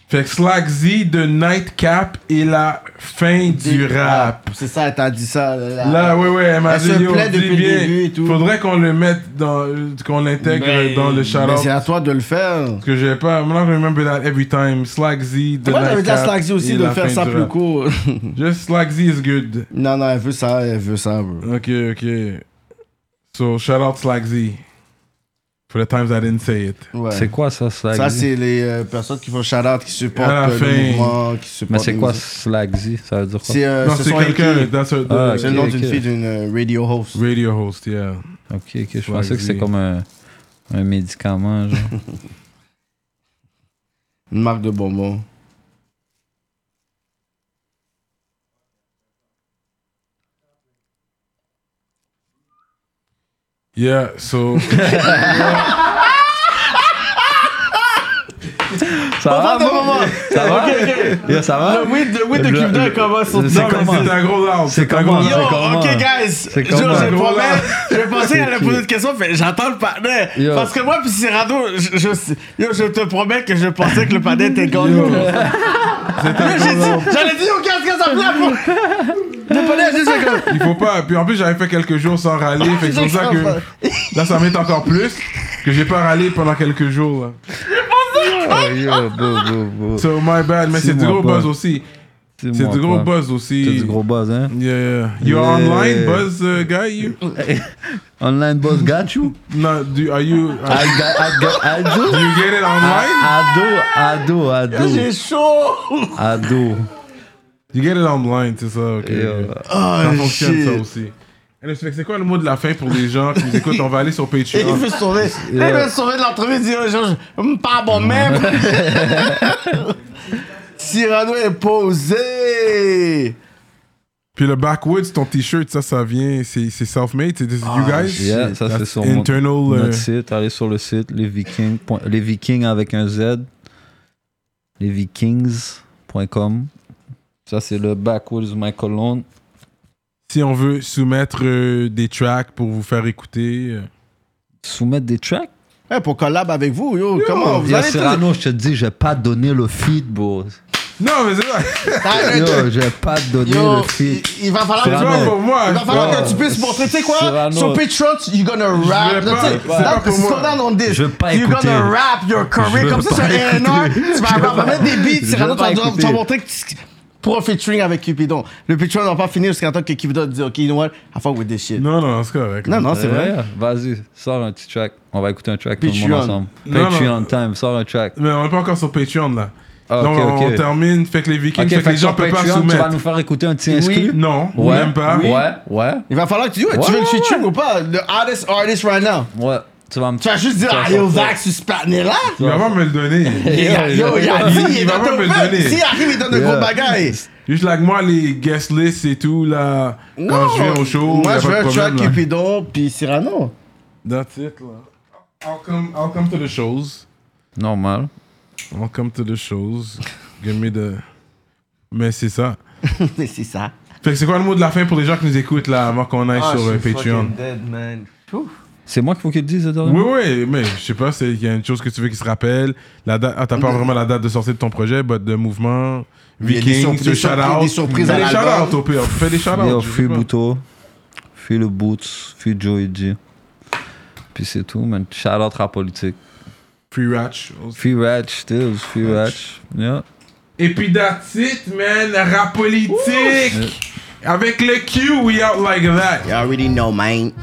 Speaker 1: Fait que Slack Z de Nightcap et la fin du rap.
Speaker 2: Ah, C'est ça, t'as dit ça. là.
Speaker 1: Là, ouais, ouais, elle m'a
Speaker 2: Elle
Speaker 1: dit,
Speaker 2: se
Speaker 1: yo,
Speaker 2: plaint
Speaker 1: dis
Speaker 2: depuis le
Speaker 1: bien.
Speaker 2: début et tout.
Speaker 1: Faudrait qu'on le mette dans, qu'on l'intègre
Speaker 3: Ben,
Speaker 4: Mais-
Speaker 1: dans le
Speaker 2: Mais
Speaker 1: shout-out.
Speaker 2: c'est à toi de le faire.
Speaker 1: Parce que j'ai pas, I'm not gonna remember that every time. Slack Z de
Speaker 2: Moi, j'avais
Speaker 1: Nightcap.
Speaker 2: dit à Slagsy aussi
Speaker 1: et
Speaker 2: de
Speaker 1: la
Speaker 2: faire
Speaker 1: fin
Speaker 2: ça
Speaker 1: du
Speaker 2: plus
Speaker 1: rap.
Speaker 2: court.
Speaker 1: Just Slack Z is good.
Speaker 2: non, non, elle veut ça, elle veut ça, bro.
Speaker 1: Ok, ok. So, shout out Slack Z. For the times I didn't say it.
Speaker 2: Ouais.
Speaker 3: C'est quoi ça, Slack
Speaker 2: Ça,
Speaker 3: Z?
Speaker 2: c'est les euh, personnes qui font shout-out, qui supportent
Speaker 1: À
Speaker 2: euh,
Speaker 1: la Ah, fin.
Speaker 2: le mouvement, qui
Speaker 3: Mais
Speaker 2: supportent.
Speaker 3: c'est
Speaker 2: les
Speaker 3: quoi
Speaker 2: musiques.
Speaker 3: Slack Z? Ça veut dire quoi
Speaker 2: C'est euh,
Speaker 1: non,
Speaker 2: ce
Speaker 1: c'est
Speaker 2: sont
Speaker 1: quelqu'un.
Speaker 2: les-
Speaker 1: That's a,
Speaker 3: Ah,
Speaker 2: C'est le nom
Speaker 3: Ok,
Speaker 2: d'une
Speaker 3: ok.
Speaker 2: fille d'une euh, radio host.
Speaker 1: radio host, yeah.
Speaker 3: Ok, ok, je
Speaker 1: Slack
Speaker 3: pensais que
Speaker 1: Z.
Speaker 3: c'est comme un, un médicament, genre.
Speaker 2: Une marque de bonbons.
Speaker 1: Yeah, so.
Speaker 3: ça va, bon? Ça va? Yeah, ça va?
Speaker 2: Oui, de, oui,
Speaker 3: Le- le-
Speaker 1: Non,
Speaker 3: le- C'est
Speaker 1: mais
Speaker 3: comment?
Speaker 1: C'est un gros lard.
Speaker 3: C'est
Speaker 1: un
Speaker 3: comment?
Speaker 2: Yo,
Speaker 1: gros lard.
Speaker 3: C'est comment?
Speaker 2: ok, guys.
Speaker 3: C'est
Speaker 2: Je-
Speaker 3: comment?
Speaker 2: Je promets,
Speaker 1: Voilà.
Speaker 2: je pensais qu'elle allait
Speaker 3: qui?
Speaker 2: poser une question, mais j'attends le panel.
Speaker 3: Yo.
Speaker 2: Parce que moi, puis Cyrano, je, je- yo, je te promets que je pensais que le panel était gagné.
Speaker 1: Yo.
Speaker 2: Là,
Speaker 1: C'est un
Speaker 2: j'ai
Speaker 1: gros lard.
Speaker 2: dit, j'allais dire, yo, qu'est-ce que ça plaît pour Le panel a juste fait comme.
Speaker 1: Il faut pas. Puis en plus, j'avais fait quelques jours sans râler. fait que c'est pour ça que. Là, ça m'est encore plus. Que j'ai pas râlé pendant quelques jours. là.
Speaker 3: Oh, yo, bro, bro, bro.
Speaker 1: So, my bad. Mais
Speaker 3: C'est
Speaker 1: c'est du
Speaker 3: moi
Speaker 1: gros
Speaker 3: pas.
Speaker 1: buzz aussi. C'est
Speaker 3: Dis-moi
Speaker 1: du gros
Speaker 3: pas.
Speaker 1: buzz
Speaker 3: C'est
Speaker 1: aussi.
Speaker 3: du gros buzz, hein?
Speaker 1: Yeah, yeah. You're
Speaker 3: Yeah.
Speaker 1: online, buzz uh, guy? You?
Speaker 3: Online buzz got you?
Speaker 1: No, do, are you.
Speaker 3: I got, I got, I do?
Speaker 1: do you get it online?
Speaker 3: Ah. Ado, ado, ado,
Speaker 2: J'ai chaud.
Speaker 3: ado.
Speaker 1: You get it online, c'est ça. ok.
Speaker 3: Yo.
Speaker 2: Oh,
Speaker 1: ok. Ça
Speaker 3: Ah,
Speaker 1: fonctionne ça
Speaker 2: shit.
Speaker 1: aussi. Alors, fait que C'est quoi le mot de la fin pour les gens qui nous écoutent? On va aller sur
Speaker 2: Et il
Speaker 1: Patreon.
Speaker 2: veut se sauver. Il veut se sauver de l'entrevue. Il dit, oh, Georges, hum, pas bon même. Cyrano est posé.
Speaker 1: Puis le Backwoods, ton t-shirt, ça, ça vient, c'est c'est self-made, c'est this is you guys?
Speaker 3: Ah, Yeah, ça c'est
Speaker 1: That's
Speaker 3: sur mon-
Speaker 1: internal. euh,
Speaker 3: notre site. Allez sur le site lesvikings, les vikings avec un Z. Lesvikings.com. Ça c'est le Backwoods Michael Lund.
Speaker 1: si on veut soumettre euh, des tracks pour vous faire écouter. euh.
Speaker 3: Soumettre des tracks.
Speaker 2: Eh, pour collab avec vous, yo, comment Oh, vous
Speaker 3: Yo,
Speaker 2: allez tous-
Speaker 3: Cyrano, je te dis, j'ai pas donné le feed, bro.
Speaker 1: Non, mais c'est vrai.
Speaker 2: Arrête.
Speaker 3: Yo, j'ai pas donné
Speaker 2: Yo,
Speaker 3: le feed.
Speaker 2: il- il va falloir
Speaker 1: C'est
Speaker 3: Cyrano.
Speaker 1: pas
Speaker 3: Cyrano.
Speaker 1: pour
Speaker 2: que
Speaker 1: moi.
Speaker 2: il va falloir
Speaker 3: Yo,
Speaker 2: que tu puisses montrer, tu sais quoi?
Speaker 3: Cyrano.
Speaker 2: Sur Patreon, you're gonna rap.
Speaker 1: vais pas,
Speaker 2: Tu sais,
Speaker 1: c'est pas pour
Speaker 2: that-
Speaker 1: moi.
Speaker 2: slow down on this.
Speaker 3: Je veux pas
Speaker 2: You're
Speaker 3: écouter.
Speaker 2: gonna rap your career.
Speaker 3: veux
Speaker 2: Comme ça,
Speaker 3: pas
Speaker 2: sur A&R,
Speaker 3: écouter.
Speaker 2: tu vas rap, on va mettre des
Speaker 3: Je
Speaker 2: beats. Cyrano,
Speaker 3: veux pas
Speaker 2: tu vas- tu vas
Speaker 3: écouter.
Speaker 2: montrer que tu- pour un featuring avec Cupidon. Le Patreon n'a pas fini jusqu'à temps que Cupidon dit, OK, you know what? I fuck with this shit.
Speaker 1: Non, non, c'est correct.
Speaker 2: Non, non, c'est vrai.
Speaker 3: Ouais, Vas-y, sors un petit track. On va écouter un track tout le monde
Speaker 2: Patreon.
Speaker 3: ensemble.
Speaker 1: Non, non.
Speaker 3: Patreon time, sors un track.
Speaker 1: Mais on n'est pas encore sur Patreon, là.
Speaker 3: Ah,
Speaker 1: Donc,
Speaker 3: ok,
Speaker 1: on-
Speaker 3: ok.
Speaker 1: on termine, fait que les Vikings,
Speaker 3: Ok,
Speaker 1: fait que les gens
Speaker 3: sur
Speaker 1: peuvent pas
Speaker 3: Patreon, tu vas
Speaker 1: soumettre.
Speaker 3: nous faire écouter un petit inscrit.
Speaker 1: Non, on
Speaker 3: Ouais,
Speaker 1: n'aime pas.
Speaker 3: ouais, ouais,
Speaker 2: Il va falloir que tu, yo,
Speaker 3: Ouais,
Speaker 2: tu veux le
Speaker 3: ouais,
Speaker 2: featuring ou pas? Le hardest artist right now.
Speaker 3: ouais. Tu vas me
Speaker 2: Tu vas juste dire,
Speaker 3: Tu vas
Speaker 2: ah, yo,
Speaker 3: sortir.
Speaker 2: Vax, sur ce panel-là?
Speaker 1: Il va pas me le donner.
Speaker 2: Il a- Yo, il a dit,
Speaker 1: Il
Speaker 2: il va
Speaker 1: va pas me le
Speaker 2: te
Speaker 1: donner.
Speaker 2: faire. S'il arrive, il donne de
Speaker 3: Yeah.
Speaker 2: gros bagailles.
Speaker 1: Juste like moi, les guest lists et tout, là, quand je viens au show, Oh, y
Speaker 2: Moi,
Speaker 1: a
Speaker 2: je
Speaker 1: pas
Speaker 2: veux
Speaker 1: de
Speaker 2: un
Speaker 1: problème,
Speaker 2: track
Speaker 1: là.
Speaker 2: Cupidon puis Cyrano.
Speaker 1: That's it, là. I'll come, I'll come to the shows.
Speaker 3: Normal.
Speaker 1: I'll come to the shows. Give me the... Mais c'est ça.
Speaker 2: Mais c'est ça. Ah,
Speaker 1: Fait que c'est quoi le mot de la fin pour les gens qui nous écoutent, là, avant qu'on aille sur euh, Patreon?
Speaker 3: C'est moi qu'il faut qu'il dise, le dernier
Speaker 1: Oui, oui, mais je sais pas, c'est- il y a une chose que tu veux qui se rappelle. La date, ah, t'as pas vraiment la date de sortie de ton projet, but de mouvement,
Speaker 2: Mm. Il y a des
Speaker 1: Viking,
Speaker 2: surprises-
Speaker 1: ce
Speaker 2: des surprises-
Speaker 1: shout-out.
Speaker 2: des surprises
Speaker 1: Fais
Speaker 2: à
Speaker 1: des
Speaker 2: l'album.
Speaker 1: shout-outs au pire. Fais des
Speaker 3: Yo,
Speaker 1: shout-outs. je sais
Speaker 3: fuis
Speaker 1: pas.
Speaker 3: Bouto, fuis le Boots, fuis Joey G. Puis c'est tout, man. Shout out rap politique.
Speaker 1: Free Ratch.
Speaker 3: Free Ratch, still, Free Ratch. Yeah.
Speaker 1: Et puis that's it, man. Rap politique. Avec le Q, we out like that.
Speaker 2: You already know, man.